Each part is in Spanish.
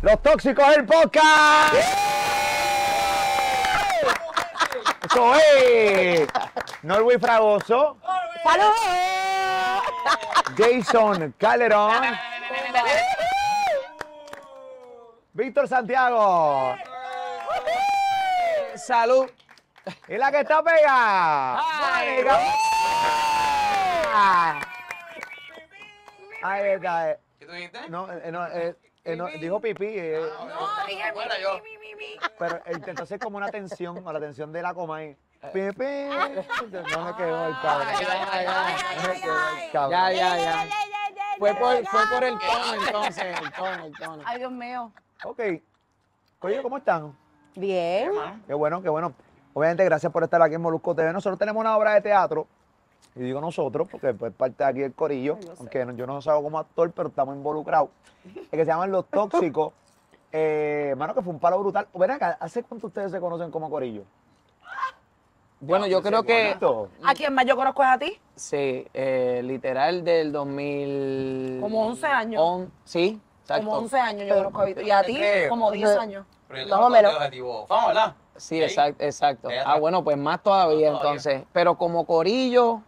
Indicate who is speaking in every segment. Speaker 1: Los Tóxicos del Podcast. Eso es. Norway Fragoso,
Speaker 2: ¡Saludos!
Speaker 1: Jason Calderón, Víctor Santiago.
Speaker 3: Salud.
Speaker 1: Y la que está pegada.
Speaker 3: Ay,
Speaker 1: Ahí está. eh.
Speaker 4: ¿Qué tú dijiste?
Speaker 1: No, eh, no, eh, eh, no, dijo pipí. eh,
Speaker 2: No, dije mi,
Speaker 4: Bueno, yo.
Speaker 2: mi, mi, mi.
Speaker 1: Pero eh, intentó hacer como una tensión, a la tensión de la coma ahí. Pipí. No me quedó el cabrón.
Speaker 3: Eh. Ay, ay, ay, ay.
Speaker 1: No me quedó el cabrón.
Speaker 3: Ya, ya, ya.
Speaker 2: Ya, ya, ya,
Speaker 3: Fue
Speaker 2: ya,
Speaker 3: por,
Speaker 2: ya,
Speaker 3: fue por el
Speaker 2: ya.
Speaker 3: tono, entonces. El tono, el tono.
Speaker 2: Ay, Dios mío.
Speaker 1: Ok. Coño, ¿cómo están?
Speaker 2: Bien.
Speaker 1: Qué bueno, qué bueno. Obviamente, gracias por estar aquí en Molusco TV. Nosotros tenemos una obra de teatro, y digo nosotros, porque es parte de aquí del corillo, aunque no- yo no salgo como actor, pero estamos involucrados, eh, que se llaman Los Tóxicos. Eh, Hermano, que fue un palo brutal. Ven acá, ¿hace cuánto ustedes se conocen como corillo?
Speaker 3: Bueno, yo creo que.
Speaker 1: ¿Cuánto?
Speaker 2: ¿A quién más yo conozco es a ti?
Speaker 3: Sí, eh, literal del 2000.
Speaker 2: Como 11 años.
Speaker 3: On- sí, exacto.
Speaker 2: Como 11 años yo conozco a Vito. Y a ti,
Speaker 4: ¿Qué?
Speaker 2: como 10 años.
Speaker 4: Pero
Speaker 2: Más o menos.
Speaker 4: objetivo. Vamos, ¿verdad?
Speaker 3: Sí, exacto, exacto.
Speaker 4: Ya
Speaker 3: Ah,
Speaker 4: está.
Speaker 3: bueno, pues más todavía
Speaker 4: Más todavía.
Speaker 3: entonces. Pero como Corillo,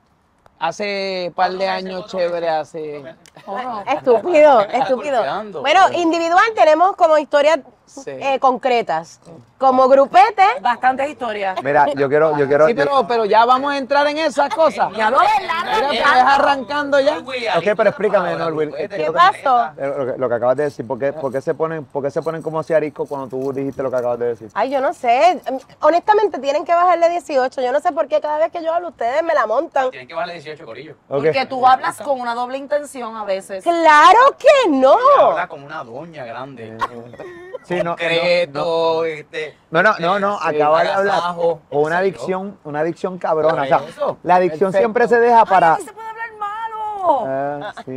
Speaker 3: hace par
Speaker 4: Cuatro
Speaker 3: de
Speaker 4: meses,
Speaker 3: años
Speaker 4: cuatro
Speaker 3: chévere,
Speaker 4: meses,
Speaker 3: hace.
Speaker 4: cuatro meses.
Speaker 2: ¿O no?
Speaker 5: Estúpido,
Speaker 4: Me está golpeando,
Speaker 5: estúpido. Bueno,
Speaker 4: bro.
Speaker 5: individual tenemos como historias
Speaker 3: Sí.
Speaker 5: eh, concretas. Como grupete,
Speaker 2: Bastantes historias.
Speaker 1: Mira, yo quiero, yo quiero. eh,
Speaker 3: Sí, pero, pero ya vamos a entrar en esas cosas.
Speaker 2: Ya lo
Speaker 3: Mira, te
Speaker 2: verdad.
Speaker 3: ves arrancando ya.
Speaker 1: Ok, pero explícame, Norwil,
Speaker 5: ¿qué pasó?
Speaker 1: yo- eh, lo, que, lo que acabas de decir, ¿por qué, por qué se ponen, por qué se ponen como así arisco cuando tú dijiste lo que acabas de decir?
Speaker 5: Ay, yo no sé. Honestamente, tienen que bajarle 18. Yo no sé por qué cada vez que yo hablo ustedes me la montan.
Speaker 4: Tienen que bajarle 18 corillos.
Speaker 1: Ok.
Speaker 2: Porque tú hablas con una doble intención a veces.
Speaker 5: Claro que no.
Speaker 4: Habla como una doña grande.
Speaker 1: Sí, no, no, Eh, no.
Speaker 4: Concreto, este.
Speaker 1: No, no, no, no,
Speaker 4: Sí,
Speaker 1: acaba de hablar.
Speaker 4: agasajo.
Speaker 1: O una
Speaker 4: ¿En serio?
Speaker 1: adicción, una adicción cabrona. O sea,
Speaker 4: Por eso.
Speaker 1: la adicción
Speaker 3: Perfecto.
Speaker 1: siempre se deja para.
Speaker 2: Ay, se puede hablar malo.
Speaker 1: Ah, sí.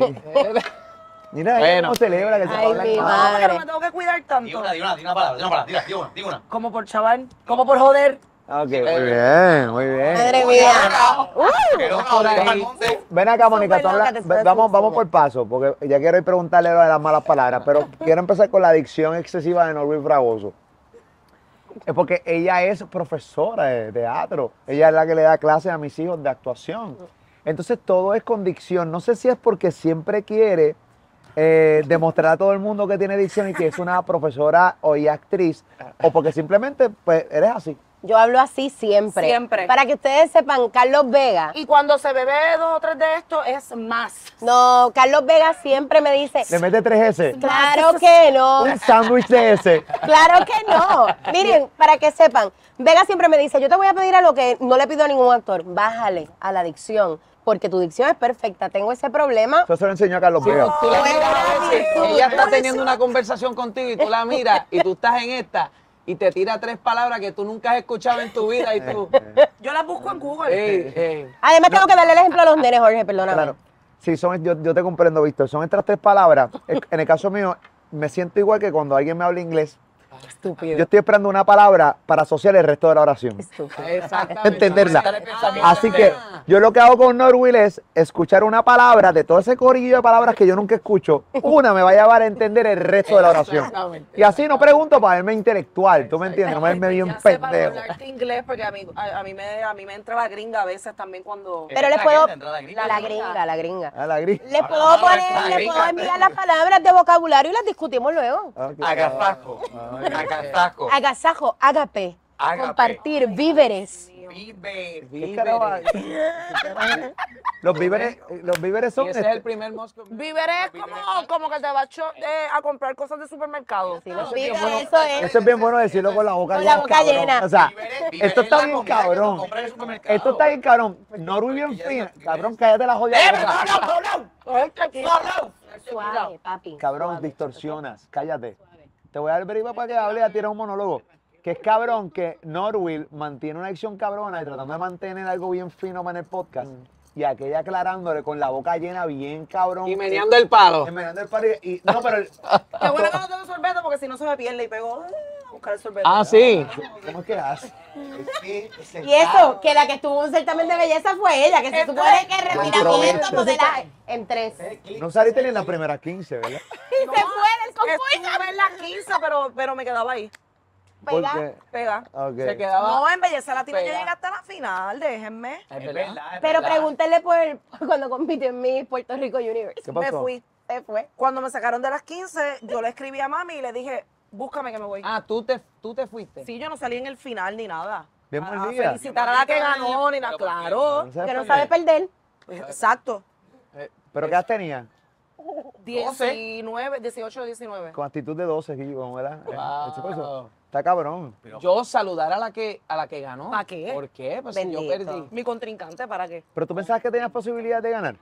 Speaker 1: Mira,
Speaker 3: Bueno.
Speaker 1: cómo celebra que se
Speaker 5: Ay,
Speaker 1: habla
Speaker 5: mi
Speaker 1: con-
Speaker 2: No, pero
Speaker 5: madre.
Speaker 2: me tengo que cuidar
Speaker 4: Di
Speaker 2: tanto.
Speaker 4: una, di una, di una palabra, di una palabra, di una, di una.
Speaker 2: Como por chaval, como por joder.
Speaker 1: Ah, Ok, muy bien, muy bien.
Speaker 5: Madre mía.
Speaker 1: ¡Uh!
Speaker 4: Que loca, Olivia Monte.
Speaker 1: Ven acá, Mónica, tú
Speaker 5: loca,
Speaker 1: habla-
Speaker 5: te
Speaker 1: ve-
Speaker 5: estás
Speaker 1: vamos, vamos
Speaker 5: diciendo.
Speaker 1: por paso, porque ya quiero ir preguntarle lo de las malas palabras, pero quiero empezar con la adicción excesiva de Norwin Fragoso. Es porque ella es profesora de teatro, ella es la que le da clases a mis hijos de actuación. Entonces todo es con dicción. No sé si es porque siempre quiere eh, demostrar a todo el mundo que tiene dicción y que es una profesora o y actriz, o porque simplemente pues, eres así.
Speaker 5: Yo hablo así siempre.
Speaker 2: Siempre.
Speaker 5: Para que ustedes sepan, Carlos Vega.
Speaker 2: Y cuando se bebe dos o tres de estos es más.
Speaker 5: No, Carlos Vega siempre me
Speaker 1: Le
Speaker 5: dice,
Speaker 1: mete tres S,
Speaker 5: claro que no.
Speaker 1: un sándwich de S.
Speaker 5: Claro que no. Miren, para que sepan, Vega siempre me dice, yo te voy a pedir a lo que no le pido a ningún actor, bájale a la dicción, porque tu dicción es perfecta, tengo ese problema.
Speaker 1: Eso se lo enseñó a Carlos Vega.
Speaker 3: Tú la miras a veces,
Speaker 5: Ay,
Speaker 3: ella está
Speaker 5: pobrecita.
Speaker 3: teniendo una conversación contigo y tú la miras y tú estás en esta y te tira tres palabras que tú nunca has escuchado en tu vida y tú.
Speaker 2: Yo las busco en Google.
Speaker 3: Ey, ey.
Speaker 5: Además tengo que darle el ejemplo a los nenes, Jorge, perdóname.
Speaker 1: Claro. Sí, son, yo, yo te comprendo, Víctor. Son estas tres palabras. En en el caso mío, me siento igual que cuando alguien me habla inglés.
Speaker 5: Estúpido.
Speaker 1: Yo estoy esperando una palabra para asociar el resto de la oración.
Speaker 5: Estúpido.
Speaker 3: Exactamente.
Speaker 1: Entenderla.
Speaker 3: Aumentar el pensamiento
Speaker 1: Así que
Speaker 3: entero.
Speaker 1: yo lo que hago con Norwil es escuchar una palabra de todo ese corillo de palabras que yo nunca escucho. Una me va a llevar a entender el resto de la oración.
Speaker 3: Exactamente.
Speaker 1: Y así no pregunto para verme intelectual, ¿tú me entiendes? No verme bien
Speaker 2: Ya sepa
Speaker 1: pendejo.
Speaker 2: hablarte inglés porque a mí, a, a mí me, a mí me entra la gringa a veces también cuando...
Speaker 5: Pero les
Speaker 4: Entrada
Speaker 5: puedo...
Speaker 4: gringa, entrada gringa.
Speaker 5: La gringa, la gringa.
Speaker 1: A la gris.
Speaker 5: Les
Speaker 4: Ah,
Speaker 5: puedo poner,
Speaker 4: la
Speaker 5: les puedo
Speaker 4: gringa.
Speaker 5: enviar las palabras de vocabulario y las discutimos luego.
Speaker 1: Ok.
Speaker 4: Agasajo. Agasajo.
Speaker 5: Agasajo, ágape,
Speaker 4: Ágape.
Speaker 5: compartir, víveres.
Speaker 4: Vive.
Speaker 1: ¿Qué carajo hay? Los víveres, los víveres son
Speaker 3: Y ese es
Speaker 1: este-
Speaker 3: el primer mosco.
Speaker 2: Víveres es como, como que te vas cho- eh, a comprar cosas de supermercado.
Speaker 5: Víveres, eso es.
Speaker 1: Eso es bien bueno decirlo con la boca
Speaker 5: Con la boca
Speaker 1: cabrón.
Speaker 5: llena.
Speaker 1: O sea,
Speaker 4: Vive
Speaker 1: esto
Speaker 4: en
Speaker 1: está
Speaker 4: la
Speaker 1: bien
Speaker 4: comida que tú
Speaker 1: cabrón.
Speaker 4: compras en el supermercado. ¡Eh,
Speaker 1: Esto está bien cabrón. Norway bien fina. Cabrón, cállate la jodida. boca.
Speaker 5: Suave, papi.
Speaker 1: Cabrón, distorsionas. Cállate. Te voy a dar breve para que hable y a tirar un monólogo. Que es cabrón que Norwil mantiene una acción cabrona y tratando de mantener algo bien fino para en el podcast. Y aquella aclarándole con la boca llena bien cabrón.
Speaker 3: Y meneando el palo.
Speaker 1: Y meneando el palo y- y- no, pero el-
Speaker 2: Qué bueno que no tengo sorbeto porque si no se me pierde y pego "Ah, a buscar el sorbeto.
Speaker 3: Ah, sí.
Speaker 1: ¿cómo es que hace?
Speaker 5: Y eso, que la que estuvo en un certamen de belleza fue ella, que se supone que retiramiento,
Speaker 1: Controversia.
Speaker 5: modelaje, en tres.
Speaker 1: eh, No saliste ni en las primeras 15, ¿verdad?
Speaker 5: Y se fue del
Speaker 2: Estuve en la 15, pero, pero me quedaba ahí.
Speaker 1: Porque,
Speaker 2: Pega.
Speaker 1: ok.
Speaker 3: Se quedaba.
Speaker 2: No, en Belleza Latina yo
Speaker 3: Pega.
Speaker 2: llegué hasta la final, déjenme.
Speaker 3: Es
Speaker 4: Es
Speaker 3: verdad.
Speaker 4: verdad, es
Speaker 5: Pero
Speaker 4: verdad.
Speaker 5: pregúntele por, por cuando compitió en mi Puerto Rico Universe.
Speaker 1: ¿Qué pasó?
Speaker 2: Me fui.
Speaker 5: Se fue.
Speaker 2: Cuando me sacaron de las 15, yo le escribí a mami y le dije, búscame que me voy.
Speaker 3: Ah, tú te, tú te fuiste.
Speaker 2: Sí, yo no salí en el final ni nada.
Speaker 1: Bien
Speaker 2: A-
Speaker 1: buen
Speaker 2: a
Speaker 1: día.
Speaker 2: Felicitar a la que ganó, ni nada.
Speaker 4: Pero ¿por qué?
Speaker 2: Claro.
Speaker 1: ¿Sabes
Speaker 5: Que no
Speaker 1: por
Speaker 5: sabe
Speaker 1: qué?
Speaker 5: perder.
Speaker 2: Exacto.
Speaker 1: Eh, ¿Pero qué edad tenía?
Speaker 2: 19, 18, 19.
Speaker 1: Con actitud de 12, Guillo, ¿cómo era? Eh,
Speaker 3: Wow.
Speaker 1: ese coso. Está cabrón.
Speaker 3: Yo saludar a la que, a la que ganó.
Speaker 2: ¿Pa' qué?
Speaker 3: ¿Por qué? Pues si yo
Speaker 5: Bendito.
Speaker 3: perdí.
Speaker 2: Mi contrincante, ¿para qué?
Speaker 1: ¿Pero tú pensabas que tenías posibilidad de ganar?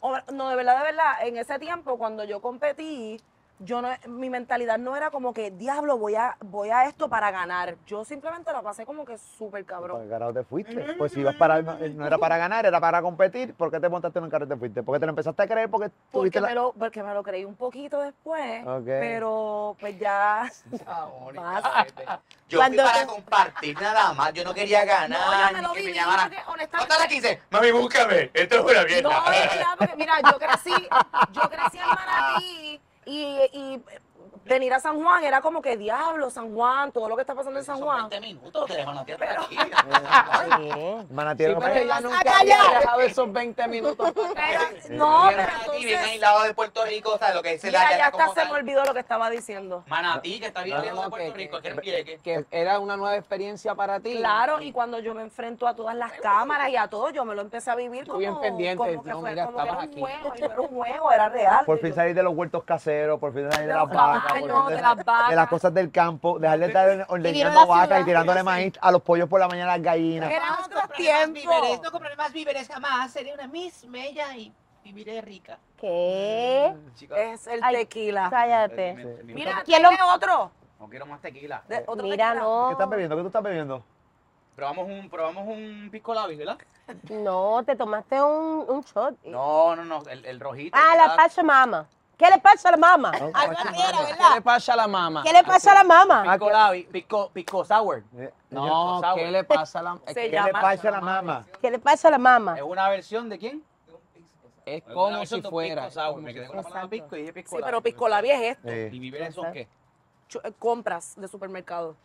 Speaker 2: Hombre, No, de verdad, de verdad, en ese tiempo cuando yo competí, yo no, mi mentalidad no era como que, diablo, voy a, voy a esto para ganar. Yo simplemente la pasé como que
Speaker 1: ¿Para
Speaker 2: súper
Speaker 1: qué
Speaker 2: cabrón.
Speaker 1: carajo te fuiste? Pues si ibas para, no, no era para ganar, era para competir. ¿Por qué te montaste en un carro y te fuiste? Porque te lo empezaste a creer porque tuviste
Speaker 2: Porque
Speaker 1: la...
Speaker 2: me, lo, porque me lo creí un poquito después,
Speaker 1: Ok.
Speaker 2: pero pues ya...
Speaker 4: Ah, bonita,
Speaker 2: Pasa.
Speaker 4: vete. Yo
Speaker 5: Cuando-
Speaker 4: fui para compartir nada más. Yo no quería
Speaker 2: No,
Speaker 4: ganar.
Speaker 2: yo me
Speaker 4: ni
Speaker 2: lo
Speaker 4: que
Speaker 2: viví,
Speaker 4: llamaran.
Speaker 2: porque
Speaker 4: ¿No
Speaker 2: honestamente...
Speaker 4: está la 15? Mami, búscame. Esto es una
Speaker 2: No,
Speaker 4: mierda.
Speaker 2: de verdad, porque mira, yo crecí, yo crecí en Manatí y, y venir a San Juan era como que, diablo, San Juan, todo lo que está pasando en San
Speaker 4: Son
Speaker 2: Juan.
Speaker 4: 20 minutos de Manatí hasta aquí.
Speaker 1: Ah, Manatí
Speaker 3: Sí,
Speaker 1: era-
Speaker 3: pero ella
Speaker 5: vas a
Speaker 3: nunca había
Speaker 5: callar.
Speaker 3: dejado esos 20 minutos.
Speaker 2: Pero- no,
Speaker 4: Bien
Speaker 2: pero
Speaker 4: Manatí, bien
Speaker 2: entonces...
Speaker 4: aislado de Puerto Rico, ¿sabes lo que dice
Speaker 2: Mira,
Speaker 4: la
Speaker 2: ya
Speaker 4: ya
Speaker 2: hasta
Speaker 4: como
Speaker 2: se me
Speaker 4: tal?
Speaker 2: olvidó lo que estaba diciendo.
Speaker 4: Manatí, que está bien
Speaker 3: No,
Speaker 4: lejos
Speaker 3: no,
Speaker 4: de Puerto
Speaker 3: que-
Speaker 4: Rico,
Speaker 3: que-
Speaker 4: que riegue.
Speaker 3: Que era una nueva experiencia para ti.
Speaker 2: Claro, y cuando yo me enfrento a todas las cámaras y a todo, yo me lo empecé a vivir
Speaker 3: Tú
Speaker 2: como,
Speaker 3: bien pendiente,
Speaker 2: como que
Speaker 3: no,
Speaker 2: fue,
Speaker 3: mira,
Speaker 2: como que era un
Speaker 3: estabas aquí.
Speaker 2: juego, y no era un juego, era real.
Speaker 1: Por fin
Speaker 2: Yo-
Speaker 1: salir de los huertos caseros, por fin salir de las
Speaker 2: los
Speaker 1: vacas,
Speaker 2: caballos,
Speaker 1: por fin
Speaker 2: de las vacas.
Speaker 1: de las cosas del campo, dejar de estar
Speaker 5: vino
Speaker 1: ordeñando
Speaker 5: la
Speaker 1: vacas y
Speaker 5: ciudad.
Speaker 1: tirándole maíz a los pollos por la mañana a las gallinas.
Speaker 2: Eran
Speaker 6: No
Speaker 2: otros
Speaker 6: compraré más víveres, no
Speaker 2: tiempos.
Speaker 6: compraré más víveres jamás. Seré una Miss Mella y viviré rica.
Speaker 5: ¿Qué?
Speaker 4: Chicos,
Speaker 2: Es el
Speaker 5: Ay,
Speaker 2: tequila.
Speaker 4: eh,
Speaker 5: Cállate.
Speaker 2: Eh, Mira,
Speaker 5: ¿Quién lo-
Speaker 2: tiene otro.
Speaker 4: no quiero más tequila. Eh,
Speaker 2: de- otro
Speaker 5: Mira,
Speaker 2: tequila.
Speaker 1: ¿Qué
Speaker 5: no.
Speaker 1: estás bebiendo? ¿Qué tú estás bebiendo?
Speaker 4: Probamos un, probamos un pisco labi, ¿verdad?
Speaker 5: No, te tomaste un, un shot.
Speaker 4: No, no, no, el, el rojito.
Speaker 5: Ah, la Pachamama. ¿Qué le pasa a la mamá?
Speaker 1: No,
Speaker 5: Algo así era,
Speaker 3: ¿Qué le
Speaker 5: ¿verdad?
Speaker 3: pasa a la mamá?
Speaker 5: ¿Qué le pasa a la mamá?
Speaker 4: Pisco labi, pisco, pisco sour.
Speaker 1: Eh,
Speaker 3: No,
Speaker 4: Sour.
Speaker 3: ¿qué le pasa a la mamá?
Speaker 2: Se
Speaker 1: ¿Qué le
Speaker 2: llama
Speaker 1: pasa a la mamá?
Speaker 5: ¿Qué le pasa a la mamá?
Speaker 4: ¿Es una versión de quién?
Speaker 3: Es
Speaker 4: Una
Speaker 3: como
Speaker 4: versión
Speaker 3: si
Speaker 4: de un
Speaker 3: fuera.
Speaker 4: Pisco sour. Me
Speaker 3: es
Speaker 4: quedé
Speaker 3: como
Speaker 4: con la palabra
Speaker 5: Exacto.
Speaker 4: pisco y dije pisco
Speaker 2: Sí,
Speaker 4: labi.
Speaker 2: pero pisco la vieja es esto.
Speaker 1: Eh,
Speaker 4: ¿Y víveres son qué?
Speaker 2: Chu- eh, Compras de supermercado.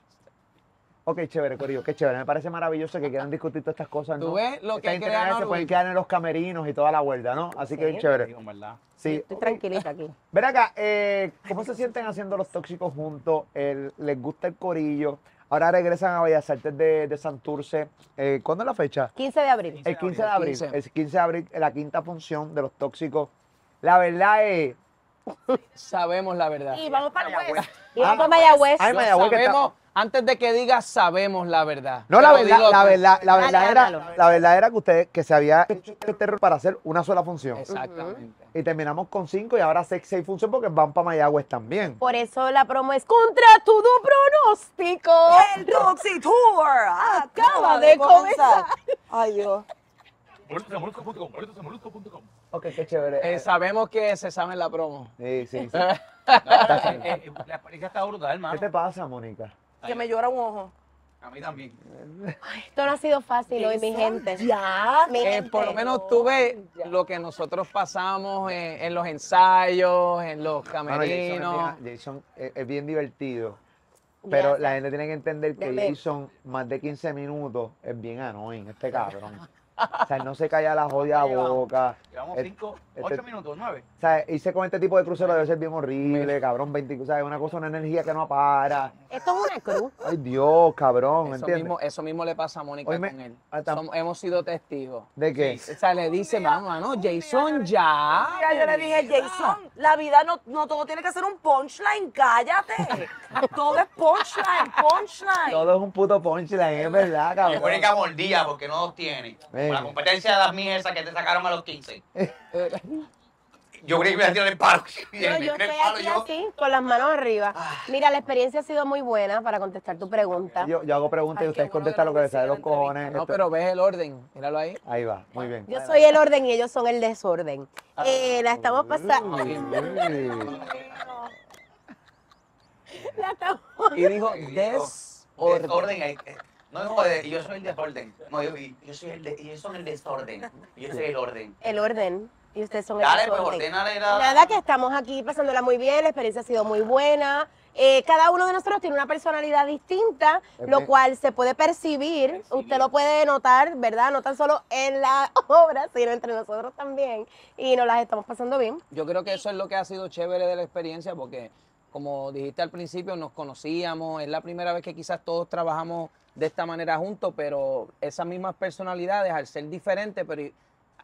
Speaker 1: Ok, chévere, Corillo, qué chévere. Me parece maravilloso que quieran discutir todas estas cosas, ¿no?
Speaker 3: Tú ves lo que
Speaker 1: Estas
Speaker 3: crea
Speaker 1: integrantes se
Speaker 3: Norbert.
Speaker 1: pueden quedar en los camerinos y toda la vuelta, ¿no? Así que bien
Speaker 4: Digo,
Speaker 1: chévere.
Speaker 4: en verdad.
Speaker 1: Sí.
Speaker 5: Estoy tranquilita aquí.
Speaker 1: Ven acá, eh, ¿cómo se sienten haciendo los tóxicos juntos? El- ¿Les gusta el corillo? Ahora regresan a Bellas Artes de, de Santurce. Eh, ¿Cuándo es la fecha?
Speaker 5: 15 de abril.
Speaker 1: El 15 de
Speaker 3: abril.
Speaker 1: abril. El 15 de abril, la quinta función de los tóxicos. La verdad es.
Speaker 3: Sabemos la verdad.
Speaker 2: Y vamos para el West.
Speaker 5: Y vamos a
Speaker 1: Ah,
Speaker 5: Mayagüez.
Speaker 1: Ay,
Speaker 3: Lo
Speaker 1: Mayagüez que está-
Speaker 3: sabemos, antes de que digas, sabemos la verdad.
Speaker 1: No, la
Speaker 3: Pero
Speaker 1: verdad,
Speaker 3: dilo
Speaker 1: la
Speaker 3: tú.
Speaker 1: verdad, la verdad
Speaker 5: Dale,
Speaker 1: era,
Speaker 5: hágalo.
Speaker 1: la verdad era que usted, que se había hecho este terror para hacer una sola función.
Speaker 3: Exactamente.
Speaker 1: Y terminamos con cinco y ahora seis, seis funciones porque van para Mayagüez también.
Speaker 5: Por eso la promo es contra todo pronóstico.
Speaker 2: El Toxic Tour acaba
Speaker 5: Acaba
Speaker 2: de
Speaker 5: de
Speaker 2: comenzar. Ay, Dios.
Speaker 1: Ok, qué chévere.
Speaker 3: Eh, sabemos que se sabe en la promo.
Speaker 1: Sí, sí, sí.
Speaker 4: No, eh, eh, La experiencia está brutal,
Speaker 1: ¿Qué te
Speaker 4: hermano.
Speaker 1: pasa, Mónica?
Speaker 2: Que me llora un ojo.
Speaker 4: A mí también.
Speaker 5: Esto no ha sido fácil hoy, mi gente.
Speaker 2: Ya.
Speaker 5: Mi
Speaker 3: Eh, por lo
Speaker 5: gente.
Speaker 3: menos tú ves lo que nosotros pasamos en, en los ensayos, en
Speaker 1: Mano, Jason,
Speaker 3: los
Speaker 1: es
Speaker 3: camerinos.
Speaker 1: bien- Jason es, es bien divertido. Pero la gente tiene que entender que
Speaker 5: Déjame-
Speaker 1: Jason, más de 15 minutos, es bien annoying, este cabrón. O sea, él no se calla la jodida boca.
Speaker 4: Llevamos
Speaker 1: Eh,
Speaker 4: 5,
Speaker 1: este-
Speaker 4: 8 minutos, 9.
Speaker 1: O sea, irse con este tipo de crucero debe ser bien horrible, cabrón. 20, o sea, es una cosa, una energía que no para.
Speaker 5: Esto es una cruz.
Speaker 1: Ay, Dios, cabrón,
Speaker 3: Eso
Speaker 1: ¿entiendes?
Speaker 3: mismo, eso mismo le pasa a Mónica
Speaker 1: Hoy me-
Speaker 3: con él.
Speaker 1: Ah, tam-
Speaker 3: Som- hemos sido testigos.
Speaker 1: ¿De qué?
Speaker 3: O sea, le dice, vamos, no, Jason ya.
Speaker 2: Mira, yo le dije, Jason, la vida no, no todo tiene que ser un punchline, cállate. todo es punchline, punchline.
Speaker 1: Todo es un puto punchline, es verdad,
Speaker 4: Le ponen
Speaker 1: cabrón.
Speaker 4: cabordía porque no los tiene. Como la
Speaker 1: Eh.
Speaker 4: competencia de las mías esas que te sacaron a los 15. Yo creí que me iba a tirar el palo. Y
Speaker 5: No,
Speaker 4: me
Speaker 5: yo
Speaker 4: tiré el
Speaker 5: estoy
Speaker 4: palo
Speaker 5: aquí
Speaker 4: yo.
Speaker 5: así, con las manos arriba. Mira, la experiencia ha sido muy buena para contestar tu pregunta.
Speaker 1: Yo, yo hago preguntas y
Speaker 2: Ay, qué
Speaker 1: ustedes
Speaker 2: bueno
Speaker 1: contestan
Speaker 2: que
Speaker 1: lo que les sale de
Speaker 2: hicieron
Speaker 1: los
Speaker 2: la
Speaker 1: cojones.
Speaker 3: No,
Speaker 1: Esto-
Speaker 3: pero ves el orden, míralo ahí.
Speaker 1: Ahí va, muy bien.
Speaker 5: Yo soy el orden y ellos son el desorden. Eh, la estamos pasando.
Speaker 1: Mm. Uy.
Speaker 5: La estamos-
Speaker 3: Y dijo, desorden.
Speaker 4: Desorden. eh, eh, No no, eh, yo soy el desorden. No, yo, yo soy el de, yo soy el desorden. Yo soy el orden.
Speaker 5: El orden. Y ustedes son
Speaker 4: Dale,
Speaker 5: el
Speaker 4: pues
Speaker 5: resorte.
Speaker 4: ordénale la.
Speaker 5: Nada, que estamos aquí pasándola muy bien, la experiencia ha sido muy buena. Eh, cada uno de nosotros tiene una personalidad distinta,
Speaker 1: Es
Speaker 5: lo
Speaker 1: ve-
Speaker 5: cual se puede percibir, usted lo puede notar, ¿verdad? No tan solo en la obra, sino entre nosotros también. Y nos las estamos pasando bien.
Speaker 3: Yo creo que eso es lo que ha sido chévere de la experiencia porque, como dijiste al principio, nos conocíamos, es la primera vez que quizás todos trabajamos de esta manera juntos, pero esas mismas personalidades, al ser diferentes, pero y-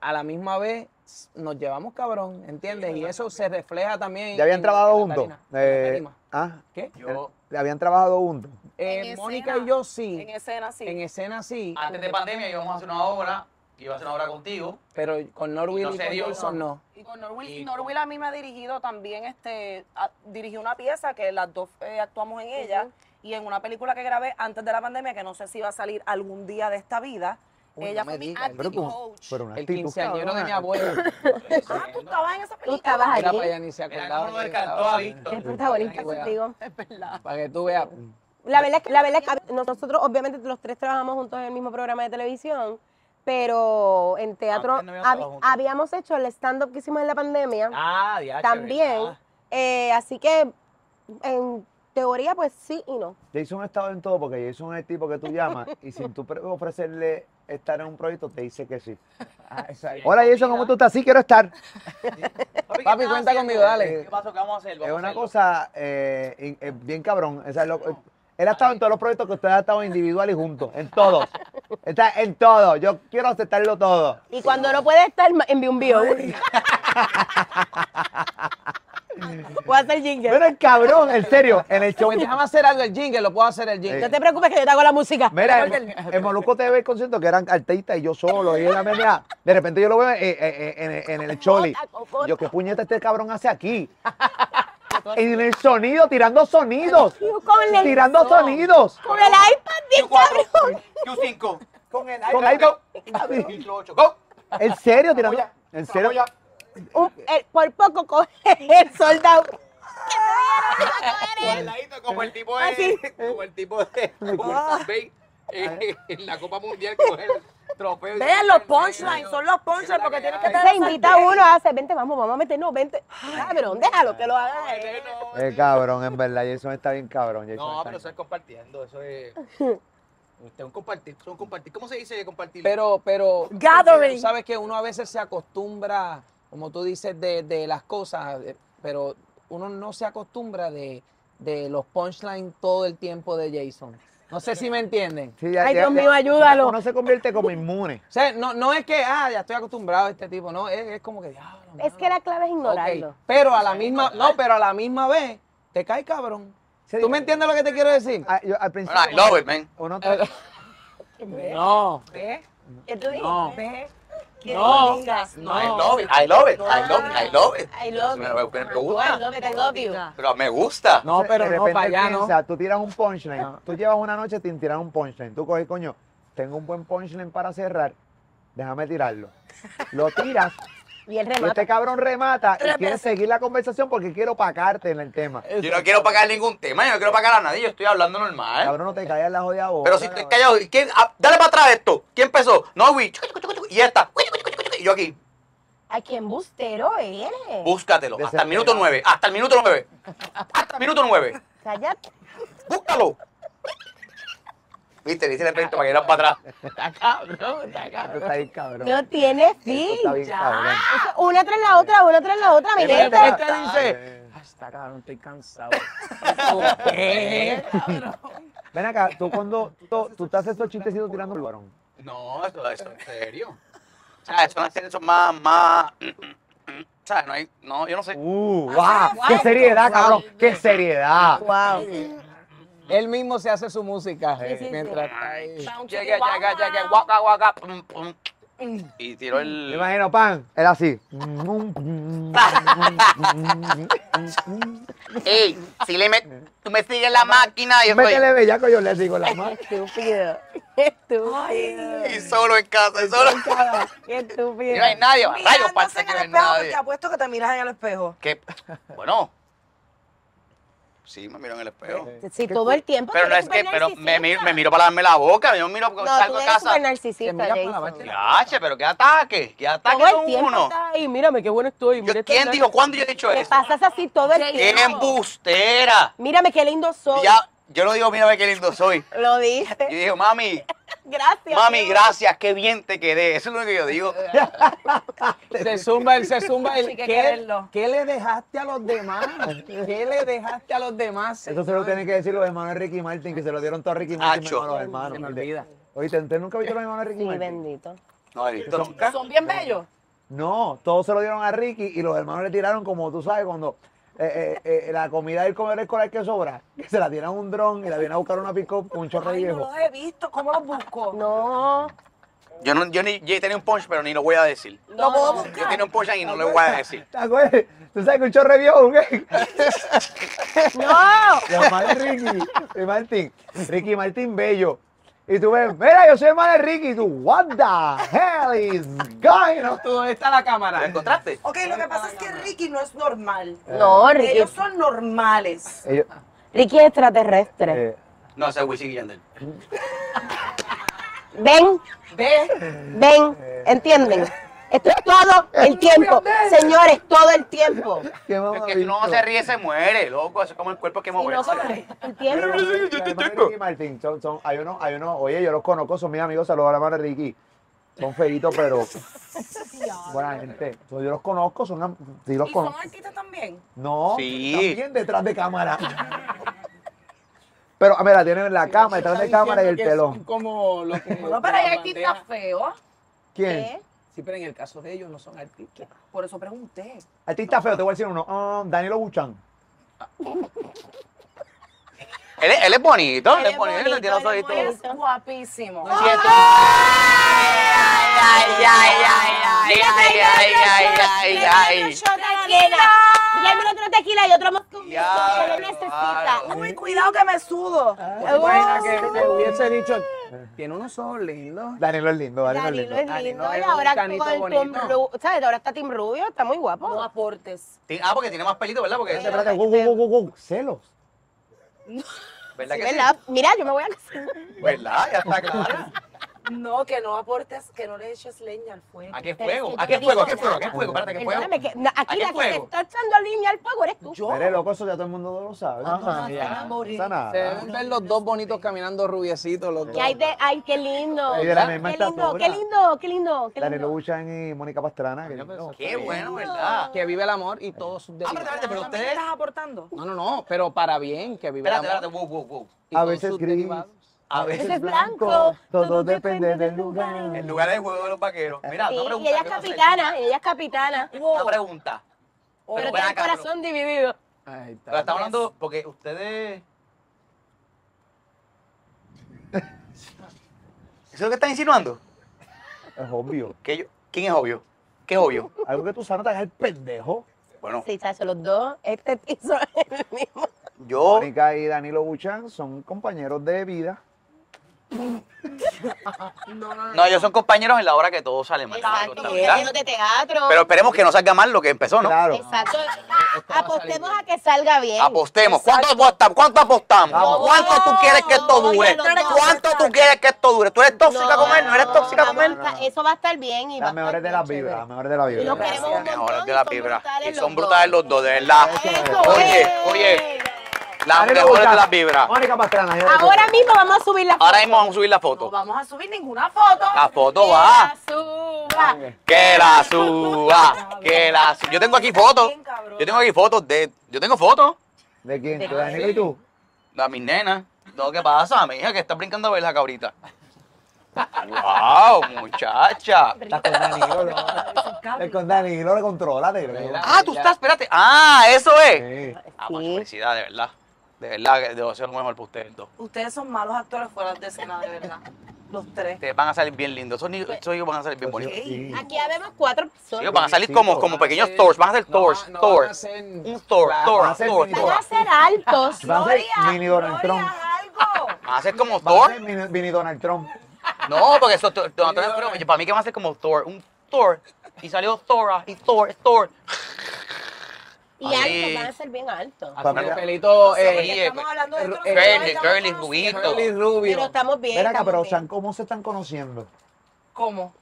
Speaker 3: a la misma vez s- nos llevamos cabrón, ¿entiendes? Y eso se refleja también.
Speaker 1: ¿Ya habían
Speaker 3: en-
Speaker 1: trabajado
Speaker 3: en la
Speaker 1: juntos?
Speaker 3: tarima, en la
Speaker 1: Eh,
Speaker 3: tarima.
Speaker 1: ¿Ah?
Speaker 3: ¿Qué?
Speaker 4: Yo,
Speaker 1: ¿Habían trabajado juntos?
Speaker 3: Eh,
Speaker 2: En
Speaker 3: Mónica
Speaker 2: escena,
Speaker 3: y yo sí,
Speaker 2: En escena, sí.
Speaker 3: en escena sí,
Speaker 4: Este,
Speaker 3: eh,
Speaker 4: antes de pandemia íbamos a hacer una obra, que iba a hacer una obra contigo.
Speaker 3: pero con Norwin
Speaker 4: No
Speaker 3: y
Speaker 4: se
Speaker 3: con
Speaker 4: dio,
Speaker 3: Wilson no.
Speaker 2: Y con Norwil,
Speaker 4: Y con-
Speaker 2: Norwil a mí me ha dirigido también, este, a- dirigió una pieza que las dos eh, actuamos en ella y en una película que grabé antes de la pandemia, que no sé si va a salir algún día de esta vida.
Speaker 3: Uy,
Speaker 2: ella
Speaker 3: no
Speaker 2: fue
Speaker 3: me
Speaker 2: mi
Speaker 3: digas,
Speaker 2: acting
Speaker 1: Pero, como,
Speaker 2: coach.
Speaker 1: pero una
Speaker 3: El
Speaker 1: actitud,
Speaker 3: quinceañero de mi
Speaker 1: cabrona.
Speaker 3: abuelo.
Speaker 2: Ah, tú estabas en esa
Speaker 5: Tú
Speaker 2: película.
Speaker 5: estabas
Speaker 3: Era
Speaker 5: allí,
Speaker 3: para allá ni se
Speaker 4: Mira
Speaker 3: acordaba.
Speaker 4: cómo lo
Speaker 3: que
Speaker 4: descartó
Speaker 3: estaba.
Speaker 4: a Víctor.
Speaker 5: el protagonista
Speaker 3: Ay, wea.
Speaker 5: contigo.
Speaker 2: Es verdad.
Speaker 3: Para que tú veas.
Speaker 5: La verdad, es que- la verdad es que nosotros obviamente los tres trabajamos juntos en el mismo programa de televisión, pero en teatro
Speaker 3: Antes Ah, no habíamos
Speaker 5: habi-
Speaker 3: trabajado juntos.
Speaker 5: habíamos hecho el stand-up que hicimos en la pandemia.
Speaker 3: Ah, ya.
Speaker 5: también. eh, así que, en teoría, pues sí y no.
Speaker 1: Jason ha estado en todo porque Jason es el tipo que tú llamas y sin tú pre- ofrecerle estar en un proyecto te dice que sí. Hola Jason, ¿cómo tú estás? Sí, quiero estar.
Speaker 3: Papi, cuenta conmigo, dale.
Speaker 4: ¿Qué pasó? ¿Qué vamos a hacer?
Speaker 1: Es
Speaker 4: Vamos a
Speaker 1: una
Speaker 4: hacerlo.
Speaker 1: cosa eh, in- eh, bien cabrón. O sea, lo- eh, él ha estado en todos los proyectos que ustedes han estado individual y juntos, en todos. Está en todo. Yo quiero aceptarlo todo.
Speaker 5: Y cuando no puede estar, ma- envío un video. Voy a hacer jingle.
Speaker 1: Pero el cabrón, en serio, en el show.
Speaker 3: Pues déjame hacer algo el jingle, lo puedo hacer el jingle.
Speaker 5: No te preocupes que yo te hago la música.
Speaker 1: Mira, en, en Molusco TV el concierto que eran artistas y yo solo. Y la media. De repente yo lo veo eh, eh, eh, en, el- en el choli. Yo, ¿qué puñeta este cabrón hace aquí? En el sonido, tirando sonidos.
Speaker 5: Con el-
Speaker 1: Tirando sonidos.
Speaker 5: Con el iPad, di-
Speaker 4: Q4, Q5. Con el
Speaker 1: Con ahí-
Speaker 4: Q8. ¡Go!
Speaker 1: En serio, tirando. En serio.
Speaker 5: un- el- por poco coge el soldado.
Speaker 4: Con el ladito, como el tipo
Speaker 5: Así.
Speaker 4: de. Como el tipo de. Como el Tom Brady, eh, en la Copa Mundial con el trofeo.
Speaker 2: Vean los punchlines, son los punchlines porque tienes que tener.
Speaker 5: Se invita a uno a hacer, vente, vamos, vamos a meternos, vente. Cabrón, déjalo que lo haga.
Speaker 4: Eh,
Speaker 5: él.
Speaker 1: Es Eh, cabrón, en verdad. Jason está bien cabrón. Jason
Speaker 4: No,
Speaker 1: está
Speaker 4: pero
Speaker 1: bien
Speaker 4: eso es compartiendo, eso es. Usted es un compartir, son compartir. ¿Cómo se dice compartir?
Speaker 3: Pero, pero.
Speaker 2: Gathering.
Speaker 3: tú Sabes que uno a veces se acostumbra, como tú dices, de, de las cosas, eh, pero uno no se acostumbra de, de los punchlines todo el tiempo de Jason. No sé si me entienden.
Speaker 1: Sí, ya-
Speaker 5: Ay,
Speaker 1: ya-
Speaker 5: Dios
Speaker 1: ya-
Speaker 5: mío, ayúdalo.
Speaker 1: Uno se convierte como inmune.
Speaker 3: O sea, no, no es que, ah, ya estoy acostumbrado a este tipo, no, es, es como que, diablo,
Speaker 5: Es
Speaker 3: mano".
Speaker 5: que la clave es ignorarlo.
Speaker 3: Ok, Pero a la misma, no, pero a la misma vez, te cae cabrón.
Speaker 1: Sí.
Speaker 3: ¿Tú me entiendes Eh, lo que te quiero decir?
Speaker 1: Ah, yo al principio.
Speaker 4: I love it, man.
Speaker 1: uno tra-
Speaker 3: No,
Speaker 5: ¿Qué tú dices?
Speaker 3: no,
Speaker 5: ¿Qué
Speaker 3: no,
Speaker 5: tú digas?
Speaker 4: I love it, I love it, I love it, I love it.
Speaker 5: I love
Speaker 4: Me- me- me
Speaker 5: you.
Speaker 4: gusta.
Speaker 5: I love it, I love you.
Speaker 4: Pero me gusta.
Speaker 3: no, pero
Speaker 1: de
Speaker 3: no,
Speaker 1: repente
Speaker 3: para allá no. Ah.
Speaker 1: piensa, Tú tiras un punchline. Tú llevas una noche sin tirar un punchline. Tú coges, coño, tengo un buen punchline para cerrar. Déjame tirarlo. Lo tiras.
Speaker 5: Y el
Speaker 1: y este
Speaker 5: remate.
Speaker 1: cabrón remata y
Speaker 2: Tres
Speaker 1: quiere
Speaker 2: veces.
Speaker 1: seguir la conversación porque quiero pagarte en el
Speaker 3: ¿Eh?
Speaker 1: tema.
Speaker 4: Yo no quiero pagar ningún tema, yo no quiero pagar a nadie, yo estoy hablando normal.
Speaker 1: Cabrón, no te callas la jodida boca.
Speaker 4: Pero si estoy
Speaker 1: cabrón.
Speaker 4: callado, ¿y quién? Ah, dale para atrás esto. ¿Quién empezó? No, güey. chucu, chucu, chucu, Y esta. güey, chucu, chucu, chucu, Y yo aquí.
Speaker 5: Ay, qué embustero eres.
Speaker 4: Búscatelo. Hasta el minuto nueve. Hasta el minuto nueve. Hasta el minuto nueve.
Speaker 5: Cállate.
Speaker 4: Búscalo. Viste, le hice el efecto para que dieran para atrás.
Speaker 1: Esto está bien cabrón.
Speaker 5: No tiene
Speaker 1: Esto
Speaker 5: fin.
Speaker 1: está bien cabrón.
Speaker 5: Eso, Una tras la otra, una tras la otra, mi
Speaker 1: Mira,
Speaker 5: neta.
Speaker 1: Esta-
Speaker 3: Este dice, "Ah, está cabrón, estoy cansado. ¿Qué?
Speaker 1: Ven acá, tú cuando tú, tú te haces estos chistecitos tirando el varón.
Speaker 4: No, eso, eso es serio. O sea, eso no es serio, eso es más, más. mm, O sea, no hay. No, yo no sé.
Speaker 1: ¡Uh! ¡Wow! ¡Qué seriedad, cabrón! ¡Qué seriedad!
Speaker 5: Wow.
Speaker 3: Él mismo se hace su música
Speaker 5: Sí, sí, sí.
Speaker 3: mientras está ahí.
Speaker 4: Llega, llega, llega, guaca, guaca, pum, pum. Y tiró
Speaker 1: Me
Speaker 4: el.
Speaker 1: imagino, pan, era así.
Speaker 4: Ey, si le met- tú me sigues la máquina, yo estoy.
Speaker 1: Métele bellaco, yo le digo la mano.
Speaker 5: Estúpido. Estúpido.
Speaker 4: Y solo en casa, y solo.
Speaker 5: Qué estúpido.
Speaker 4: Y no hay nadie, a rayos,
Speaker 2: Mirándose
Speaker 4: parece
Speaker 2: en
Speaker 4: que
Speaker 2: el
Speaker 4: no hay
Speaker 2: espejo porque
Speaker 4: nadie.
Speaker 2: apuesto que te miras en el espejo.
Speaker 4: Que, bueno, Sí, me miro en el espejo.
Speaker 1: Sí.
Speaker 5: Si todo el tiempo.
Speaker 4: Pero
Speaker 5: tú
Speaker 4: no
Speaker 5: eres
Speaker 4: es que, pero me, miro-
Speaker 5: supernarcisista.
Speaker 4: me miro para lavarme la boca, yo miro,
Speaker 5: No,
Speaker 4: salgo
Speaker 5: tú
Speaker 4: de
Speaker 5: eres
Speaker 4: casa.
Speaker 5: súper
Speaker 3: Te miras
Speaker 5: narcisista,
Speaker 3: para
Speaker 5: Jason.
Speaker 3: lavarte la-
Speaker 4: Ya, che, pero qué ataque, qué ataque
Speaker 5: Todo el
Speaker 4: con
Speaker 5: tiempo
Speaker 4: uno.
Speaker 5: está ahí, mírame qué bueno estoy.
Speaker 4: Yo-
Speaker 5: mira esto
Speaker 4: ¿Quién
Speaker 5: está-
Speaker 4: dijo? ¿Cuándo yo he dicho
Speaker 5: Te
Speaker 4: eso?
Speaker 5: pasas así todo el
Speaker 4: ¡Qué
Speaker 5: tiempo.
Speaker 4: embustera!
Speaker 5: Mírame qué lindo soy.
Speaker 4: Ya, yo no digo, mira ve qué lindo soy.
Speaker 5: Lo
Speaker 4: Yo
Speaker 5: dice.
Speaker 4: digo, mami,
Speaker 5: Gracias.
Speaker 4: mami,
Speaker 5: Dios.
Speaker 4: gracias, qué bien te quedé. Eso es lo que yo digo.
Speaker 3: Se zumba él, se zumba él.
Speaker 2: Sí que hay que
Speaker 3: ¿Qué,
Speaker 2: verlo.
Speaker 3: qué le dejaste a los demás? ¿Qué le dejaste a los demás?
Speaker 1: Eso se lo tienen que decir los hermanos de Ricky Martin, que se lo dieron todo a Ricky Martin,
Speaker 4: Acho.
Speaker 1: menos a los hermanos.
Speaker 3: Se me olvida.
Speaker 1: Oíste, ¿ustedes nunca viste a los hermanos de Ricky
Speaker 5: Sí,
Speaker 1: Martin?
Speaker 5: bendito.
Speaker 4: No, he visto nunca.
Speaker 2: Son bien bellos.
Speaker 1: No, todos se lo dieron a Ricky y los hermanos le tiraron, como tú sabes, cuando eh, eh, eh, la comida del comedor escolar que sobra, que se la tiran a un dron y la vienen a buscar una pick con un chorro de
Speaker 2: Ay, no
Speaker 1: viejo.
Speaker 2: los he visto. ¿Cómo los busco?
Speaker 5: No.
Speaker 4: Yo, no, yo, ni, yo tenía un punch, pero ni lo voy a decir.
Speaker 2: ¿Lo puedo buscar?
Speaker 4: Yo tenía un punch y no lo voy a decir.
Speaker 1: ¿Te acuerdas? ¿Tú sabes que un chorro de viejo? ¿qué?
Speaker 5: No.
Speaker 1: La hermana de Ricky, de Martín. Ricky Martín Bello. Y tú ves, mira, yo soy hermana de Ricky. Y tú, what the hell is going on?
Speaker 3: ¿Tú dónde está la
Speaker 4: ¿Lo
Speaker 3: cámara?
Speaker 4: encontraste?
Speaker 2: Ok, lo que pasa es que Ricky no es normal.
Speaker 5: No, Ricky.
Speaker 2: Ellos son normales.
Speaker 1: Ellos,
Speaker 5: Ricky es extraterrestre.
Speaker 1: eh,
Speaker 4: No, ese es Wisin y Yandel.
Speaker 5: Ven,
Speaker 2: ¿Ves?
Speaker 5: ven. ¿Entienden? Esto es todo el tiempo. Señores, todo el tiempo.
Speaker 1: ¿qué mamá
Speaker 4: Es que si uno no
Speaker 1: bicho?
Speaker 4: se ríe, se muere, loco. Eso es como el cuerpo que
Speaker 5: Y no
Speaker 4: moverse.
Speaker 5: sobre el
Speaker 1: Pero
Speaker 5: tiempo.
Speaker 1: los hermanos de Ricky Martin son, son, hay uno, hay uno, oye, yo los conozco, son mis amigos, saludos a la hermana de Ricky. Son feitos, pero buena gente. So, Yo los conozco, son, am- sí los
Speaker 2: ¿Y son
Speaker 1: conozco.
Speaker 2: artistas también?
Speaker 1: No,
Speaker 4: Sí.
Speaker 1: también detrás de cámara. Pero, a ver, la tienen en la cama, detrás de cámara y el
Speaker 3: telón.
Speaker 1: telón.
Speaker 3: Como lo que.
Speaker 2: No, pero hay
Speaker 3: las
Speaker 2: artistas
Speaker 3: banderas.
Speaker 2: feos.
Speaker 1: ¿Quién?
Speaker 5: ¿Qué?
Speaker 3: Sí, pero en el caso de ellos no son artistas.
Speaker 2: Por eso pregunté.
Speaker 1: Artista feo, te voy a decir uno. Ah, Danilo Buchan.
Speaker 4: Él, es- él es bonito, él
Speaker 5: Él
Speaker 4: es
Speaker 5: es
Speaker 4: bonito, él tiene los
Speaker 5: bonito, él
Speaker 4: ojitos.
Speaker 5: es bonito.
Speaker 2: Es guapísimo.
Speaker 1: Ah,
Speaker 3: No es cierto.
Speaker 5: Dígame otro tequila y otro moscú.
Speaker 4: Ya,
Speaker 5: Solo necesita.
Speaker 4: claro.
Speaker 2: Uy, cuidado que me sudo.
Speaker 1: ah,
Speaker 3: ¿Te imaginas que que hubiese dicho? Tiene unos ojos lindos.
Speaker 1: Danilo es lindo, Danilo, es
Speaker 5: Danilo
Speaker 1: lindo.
Speaker 5: es
Speaker 3: Danilo
Speaker 5: lindo.
Speaker 3: es
Speaker 5: Y
Speaker 3: un
Speaker 5: ahora
Speaker 3: canito
Speaker 5: con Tom
Speaker 3: bonito.
Speaker 5: Rubio. ¿Sabes? Ahora está Tim Rubio, está muy
Speaker 2: No
Speaker 5: guapo.
Speaker 2: aportes.
Speaker 4: Ti- Ah, porque tiene más pelito, ¿verdad? Porque ese-
Speaker 1: Espérate, wow, wow, wow, wow, celos.
Speaker 4: ¿Verdad
Speaker 5: Sí,
Speaker 4: que sí?
Speaker 5: ¿verdad? Mira, yo me voy a casar.
Speaker 4: ¿Verdad? Ya está claro.
Speaker 2: No, que no aportes, que no le eches leña al fuego.
Speaker 4: ¿A qué
Speaker 5: Pero es
Speaker 4: fuego?
Speaker 5: que
Speaker 4: ¿A
Speaker 5: yo
Speaker 4: qué
Speaker 5: te
Speaker 4: fuego? ¿A
Speaker 5: digo,
Speaker 4: qué fuego? ¿A qué fuego? Espérate, ¿a qué fuego?
Speaker 5: Perdóname, que no,
Speaker 4: ¿A qué
Speaker 5: aquí la que te
Speaker 4: fuego?
Speaker 5: está echando línea al fuego eres tú.
Speaker 1: Eres loco, eso ya todo el mundo lo sabe.
Speaker 3: Ajá,
Speaker 1: no
Speaker 3: ya.
Speaker 1: pasa nada.
Speaker 3: Se deben ver los dos bonitos caminando rubiecitos, los dos.
Speaker 5: Que hay de, ay, qué lindo.
Speaker 1: Ay, de la misma
Speaker 5: Qué lindo,
Speaker 1: estatura.
Speaker 5: qué lindo, qué lindo, qué
Speaker 1: Danilo
Speaker 5: lindo.
Speaker 1: Buchan y Mónica Pastrana. que
Speaker 3: Coño, pero
Speaker 1: no.
Speaker 3: eso-
Speaker 4: Qué bueno, ¿verdad?
Speaker 3: Que vive el amor y todos sus
Speaker 4: Ah,
Speaker 3: delitos.
Speaker 4: espérate, espérate, pero
Speaker 2: ¿También
Speaker 4: ustedes...
Speaker 2: estás aportando?
Speaker 3: No, no, no, pero para bien, que vive
Speaker 4: Espérate,
Speaker 3: el
Speaker 4: espérate,
Speaker 3: amor.
Speaker 4: wow, wow, wow.
Speaker 3: y todos
Speaker 1: A veces
Speaker 3: sus
Speaker 1: gris.
Speaker 3: derivados.
Speaker 4: A
Speaker 5: Ese
Speaker 4: veces...
Speaker 5: es blanco,
Speaker 1: todo depende del lugar.
Speaker 4: El lugar de juego de los vaqueros. Mira,
Speaker 5: Sí,
Speaker 4: una
Speaker 5: y
Speaker 4: pregunta.
Speaker 5: ella es
Speaker 4: que no sé.
Speaker 5: capitana, y ella es capitana.
Speaker 4: Una pregunta.
Speaker 5: Pero
Speaker 4: ven
Speaker 5: tiene el
Speaker 4: acá, pero-
Speaker 5: corazón dividido.
Speaker 3: Ahí está.
Speaker 4: Pero estamos hablando porque ustedes. ¿Eso es lo que están insinuando?
Speaker 1: Es obvio.
Speaker 4: Que yo- ¿Quién es obvio? ¿Qué es obvio?
Speaker 1: Algo que tú sabes no te hagas el pendejo.
Speaker 4: Bueno,
Speaker 5: Sí, chacho, los dos, este piso es el mismo.
Speaker 4: yo.
Speaker 1: Mónica y Danilo Buchan son compañeros de vida.
Speaker 4: No, ellos son compañeros en la hora que todo sale mal.
Speaker 5: Exacto,
Speaker 4: ¿verdad?
Speaker 5: compañeros de teatro.
Speaker 4: Pero esperemos que no salga mal lo que empezó, ¿no?
Speaker 1: Claro.
Speaker 5: Exacto.
Speaker 4: Eh,
Speaker 3: va a
Speaker 5: Apostemos
Speaker 3: salir
Speaker 5: a que salga bien.
Speaker 4: Apostemos. ¿Cuánto, apostamos? ¿Cuánto apostamos?
Speaker 1: Vamos.
Speaker 4: ¿Cuánto tú quieres que esto
Speaker 5: No,
Speaker 4: dure?
Speaker 5: no, no, no.
Speaker 4: ¿Cuánto tú quieres que esto dure? ¿Tú eres tóxica
Speaker 5: No,
Speaker 4: con él? ¿No eres tóxica con
Speaker 5: vamos
Speaker 4: él?
Speaker 5: a estar- Eso va a estar bien. Y va
Speaker 1: Las
Speaker 5: a estar
Speaker 1: mejores de
Speaker 5: bien
Speaker 1: las vibras,
Speaker 5: chévere.
Speaker 1: las mejores de las
Speaker 5: Y nos
Speaker 1: vibras.
Speaker 5: queremos un
Speaker 4: Las mejores
Speaker 5: montón.
Speaker 4: de
Speaker 5: y
Speaker 4: la
Speaker 5: son
Speaker 4: vibra.
Speaker 5: brutales
Speaker 4: Y
Speaker 5: los
Speaker 4: son
Speaker 5: dos.
Speaker 4: brutales los dos, de verdad.
Speaker 5: Eso
Speaker 4: Oye,
Speaker 5: es.
Speaker 4: oye, las
Speaker 1: Danilo
Speaker 4: mejores de
Speaker 1: Buchan,
Speaker 4: las vibras.
Speaker 1: Mónica Pastrana. yo
Speaker 5: Ahora mismo vamos a subir la foto.
Speaker 4: Ahora mismo vamos a subir la
Speaker 2: No
Speaker 4: foto.
Speaker 2: vamos a subir ninguna foto.
Speaker 4: Ah, La foto
Speaker 5: Que
Speaker 4: va.
Speaker 5: la suba.
Speaker 4: Que la suba. Que la suba. Yo tengo aquí fotos. Yo tengo aquí fotos de. Yo tengo fotos.
Speaker 1: ¿De quién?
Speaker 5: De-
Speaker 1: ¿De Danilo y tú?
Speaker 4: A mis nenas. No, ¿qué pasa? Mi hija que está brincando a ver la cabrita. ¡Wow, muchacha!
Speaker 1: Estás con Danilo, ¿no? Estás con Danilo, controlate.
Speaker 4: Ah, tú estás, espérate. Ah, eso es. Ah, pues
Speaker 5: Sí.
Speaker 4: felicidad, de verdad. De verdad que debo ser lo mejor para ustedes dos.
Speaker 2: Ustedes son malos actores fuera de escena, de verdad. Los tres.
Speaker 4: Ustedes van a salir bien lindos. Esos niños esos hijos van a salir bien
Speaker 1: Pues
Speaker 4: bonitos. Pues Sí,
Speaker 5: Aquí habemos cuatro personas.
Speaker 4: van a salir como, como pequeños Thors. Van a ser Thors.
Speaker 3: No, van a
Speaker 4: Thors.
Speaker 3: ser-
Speaker 4: Un Thor,
Speaker 3: Van a
Speaker 4: Thor,
Speaker 1: ser
Speaker 4: Thor,
Speaker 1: mini-
Speaker 5: Van
Speaker 4: Thor.
Speaker 5: a ser altos.
Speaker 1: Va a ser mini Donald
Speaker 2: no
Speaker 1: Trump.
Speaker 2: digas algo.
Speaker 4: Van a ser como
Speaker 1: Va a
Speaker 4: Thor.
Speaker 1: ser mini, mini Donald Trump.
Speaker 4: No, porque eso, Thor- Thor- Thor- Thor- para mí que va a ser ah, como Thor, un Thor. Y salió Thora y Thor, Thor.
Speaker 5: Y
Speaker 4: Así.
Speaker 5: altos van a ser bien altos.
Speaker 4: Ah,
Speaker 3: Así
Speaker 1: Para
Speaker 3: que
Speaker 1: mí-
Speaker 3: pelito,
Speaker 2: sea,
Speaker 3: eh,
Speaker 2: porque estamos
Speaker 4: eh,
Speaker 2: hablando de esto,
Speaker 3: eh,
Speaker 2: nosotros nos
Speaker 4: Curly,
Speaker 2: estamos
Speaker 4: Curly,
Speaker 2: conociendo.
Speaker 4: juguito.
Speaker 3: Curly Rubio.
Speaker 5: Pero estamos bien.
Speaker 1: Ven acá,
Speaker 5: estamos
Speaker 1: pero
Speaker 5: bien.
Speaker 1: San, ¿cómo se están conociendo?
Speaker 2: ¿Cómo?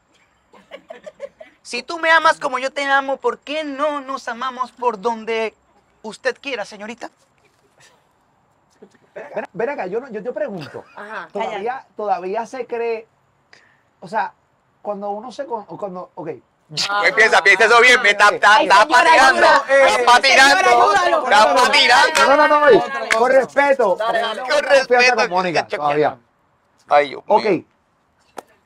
Speaker 4: Si tú me amas como yo te amo, ¿por qué no nos amamos por donde usted quiera, señorita?
Speaker 1: Ven, ven acá, yo, no- yo te pregunto.
Speaker 2: Ajá.
Speaker 1: Todavía, todavía se cree, o sea, cuando uno se, con- o cuando, ok,
Speaker 4: Pues piensa, piensa eso bien, me está, está,
Speaker 5: Ay,
Speaker 4: está
Speaker 5: señora,
Speaker 4: patinando,
Speaker 5: ayuda. Ay,
Speaker 4: está patinando,
Speaker 5: señora, ayúdalo.
Speaker 4: está patinando.
Speaker 1: No, no, no, no,
Speaker 2: Dale,
Speaker 1: con
Speaker 2: dale.
Speaker 1: respeto.
Speaker 2: Dale, dale.
Speaker 1: Con
Speaker 4: Con
Speaker 1: respeto.
Speaker 4: respeto,
Speaker 1: con Mónica,
Speaker 4: que- que-
Speaker 1: todavía.
Speaker 4: Ay, Dios
Speaker 1: Ok,
Speaker 4: mío.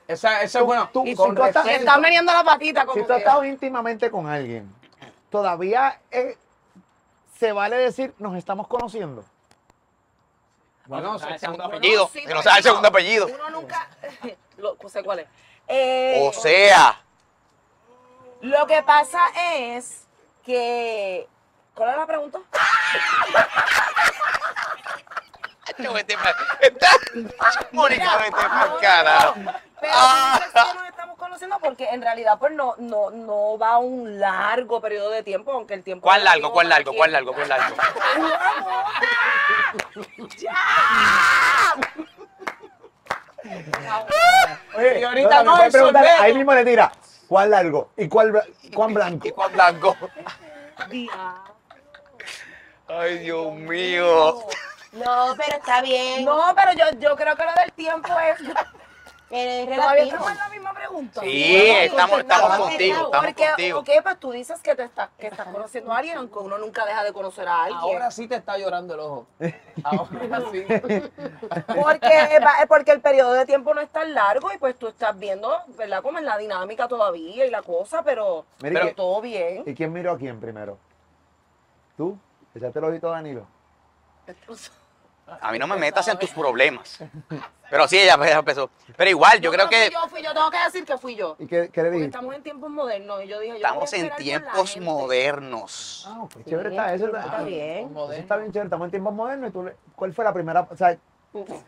Speaker 3: Esa, esa es buena.
Speaker 1: tú-
Speaker 3: Y
Speaker 1: si
Speaker 3: con
Speaker 1: tú estás-
Speaker 3: respeto.
Speaker 2: Están meneando la patita como
Speaker 1: si tú
Speaker 2: que-
Speaker 1: has estado íntimamente con alguien, todavía eh, se vale decir, nos estamos conociendo.
Speaker 3: Bueno, se-
Speaker 4: segundo
Speaker 3: bueno,
Speaker 4: apellido,
Speaker 2: sí,
Speaker 4: que no sea el
Speaker 2: pero-
Speaker 4: segundo apellido.
Speaker 2: Uno nunca. Lo, o sea, ¿cuál es? Eh,
Speaker 4: O sea,
Speaker 2: Lo que pasa es que. ¿Cuál era la pregunta?
Speaker 4: yo vete pa- Este está, Mónica, vete pa'l carajo.
Speaker 2: Pero
Speaker 4: Ah.
Speaker 2: sí es que nos estamos conociendo porque en realidad pues no, no, no va un largo periodo de tiempo, aunque el tiempo.
Speaker 4: ¿Cuál largo,
Speaker 2: relativo
Speaker 4: cuál
Speaker 2: para
Speaker 4: largo,
Speaker 2: quien-
Speaker 4: cuál largo, cuál largo?
Speaker 1: Oye,
Speaker 3: Y ahorita no,
Speaker 1: puedes
Speaker 3: el
Speaker 1: preguntar,
Speaker 3: sorbete.
Speaker 1: ahí mismo le tira, ¿cuál largo? ¿Y cuál, bla- cuán blanco?
Speaker 4: ¿Y cuán blanco? Ay, Dios mío.
Speaker 5: No, pero está bien.
Speaker 2: No, pero yo, yo creo que lo del tiempo es.
Speaker 5: Es
Speaker 2: Todavía
Speaker 5: relativo.
Speaker 2: estamos en la misma pregunta.
Speaker 4: Sí, estamos, estamos
Speaker 5: no,
Speaker 4: contigo,
Speaker 5: no,
Speaker 4: estamos
Speaker 2: porque,
Speaker 4: contigo.
Speaker 2: Ok, pues tú dices que, te estás, que estás conociendo a alguien, aunque uno nunca deja de conocer a alguien.
Speaker 3: Ahora sí te está llorando el ojo. Ahora sí.
Speaker 2: Porque, eh, va- porque el periodo de tiempo no es tan largo y pues tú estás viendo, ¿verdad? Como es la dinámica todavía y la cosa, pero,
Speaker 1: Mira,
Speaker 2: pero
Speaker 1: ¿y qué?
Speaker 2: todo bien.
Speaker 1: ¿Y quién miró a quién primero? ¿Tú? ¿Echaste el ojito a Danilo?
Speaker 4: A mí no me metas en tus problemas. Pero sí, ella ella empezó. Pero igual, yo creo
Speaker 2: pero
Speaker 4: que
Speaker 2: fui Yo, fui yo, tengo que decir que fui yo.
Speaker 1: ¿Y qué, qué le
Speaker 2: Porque
Speaker 1: dijiste?
Speaker 2: estamos en tiempos modernos y yo dije, yo
Speaker 4: estamos
Speaker 2: voy a
Speaker 4: en
Speaker 2: esperar con la
Speaker 4: tiempos
Speaker 2: gente.
Speaker 4: modernos.
Speaker 1: Ah, qué chévere está eso.
Speaker 5: Está
Speaker 3: pues,
Speaker 5: bien.
Speaker 1: Eso está bien chévere, estamos en tiempos modernos. ¿Y tú le- ¿Cuál fue la primera? O sea, ¿cómo-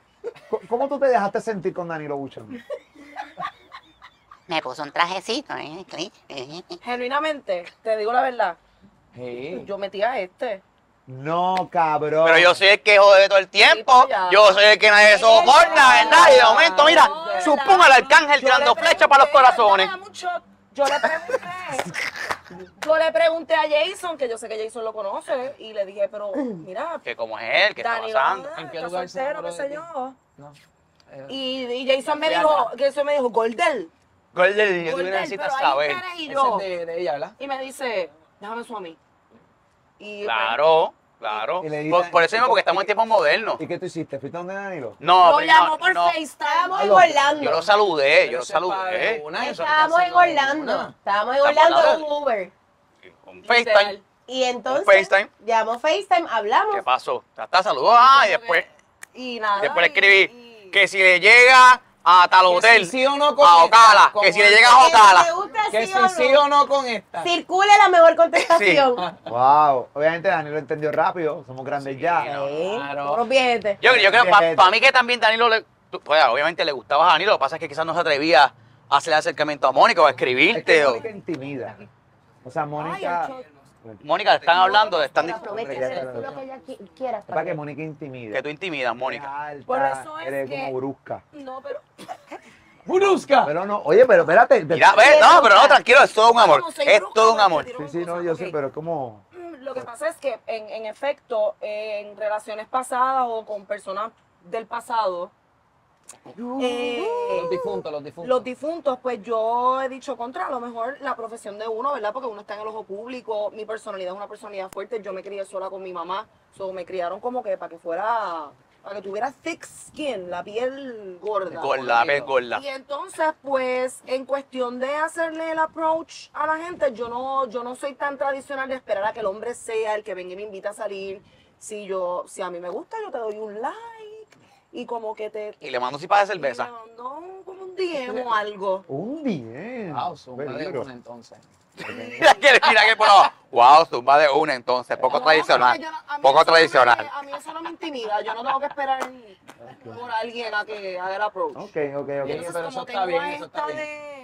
Speaker 1: ¿cómo tú te dejaste sentir con Danilo Buchan?
Speaker 7: Me puso un trajecito, ¿eh? Cli- eh.
Speaker 2: Genuinamente, te digo la verdad,
Speaker 3: Sí.
Speaker 2: yo metí a este.
Speaker 1: No, cabrón.
Speaker 4: Pero yo soy el que jode todo el tiempo.
Speaker 2: Sí, pues ya.
Speaker 4: Yo soy el que nadie soporta, ¿verdad? Y de momento, mira,
Speaker 2: No,
Speaker 4: supón al arcángel
Speaker 2: Yo le
Speaker 4: tirando
Speaker 2: pregunté,
Speaker 4: flechas para los corazones.
Speaker 2: dame un shot. Yo le pregunté, yo le pregunté a Jason, que yo sé que Jason lo conoce, y le dije, pero mira,
Speaker 4: Que como es él, que está
Speaker 2: Dani,
Speaker 4: pasando.
Speaker 2: ¿verdad?
Speaker 3: ¿En qué
Speaker 2: Está
Speaker 3: lugar se
Speaker 2: soltero,
Speaker 3: enamoró
Speaker 2: qué sé
Speaker 3: de ti?
Speaker 2: yo.
Speaker 3: No. Eh,
Speaker 2: Y, y Jason me dijo, Jason me dijo, Goldel,
Speaker 4: Gol del yo
Speaker 2: Goldel,
Speaker 4: necesitas
Speaker 2: pero hay
Speaker 4: saber.
Speaker 2: interés y
Speaker 3: ese
Speaker 2: yo.
Speaker 3: es de, de ella, ¿verdad?
Speaker 2: Y me dice, déjame eso a mí. Y pues,
Speaker 4: Claro, claro.
Speaker 1: Y le dices-
Speaker 4: Por, por eso mismo, porque estamos en tiempos modernos.
Speaker 1: ¿Y qué tú hiciste? ¿Fuiste donde Danilo?
Speaker 4: No,
Speaker 2: lo
Speaker 4: pero
Speaker 2: llamó
Speaker 4: no,
Speaker 2: por
Speaker 4: no.
Speaker 5: Estábamos en
Speaker 1: Aló.
Speaker 4: Yo
Speaker 5: Orlando.
Speaker 4: lo saludé, Eh, yo lo
Speaker 3: Ese es padre
Speaker 4: saludé.
Speaker 3: de una, eso hay que
Speaker 5: Estábamos en
Speaker 3: hacerlo de
Speaker 5: Orlando.
Speaker 3: una.
Speaker 5: Estábamos en
Speaker 4: Estamos
Speaker 5: Orlando
Speaker 4: hablando.
Speaker 5: en un Uber.
Speaker 4: Un
Speaker 2: literal.
Speaker 4: FaceTime.
Speaker 5: Y entonces.
Speaker 4: FaceTime.
Speaker 5: Llamó FaceTime, hablamos.
Speaker 4: ¿Qué pasó? Hasta saludó. Ah, y después,
Speaker 2: Y nada.
Speaker 4: después le
Speaker 2: y-
Speaker 4: escribí
Speaker 2: y-
Speaker 4: que si le llega a tal
Speaker 3: Que
Speaker 4: hotel,
Speaker 3: si sí o no con
Speaker 4: a
Speaker 3: esta,
Speaker 4: Ocala,
Speaker 3: con
Speaker 4: que si le
Speaker 3: esta.
Speaker 4: llega a
Speaker 5: ¿Te
Speaker 4: Ocala.
Speaker 5: gusta
Speaker 3: Que
Speaker 5: sí
Speaker 3: si sí
Speaker 5: o
Speaker 3: o
Speaker 5: no?
Speaker 3: no con esta.
Speaker 5: Circule la mejor contestación.
Speaker 1: Wow. Obviamente Danilo entendió rápido. Somos grandes ya.
Speaker 3: Claro.
Speaker 5: Unos viejetes.
Speaker 4: Yo, yo creo,
Speaker 1: Bien.
Speaker 4: para mí que también Danilo, le, tú- pues, obviamente le gustaba a Danilo, lo que pasa es que quizás no se atrevía a hacer el acercamiento a Mónica o a
Speaker 1: Es que
Speaker 4: escribirte. o-
Speaker 1: Mónica intimida. O sea, Mónica.
Speaker 4: Mónica, te están hablando, te están diciendo
Speaker 5: Aprovecha, haz lo que ella qui- quiera.
Speaker 1: Es para que Mónica intimida.
Speaker 4: que tú intimidas, Mónica.
Speaker 1: Alta,
Speaker 2: Por eso es
Speaker 1: eres
Speaker 2: que-
Speaker 1: como brusca.
Speaker 2: No, pero
Speaker 3: ¡Brusca!
Speaker 1: Pero no, oye, pero espérate. te-
Speaker 4: Mira, ve, no, pero no, tranquilo, es todo un amor.
Speaker 2: ah, No, soy
Speaker 4: Es
Speaker 2: brusca,
Speaker 4: todo un
Speaker 2: porque
Speaker 4: amor.
Speaker 2: te digo
Speaker 1: Sí,
Speaker 2: una
Speaker 1: sí, no,
Speaker 2: cosa,
Speaker 1: yo
Speaker 2: ok.
Speaker 1: sé, pero es como.
Speaker 2: Mm, Lo que pasa es que, en, en efecto, en relaciones pasadas o con personas del pasado, eh,
Speaker 3: Los difuntos, los difuntos.
Speaker 2: los difuntos, pues yo he dicho contra, a lo mejor la profesión de uno, ¿verdad? Porque uno está en el ojo público, mi personalidad es una personalidad fuerte, yo me crié sola con mi mamá, so, me criaron como que para que fuera, para que tuviera thick skin, la piel gorda.
Speaker 4: Gorda, ves, gorda.
Speaker 2: Y entonces, pues, en cuestión de hacerle el approach a la gente, yo no, yo no soy tan tradicional de esperar a que el hombre sea el que venga y me invita a salir. Si yo, si a mí me gusta, yo te doy un like y como que te
Speaker 4: Y le mando si para de
Speaker 2: y me
Speaker 4: cerveza.
Speaker 2: mandó un- como un DM o algo.
Speaker 1: Un bien.
Speaker 3: Wow, Ah, su madre
Speaker 1: Peligro.
Speaker 3: una, entonces.
Speaker 4: Mira que, mira que por abajo. Wow, zumba de una entonces, poco
Speaker 2: No,
Speaker 4: tradicional.
Speaker 2: porque yo no- a mí
Speaker 4: Poco
Speaker 2: eso no me-
Speaker 4: tradicional.
Speaker 2: a mí eso no me intimida. Yo no tengo que esperar por alguien a que haga el approach.
Speaker 1: Ok, ok, ok.
Speaker 2: Entonces,
Speaker 3: pero
Speaker 2: como
Speaker 3: eso está
Speaker 2: tengo
Speaker 3: bien, eso está
Speaker 2: esta
Speaker 3: bien.
Speaker 2: de-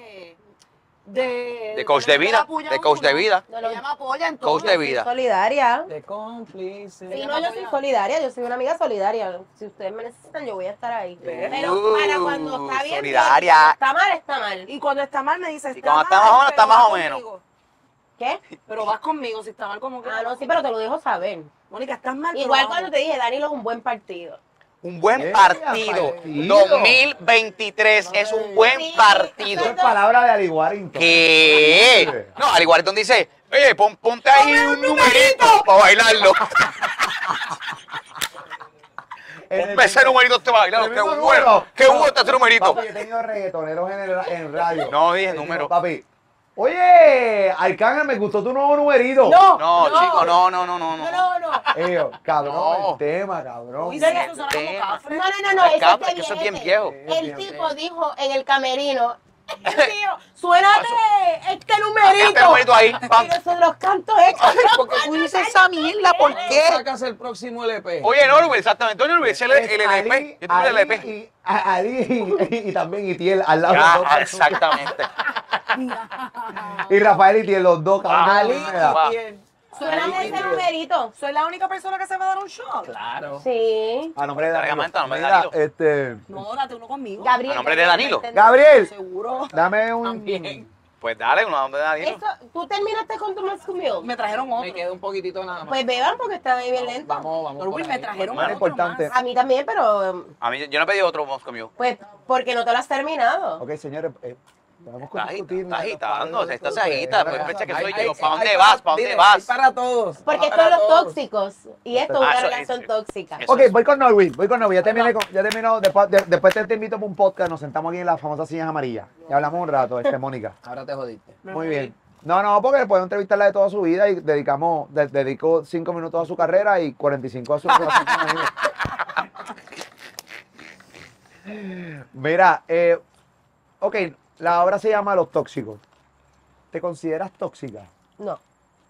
Speaker 2: de,
Speaker 4: De coach de vida,
Speaker 2: la puya
Speaker 4: de coach de
Speaker 2: uno.
Speaker 4: vida.
Speaker 2: Ella me apoya en todo.
Speaker 4: Coach de vida.
Speaker 5: Solidaria.
Speaker 3: De cómplice.
Speaker 5: Sí, no, yo soy solidaria, yo soy una amiga solidaria. Si ustedes me necesitan, yo voy a estar ahí.
Speaker 6: Pero para cuando
Speaker 4: Uh,
Speaker 6: está bien,
Speaker 4: Solidaria.
Speaker 5: Está mal, está mal.
Speaker 2: Y cuando está mal me dice,
Speaker 4: Y cuando está más o menos,
Speaker 2: pero
Speaker 4: está más
Speaker 2: vas
Speaker 4: o menos.
Speaker 2: conmigo.
Speaker 5: ¿Qué?
Speaker 2: Pero vas conmigo, si está mal como que...
Speaker 5: Ah, no, sí, pero te lo dejo saber.
Speaker 2: Mónica, estás mal. pero
Speaker 5: Igual
Speaker 2: vamos.
Speaker 5: cuando te dije, Danilo es un buen partido.
Speaker 4: Un buen
Speaker 1: Yeah,
Speaker 4: partido.
Speaker 1: partido.
Speaker 4: 2023 es un buen
Speaker 6: Sí,
Speaker 4: partido.
Speaker 1: Es palabra de Ali Warrington.
Speaker 4: ¿Qué? No, al igual donde dice, oye, pon- ponte ahí un numerito para bailarlo.
Speaker 1: En el-
Speaker 4: Ponme ese numerito te bailarlo.
Speaker 1: el
Speaker 4: Qué
Speaker 1: mismo
Speaker 4: bueno.
Speaker 1: número.
Speaker 4: Qué bueno está ese numerito.
Speaker 1: Papi, yo he tenido reggaetoneros en, el- en radio.
Speaker 4: No dije
Speaker 1: Decimos,
Speaker 4: número.
Speaker 1: Papi, oye, Arcángel, me gustó tu nuevo numerito.
Speaker 5: No,
Speaker 4: No, chico, no, no, no, no.
Speaker 5: no,
Speaker 4: no.
Speaker 5: no. No,
Speaker 1: Eh, cabrón,
Speaker 4: No.
Speaker 1: el tema, cabrón.
Speaker 2: Uy, sí, eso suena como
Speaker 4: Tema.
Speaker 2: cafre.
Speaker 5: no, no, no. Eso,
Speaker 4: Cabra, que eso es bien
Speaker 5: viene.
Speaker 4: viejo.
Speaker 5: El tipo dijo en el camerino, "Este tío, suénate este numerito.
Speaker 4: Este numerito ahí, pam.
Speaker 5: Pero son los cantos
Speaker 4: Ay,
Speaker 5: hechos.
Speaker 4: porque tú dices esa mierda, ¿por qué?
Speaker 3: Sacas el próximo LP.
Speaker 4: Oye, Norbert, exactamente. Norbert, es el,
Speaker 1: Es
Speaker 4: el LP.
Speaker 1: Ali-
Speaker 4: Yo tengo el
Speaker 1: Ali
Speaker 4: LP.
Speaker 1: y- a- Ali y, y- y también Itiel al lado. de los dos.
Speaker 4: Ya, exactamente.
Speaker 1: Y Rafael Itiel, los dos, cabrón. de
Speaker 4: Ah,
Speaker 1: la misma edad.
Speaker 4: wow.
Speaker 5: Suéname ese numerito.
Speaker 2: Soy la única persona que se va a dar un shot.
Speaker 3: Claro.
Speaker 5: Sí.
Speaker 1: A nombre de Danilo.
Speaker 4: Cargamento, a nombre de
Speaker 1: Ah, Mira,
Speaker 4: Danilo.
Speaker 1: este,
Speaker 2: No, date uno conmigo.
Speaker 5: Gabriel.
Speaker 4: ¿A nombre de Danilo?
Speaker 1: Gabriel,
Speaker 2: Seguro.
Speaker 1: dame un...
Speaker 3: También.
Speaker 4: Pues dale, uno de Danilo.
Speaker 5: Eso, ¿Tú terminaste con tu Moscow Mule?
Speaker 2: Me trajeron
Speaker 3: Me
Speaker 2: otro.
Speaker 3: queda un poquitito nada más.
Speaker 5: Pues beban porque está bien lento.
Speaker 3: vamos, vamos. por
Speaker 2: Norbert, me
Speaker 3: ahí.
Speaker 2: trajeron
Speaker 1: Más
Speaker 2: otro
Speaker 1: importante.
Speaker 2: más.
Speaker 5: A mí también, pero
Speaker 4: A mí, yo no he pedido otro Moscow Mule.
Speaker 5: pues porque no te lo has terminado.
Speaker 1: Ok, señores, eh, vamos
Speaker 4: Está
Speaker 1: a
Speaker 4: agita-
Speaker 1: discutir.
Speaker 4: está
Speaker 1: mira, los
Speaker 4: agitando,
Speaker 1: padres,
Speaker 4: se está-
Speaker 1: los
Speaker 4: se
Speaker 1: profes,
Speaker 4: agita,
Speaker 1: la
Speaker 4: pues,
Speaker 1: casa.
Speaker 4: piensa que soy
Speaker 3: Ay,
Speaker 4: yo.
Speaker 3: ay,
Speaker 4: ¿Para
Speaker 3: ay,
Speaker 4: dónde
Speaker 3: ay,
Speaker 4: vas?
Speaker 3: para-
Speaker 4: ¿Para dónde
Speaker 3: dile,
Speaker 4: vas?
Speaker 3: ay, Para todos.
Speaker 1: Ah,
Speaker 5: Porque
Speaker 3: para
Speaker 5: estos los
Speaker 3: todos.
Speaker 5: tóxicos y esto es
Speaker 4: Ah,
Speaker 5: una
Speaker 4: eso-
Speaker 5: relación
Speaker 4: eso-
Speaker 5: tóxica.
Speaker 4: eso-
Speaker 1: Ok, voy con Norwin, voy con Norwin. Ya terminé, con- ya terminó, después, de- después te, te invito para un podcast, nos sentamos aquí en las famosas sillas amarillas y hablamos un rato, este, Mónica.
Speaker 3: Ahora te jodiste.
Speaker 1: Muy bien. No, no, porque puedo entrevistarla de toda su vida y dedicamos, de- dedico 5 minutos a su carrera y 45 a su relación con amigos. Mira, eh, ok, la obra se llama Los Tóxicos. ¿Te consideras tóxica?
Speaker 5: No.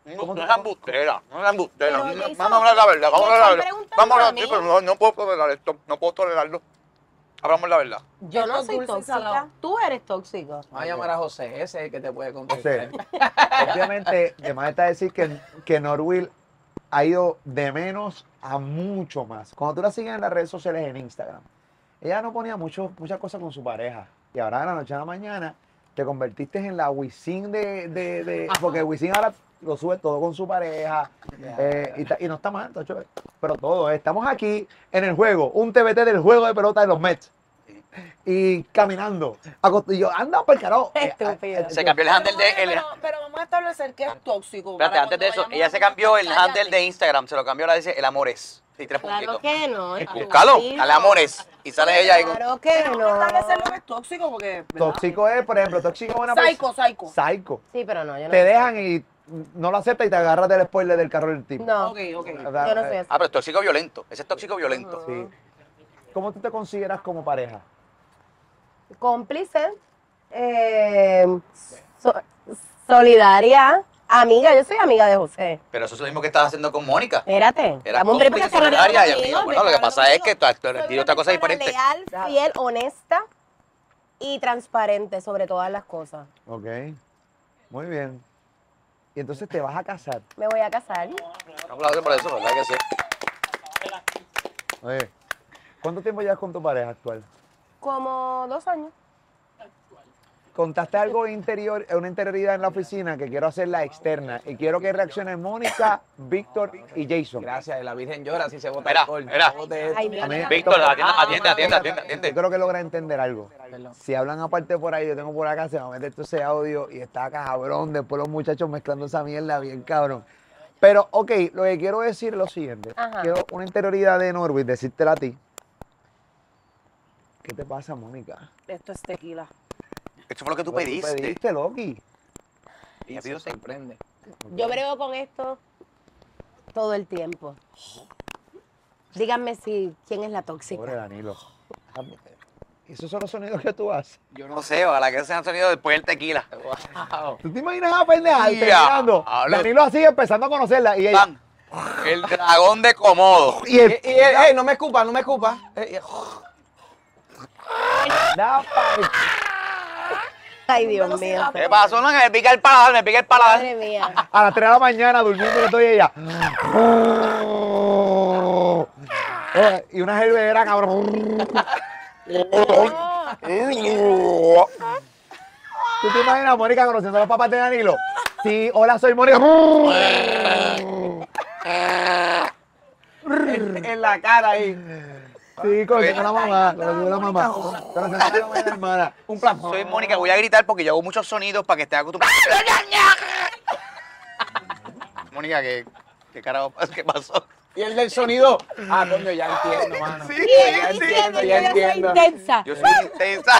Speaker 4: No, no es embustera, no es embustera.
Speaker 5: Pero
Speaker 4: No,
Speaker 5: eso-
Speaker 4: Vamos a hablar la verdad, vamos a
Speaker 5: me
Speaker 4: hablar la
Speaker 5: están
Speaker 4: verdad.
Speaker 5: preguntando
Speaker 4: Vamos a
Speaker 5: a
Speaker 4: hablar,
Speaker 5: mí.
Speaker 4: sí, pero no, no puedo tolerar esto, no puedo tolerarlo. Hablamos la verdad.
Speaker 5: Yo
Speaker 2: Esto
Speaker 5: no
Speaker 2: es
Speaker 5: soy
Speaker 2: dulce y
Speaker 5: tóxica.
Speaker 2: salado.
Speaker 5: Tú eres tóxico.
Speaker 3: Vamos a llamar a José, ese es el que te puede
Speaker 1: O sea,
Speaker 3: contestar.
Speaker 1: Este, obviamente, de más está decir que, que Norwill ha ido de menos a mucho más. Cuando tú la sigues en las redes sociales, en Instagram, ella no ponía mucho, muchas cosas con su pareja. Y ahora de la noche a la mañana te convertiste en la Wisin de... de- de- porque Wisin ahora lo sube todo con su pareja. eh, y, ta- y no está mal, está chévere. Pero todo, eh, estamos aquí en el juego, un TBT del juego de pelota de los Mets. Y caminando, acost- y yo, anda por carajo. Eh, eh,
Speaker 5: Estúpido.
Speaker 1: eh,
Speaker 4: Se cambió el handle de. el-
Speaker 2: Pero, pero vamos a establecer que es tóxico.
Speaker 4: espérate,
Speaker 2: para
Speaker 4: antes de
Speaker 2: cuando
Speaker 4: eso,
Speaker 2: vayamos
Speaker 4: ella
Speaker 2: a
Speaker 4: se cambió el
Speaker 2: cállate.
Speaker 4: handle de Instagram, se lo cambió, ahora dice el amores. Sí, tres puntitos.
Speaker 5: Claro que no.
Speaker 4: Búscalo,
Speaker 5: estúpido.
Speaker 4: al amores. Y sale ella ahí con.
Speaker 5: Claro que
Speaker 2: Vamos a establecer lo
Speaker 5: no.
Speaker 2: que es tóxico porque. ¿verdad?
Speaker 1: Tóxico es, por ejemplo, tóxico es una
Speaker 4: pues.
Speaker 2: Psycho, psycho.
Speaker 1: persona. Psycho.
Speaker 5: Sí, pero no, yo no.
Speaker 1: Te dejan y no lo aceptas y te agarras del spoiler del carro del tipo.
Speaker 5: No,
Speaker 2: Ok, ok.
Speaker 1: O sea, eh,
Speaker 5: yo no soy así.
Speaker 4: Ah, pero es tóxico violento. Ese es tóxico violento.
Speaker 1: sí. ¿Cómo tú te consideras como pareja?
Speaker 5: Cómplice, eh, so- solidaria, amiga. Yo soy amiga de José.
Speaker 4: Pero eso es lo mismo que estás haciendo con Mónica.
Speaker 5: Espérate.
Speaker 4: Era
Speaker 5: Dame un break
Speaker 4: cómplice,
Speaker 5: para que
Speaker 4: solidaria
Speaker 5: arregle
Speaker 4: y amiga.
Speaker 5: conmigo,
Speaker 4: Bueno, lo que
Speaker 5: break para
Speaker 4: pasa
Speaker 5: hablar
Speaker 4: es que tú- tú eres
Speaker 5: Soy
Speaker 4: de
Speaker 5: una
Speaker 4: otra cosa
Speaker 5: persona
Speaker 4: diferente.
Speaker 5: Leal, fiel, honesta y transparente sobre todas las cosas.
Speaker 1: Ok. Muy bien. Y entonces te vas a casar.
Speaker 5: Me voy a casar.
Speaker 4: Un aplauso por eso, ¿verdad que sí?
Speaker 1: Oye, ¿cuánto tiempo llevas con tu pareja actual?
Speaker 5: Como dos años.
Speaker 1: Contaste algo interior, una interioridad en la oficina que quiero hacerla externa y quiero que reaccionen Mónica, Víctor y Jason.
Speaker 3: Gracias, la Virgen llora si se vota
Speaker 4: Mira,
Speaker 3: alcohol.
Speaker 4: mira.
Speaker 3: No bote esto.
Speaker 5: Ay, Dios.
Speaker 1: A mí-
Speaker 4: Víctor, atienda, atiende, atiende, atiende,
Speaker 1: Yo
Speaker 4: atiende.
Speaker 1: creo que logra entender algo.
Speaker 3: Perdón.
Speaker 1: Si hablan aparte por ahí, yo tengo por acá, se va a meter todo ese audio y está cabrón. Después los muchachos mezclando esa mierda bien cabrón. Pero, ok, lo que quiero decir es lo siguiente.
Speaker 5: Ajá.
Speaker 1: Quiero una interioridad de Norwich, decírtela a ti. ¿Qué te pasa, Mónica?
Speaker 2: Esto es tequila.
Speaker 4: Eso fue lo que tú
Speaker 1: Lo que
Speaker 4: pediste.
Speaker 1: Pediste, Loki.
Speaker 3: Y se sorprende.
Speaker 5: Yo brego con esto todo el tiempo. Díganme si quién es la
Speaker 1: Pobre
Speaker 5: tóxica.
Speaker 1: Danilo. Esos son los sonidos que tú haces.
Speaker 4: Yo no sé, ojalá que sean sonido después del tequila.
Speaker 3: Wow.
Speaker 1: ¿Tú te imaginas a pendeja y
Speaker 4: Ya,
Speaker 1: terminando?
Speaker 4: hablo.
Speaker 1: Danilo así empezando a conocerla y ella.
Speaker 4: ¡Pam! El dragón de Comodo.
Speaker 1: Y el.
Speaker 3: Y, y, eh, eh, no me escupa, no me escupa. Eh, eh,
Speaker 1: Da pa-
Speaker 5: Ay, Dios mío.
Speaker 2: Velocidad.
Speaker 4: ¿Qué pasó? No, que me pica el paladar, me pica el paladar.
Speaker 5: Madre mía.
Speaker 1: A las 3 de la mañana durmiendo estoy ella. Y una gervedera, cabrón. ¿Tú te imaginas a Mónica conociendo a los papás de Danilo? Sí, hola, soy Mónica.
Speaker 4: En, en la cara ahí.
Speaker 1: Sí, conociendo a la mamá. Conociendo a la mamá. Conociendo a la mamá de la hermana.
Speaker 4: Un plan. Soy Mónica, voy a gritar porque yo hago muchos sonidos para que estés acostumbrado. Mónica, ¿qué, qué carajo pasó? ¿Qué pasó?
Speaker 3: Y el del sonido. Ah, coño, ya entiendo, mano.
Speaker 4: Sí,
Speaker 5: Ella
Speaker 4: sí.
Speaker 5: diciendo,
Speaker 3: sí,
Speaker 5: yo ya soy
Speaker 3: entiendo.
Speaker 5: intensa.
Speaker 4: Yo soy intensa.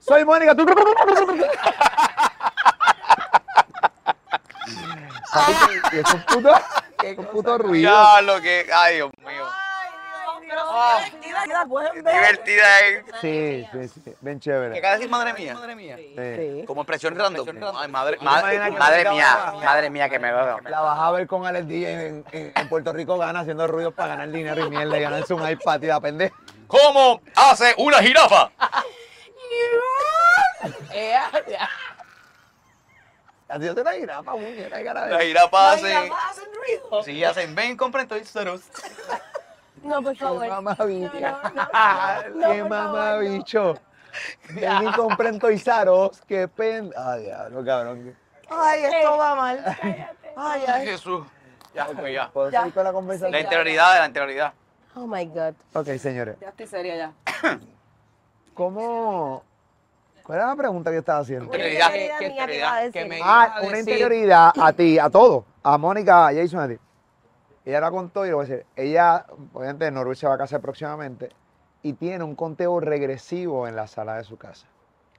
Speaker 1: Soy Mónica. Tú... Y es un puto, un puto ruido.
Speaker 4: Ya lo que. Ay, Dios mío.
Speaker 2: Divertida, pueden ver.
Speaker 4: Divertida, eh.
Speaker 1: Sí, sí, sí. Bien
Speaker 4: ¿Qué
Speaker 1: chévere.
Speaker 4: acaba de decir madre mía? Madre mía.
Speaker 1: Sí.
Speaker 4: Como expresión random. Ay, madre,
Speaker 1: madre-
Speaker 4: madre,
Speaker 1: madre
Speaker 4: mía, madre mía que me veo.
Speaker 1: La vas a ver con Alex DJ en, en- en Puerto Rico gana haciendo ruidos para ganar dinero y mierda y ganarse un iPad y la pendeja.
Speaker 4: ¿Cómo hace una jirafa?
Speaker 3: Ea, ya.
Speaker 1: Así yo te la irá pa' muñeca y cara
Speaker 4: La
Speaker 1: de...
Speaker 4: jirafa
Speaker 2: Ay,
Speaker 4: hace.
Speaker 2: las hacen ruido.
Speaker 4: Sí, hacen. Ven, compren todos ceros.
Speaker 5: No, por favor.
Speaker 1: Mamá bicho.
Speaker 5: no,
Speaker 1: Qué
Speaker 5: por
Speaker 1: mamá
Speaker 5: favor, no.
Speaker 1: bicho. Ven y compren toizaros, qué pen. Ay, diablo, cabrón.
Speaker 2: Ay, esto va mal. Ay, ay.
Speaker 4: Jesús. Ya, pues ya.
Speaker 1: ¿Puedo seguir con la conversación?
Speaker 4: La interioridad de la interioridad.
Speaker 5: Oh my God.
Speaker 1: Ok, señores.
Speaker 2: Ya estoy seria ya.
Speaker 1: ¿Cómo? ¿Cuál era la pregunta que yo estaba haciendo?
Speaker 4: Interioridad.
Speaker 5: Qué
Speaker 4: ¿Qué
Speaker 5: mía que
Speaker 4: interioridad?
Speaker 5: iba a decir.
Speaker 3: Que me iba
Speaker 1: Ah,
Speaker 3: a
Speaker 1: una
Speaker 3: decir-
Speaker 1: interioridad a ti, a todos. A Mónica, a Jason, a ti. Ella la contó y lo voy a decir. Ella, obviamente, Norbert se va a casar próximamente y tiene un conteo regresivo en la sala de su casa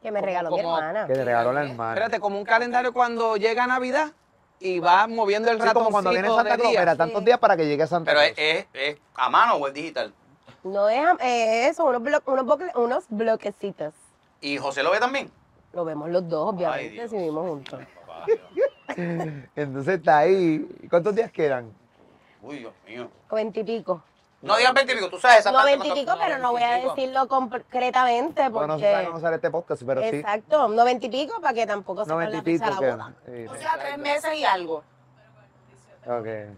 Speaker 5: Que me regaló mi
Speaker 3: como-
Speaker 5: hermana.
Speaker 1: que le regaló la hermana.
Speaker 3: Espérate, como un calendario cuando llega Navidad y vas moviendo el
Speaker 1: Sí,
Speaker 3: ratoncito
Speaker 1: como cuando viene Santa
Speaker 3: de
Speaker 1: Claus,
Speaker 3: día.
Speaker 1: era tantos días para que llegue Santa
Speaker 4: Pero eh,
Speaker 1: Claus.
Speaker 4: es, es, es a mano o es digital.
Speaker 5: No es eh, eso, unos, blo- unos, bloque- unos bloquecitos.
Speaker 4: ¿Y José lo ve también?
Speaker 5: Lo vemos los dos, obviamente,
Speaker 4: Dios.
Speaker 5: si vivimos juntos.
Speaker 1: Entonces está ahí. ¿Cuántos días quedan?
Speaker 4: Uy, Dios mío.
Speaker 5: Veintipico.
Speaker 4: No digas 20 y pico, tú sabes esa
Speaker 5: No
Speaker 4: parte.
Speaker 5: veintipico, pero no voy a decirlo concretamente
Speaker 1: Bueno, no se sabe cómo
Speaker 5: porque...
Speaker 1: sale este podcast, pero sí.
Speaker 5: Exacto, no veintipico para que tampoco se ponga
Speaker 1: Noventa y
Speaker 5: la pizza
Speaker 1: pico
Speaker 5: a la boda.
Speaker 1: quedan. Sí,
Speaker 2: O sea, tres meses y algo.
Speaker 1: ok.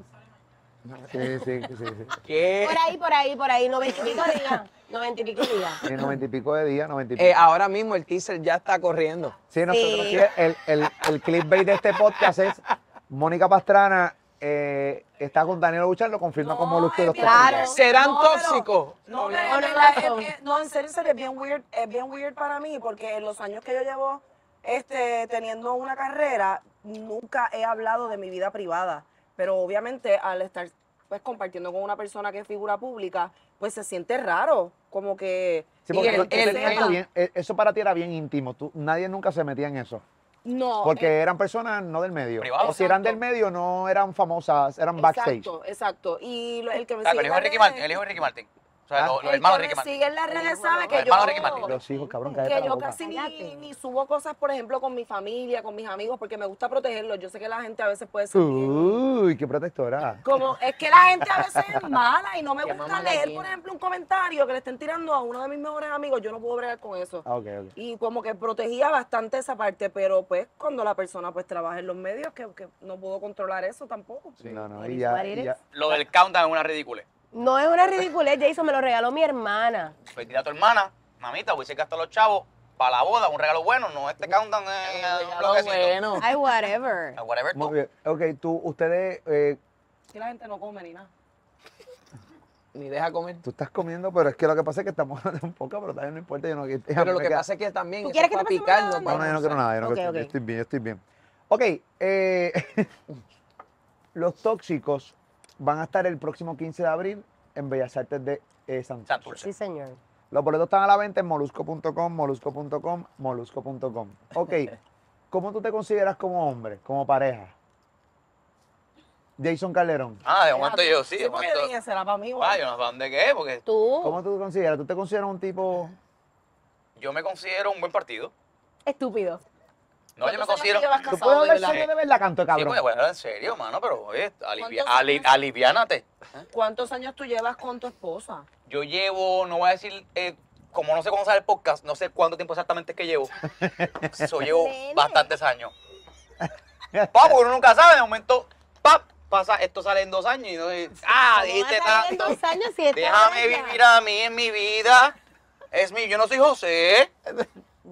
Speaker 1: Sí, sí, sí, sí.
Speaker 3: ¿Qué?
Speaker 5: Por ahí, por ahí, por ahí, noventa y pico días. Noventa y pico días.
Speaker 1: Sí, noventa y pico de días, noventa y pico.
Speaker 3: Eh, ahora mismo el teaser ya está corriendo.
Speaker 1: Sí, nosotros
Speaker 5: Sí.
Speaker 1: sí, el, el, el clickbait de este podcast es Mónica Pastrana eh, está con Daniel Buchan, lo confirma
Speaker 2: No,
Speaker 1: como Luz
Speaker 2: es
Speaker 1: los
Speaker 2: bien
Speaker 1: Topos.
Speaker 2: raro.
Speaker 3: ¿Serán
Speaker 2: No, pero-
Speaker 3: tóxicos?
Speaker 2: No, pero
Speaker 5: No,
Speaker 2: en
Speaker 5: no,
Speaker 2: verdad
Speaker 5: no.
Speaker 2: es bien- no, en serio, en serio, es bien weird, es bien weird para mí, porque en los años que yo llevo este, teniendo una carrera, nunca he hablado de mi vida privada. Pero obviamente al estar pues compartiendo con una persona que es figura pública, pues se siente raro, como que
Speaker 1: Sí,
Speaker 3: Y
Speaker 1: porque
Speaker 3: el-
Speaker 1: tú- tú
Speaker 3: el-
Speaker 1: tenías
Speaker 3: el-
Speaker 1: algo bien- eh, eso para ti era bien íntimo. Tú, nadie nunca se metía en eso.
Speaker 2: no. eh.
Speaker 1: Porque eran personas no del medio.
Speaker 4: Privado.
Speaker 1: O si eran
Speaker 2: Exacto.
Speaker 1: del medio, no eran famosas, eran backstage.
Speaker 2: Exacto, exacto. Y lo- el que me
Speaker 4: Ah,
Speaker 2: sigue
Speaker 4: pero el
Speaker 2: en
Speaker 4: hijo
Speaker 2: las
Speaker 4: de Ricky
Speaker 2: redes-
Speaker 4: Martin, el hijo de Ricky Martin. O sea,
Speaker 1: Ah.
Speaker 4: los, los
Speaker 2: el
Speaker 4: hermanos
Speaker 2: que
Speaker 4: de Ricky
Speaker 2: me
Speaker 4: Martin.
Speaker 2: sigue en las redes sabe que
Speaker 4: Los
Speaker 2: yo,
Speaker 4: hermanos de Ricky Martin.
Speaker 1: Los hijos, cabrón, cállate
Speaker 2: que
Speaker 1: la
Speaker 2: yo
Speaker 1: boca.
Speaker 2: casi ni,
Speaker 5: Cállate.
Speaker 2: ni subo cosas, por ejemplo, con mi familia, con mis amigos, porque me gusta protegerlos. Yo sé que la gente a veces puede ser bien-
Speaker 1: Uy, qué protectora.
Speaker 2: como es que la gente a veces es mala y no me
Speaker 3: Qué
Speaker 2: gusta
Speaker 3: mamá
Speaker 2: leer,
Speaker 3: gallina.
Speaker 2: por ejemplo, un comentario que le estén tirando a uno de mis mejores amigos. Yo no puedo bregar con eso.
Speaker 1: Ah, ok, ok.
Speaker 2: Y como que protegía bastante esa parte, pero pues cuando la persona pues trabaja en los medios, que, que no puedo controlar eso tampoco.
Speaker 1: No, no,
Speaker 5: It
Speaker 1: y
Speaker 5: is
Speaker 1: ya.
Speaker 5: what
Speaker 1: y
Speaker 5: it
Speaker 1: ya.
Speaker 5: is.
Speaker 4: Lo del countdown es una ridícula.
Speaker 5: No es una ridiculez, Jason me lo regaló mi hermana.
Speaker 4: Pues dile a tu hermana, mamita, voy a gastar los chavos para la boda, un regalo bueno, no este countdown es un bloquecito.
Speaker 3: bueno.
Speaker 5: Ay, whatever.
Speaker 4: Ah, Whatever, tú.
Speaker 1: Muy bien. Ok, tú, ustedes, eh,
Speaker 2: Es que la gente no come ni nada.
Speaker 3: Ni deja comer.
Speaker 1: tú estás comiendo, pero es que lo que pasa es que estamos hablando un poco, pero también no importa. Yo no,
Speaker 3: Pero lo que pasa es que también.
Speaker 5: ¿Tú
Speaker 3: eso es
Speaker 5: quieres que
Speaker 3: pa'
Speaker 5: te pasemos
Speaker 3: picar,
Speaker 5: la
Speaker 3: no
Speaker 5: onda?
Speaker 1: No, no, yo no quiero nada, yo no
Speaker 5: Ok,
Speaker 1: quiero-
Speaker 5: ok.
Speaker 1: yo estoy bien, yo estoy bien. Ok, eh, los tóxicos van a estar el próximo 15 de abril en Bellas Artes de eh, Santurce.
Speaker 4: Santurce.
Speaker 5: Sí, señor.
Speaker 1: Los boletos están a la venta en molusco.com, molusco.com, molusco.com. Ok, ¿cómo tú te consideras como hombre, como pareja? Jason Calderón,
Speaker 4: Ah, de momento yo sí,
Speaker 2: Sí,
Speaker 4: de
Speaker 2: porque
Speaker 4: momento.
Speaker 2: dije, será para mí.
Speaker 4: Ah, yo no sé para dónde qué, porque
Speaker 5: Tú,
Speaker 1: ¿cómo tú te consideras? ¿Tú te consideras un tipo
Speaker 4: yo me considero un buen partido.
Speaker 5: estúpido.
Speaker 4: No, yo me
Speaker 2: ¿Cuántos años
Speaker 4: considero.
Speaker 2: tú llevas
Speaker 1: ¿Tú
Speaker 2: casado,
Speaker 1: puedes
Speaker 2: de
Speaker 1: hablar
Speaker 2: verdad?
Speaker 1: serio de verdad, canto de
Speaker 4: Sí,
Speaker 1: cabrón?
Speaker 4: pues, bueno, en serio, mano, pero oye, alivi-
Speaker 2: ¿Cuántos
Speaker 4: ali-
Speaker 2: años?
Speaker 4: aliviánate.
Speaker 2: ¿Cuántos años tú llevas con tu esposa?
Speaker 4: Yo llevo, no voy a decir, eh, como no sé cuándo sale el podcast, no sé cuánto tiempo exactamente es que llevo. Eso llevo
Speaker 5: Nene.
Speaker 4: bastantes años. Papo, uno nunca sabe, de momento, pap, pasa, esto sale en dos años y no sé, ah,
Speaker 5: ¿Cómo va
Speaker 4: dijiste
Speaker 5: a salir en
Speaker 4: tanto.
Speaker 5: dos años si esta
Speaker 4: Déjame
Speaker 5: vaina?
Speaker 4: vivir a mí en mi vida. Es mi, yo no soy José.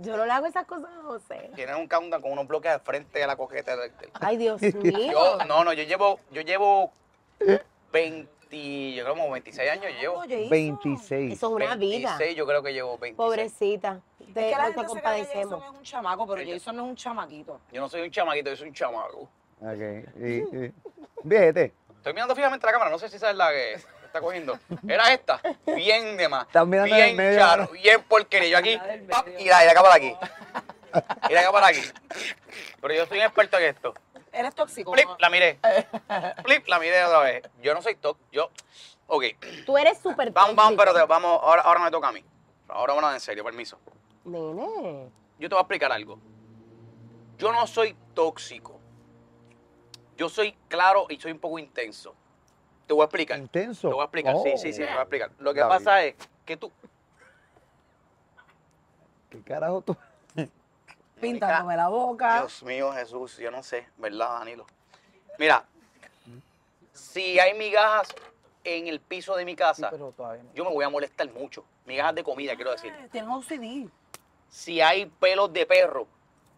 Speaker 5: Yo no le hago esas cosas a José.
Speaker 4: Tienen un countdown con unos bloques al frente de la cojeta del- del-
Speaker 5: Ay, Dios mío.
Speaker 4: Yo, no, no, yo llevo, yo llevo 20, yo creo como 26 años yo llevo.
Speaker 2: Oye, hizo.
Speaker 1: 26.
Speaker 5: Eso es una vida.
Speaker 4: 26, yo creo que llevo 26.
Speaker 5: Pobrecita.
Speaker 2: Es
Speaker 5: Te,
Speaker 2: que la gente
Speaker 5: nos
Speaker 2: se cree que
Speaker 5: compadecemos.
Speaker 2: Jason es un chamaco, pero
Speaker 4: Ella-
Speaker 2: Jason no es un chamaquito.
Speaker 4: Yo no soy un chamaquito, yo soy un chamaco.
Speaker 1: Ok. sí, sí. Viejete,
Speaker 4: Estoy mirando fijamente la cámara, no sé si esa es la que está cogiendo. Era esta, bien de más.
Speaker 1: Estás mirando en
Speaker 4: bien
Speaker 1: el medio.
Speaker 4: charo, bien porquería. Yo aquí, pap, y la, y la cámara aquí. Y la cámara aquí. Pero yo soy un experto en esto.
Speaker 2: Eres tóxico.
Speaker 4: Flip,
Speaker 2: ¿no?
Speaker 4: la miré. Flip, la miré otra vez. Yo no soy top, yo. Ok,
Speaker 5: Tú eres súper
Speaker 4: vamos, vamos,
Speaker 5: tóxico.
Speaker 4: pero te- vamos, ahora, ahora me toca a mí. Ahora bueno, en serio, permiso.
Speaker 5: Nene.
Speaker 4: Yo te voy a explicar algo. Yo no soy tóxico. Yo soy claro y soy un poco intenso. Te voy a explicar.
Speaker 1: intenso.
Speaker 4: Te voy a explicar. Sí,
Speaker 1: Oh,
Speaker 4: sí, sí, te voy a explicar. Lo que
Speaker 1: David.
Speaker 4: pasa es que tú.
Speaker 1: ¿Qué carajo tú?
Speaker 2: Pintándome la boca.
Speaker 4: Dios mío, Jesús, yo no sé, ¿verdad, Danilo? Mira, si hay migajas en el piso de mi casa,
Speaker 3: Pero todavía no.
Speaker 4: yo me voy a molestar mucho. Migajas de comida, quiero decir.
Speaker 2: Tienes un CD.
Speaker 4: Si hay pelos de perro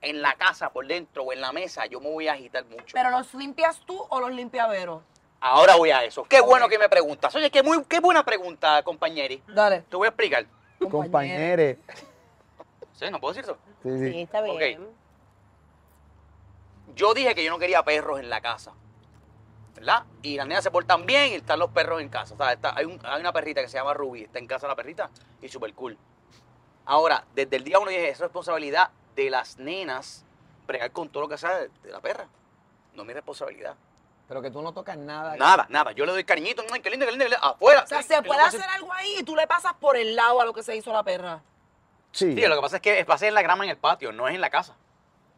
Speaker 4: en la casa, por dentro o en la mesa, yo me voy a agitar mucho.
Speaker 2: ¿Pero los limpias tú o los limpia Vero?
Speaker 4: Ahora voy a eso. Qué bueno que me preguntas. Oye, qué, muy, qué buena pregunta, compañeri.
Speaker 2: Dale.
Speaker 4: Te voy a explicar.
Speaker 1: Compañeros.
Speaker 4: Sí, no puedo decir eso.
Speaker 1: Sí,
Speaker 5: Sí,
Speaker 1: sí.
Speaker 5: está bien.
Speaker 4: Ok. Yo dije que yo no quería perros en la casa. ¿Verdad? Y las nenas se portan bien y están los perros en casa. O sea, está- hay, un- hay una perrita que se llama Ruby. Está en casa la perrita y súper cool. Ahora, desde el día uno dije, es responsabilidad de las nenas bregar con todo lo que sea de, de la perra. No es mi responsabilidad.
Speaker 3: Pero que tú no tocas nada.
Speaker 4: Nada, nada. Yo le doy cariñito. Ay, qué lindo, qué lindo, qué lindo. Afuera.
Speaker 2: O sea,
Speaker 4: Eso
Speaker 2: se puede
Speaker 4: pasa-
Speaker 2: hacer algo ahí y tú le pasas por el lado a lo que se hizo la perra.
Speaker 1: Sí.
Speaker 4: Sí, eh. lo que pasa es que va a ser en la grama en el patio, no es en la casa.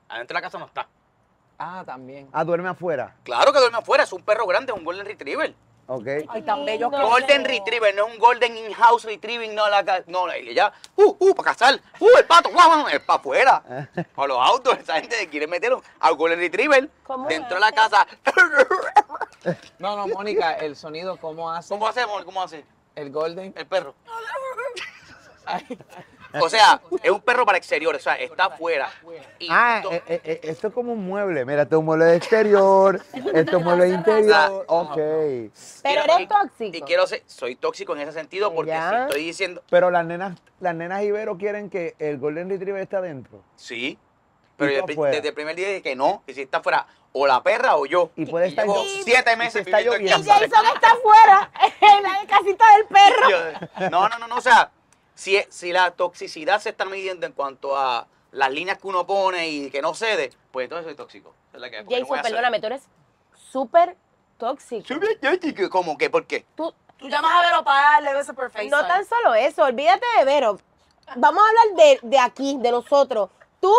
Speaker 4: Adentro de la casa no está.
Speaker 3: Ah, también.
Speaker 1: Ah, duerme afuera.
Speaker 4: Claro que duerme afuera, es un perro grande, es un golden retriever.
Speaker 1: Ok.
Speaker 2: Ay, tan bello que
Speaker 5: No.
Speaker 4: Golden retriever, no es un golden in-house retriever, no la ca- no, la- ella, uh, uh, para cazar, uh, el pato, guau, guau, es para afuera. A los autos, esa gente quiere meter al golden retriever
Speaker 5: ¿Cómo
Speaker 4: dentro de
Speaker 5: hace?
Speaker 4: la casa.
Speaker 3: No, no, Mónica, el sonido, ¿cómo hace
Speaker 4: ¿Cómo hacemos? ¿Cómo hace
Speaker 3: el golden?
Speaker 4: el perro?
Speaker 3: Ay,
Speaker 4: O sea, es un perro para exterior, o sea, está afuera. Y
Speaker 1: Ah,
Speaker 4: to-
Speaker 1: eh, eh, eh, esto es como un mueble. Mira, esto es un mueble de exterior, esto es un mueble de interior.
Speaker 4: Ah,
Speaker 1: Ok.
Speaker 5: Pero
Speaker 4: Quiero-
Speaker 5: eres
Speaker 4: y-
Speaker 5: tóxico.
Speaker 4: Y quiero ser, soy tóxico en ese sentido porque
Speaker 5: Ya.
Speaker 4: si estoy diciendo,
Speaker 1: Pero las nenas, las nenas Ibero quieren que el Golden Retriever esté adentro.
Speaker 4: sí, pero yo
Speaker 1: tú
Speaker 4: pri-
Speaker 1: afuera.
Speaker 4: desde el primer día dije que no, que si está fuera o la perra o yo.
Speaker 1: Y puede estar
Speaker 4: llevo
Speaker 1: yo-
Speaker 4: siete
Speaker 1: y
Speaker 4: meses
Speaker 1: está
Speaker 4: viviendo en
Speaker 5: Y
Speaker 1: lloviendo.
Speaker 4: casa.
Speaker 5: Jason está afuera, en la casita del perro.
Speaker 4: Yo- No, no, no, no, o sea, si, es- si la toxicidad se está midiendo en cuanto a las líneas que uno pone y que no cede, pues entonces soy tóxico. Esa Es la que, porque no voy
Speaker 5: Jason,
Speaker 4: a ceder.
Speaker 5: perdóname, tú eres súper tóxico.
Speaker 4: Soy bien tóxico. ¿Cómo que? ¿Por qué?
Speaker 5: Tú,
Speaker 2: Tú llamas a Vero para darle besos por FaceTime.
Speaker 5: no tan solo eso, olvídate de Vero. Vamos a hablar de, de aquí, de nosotros. Tú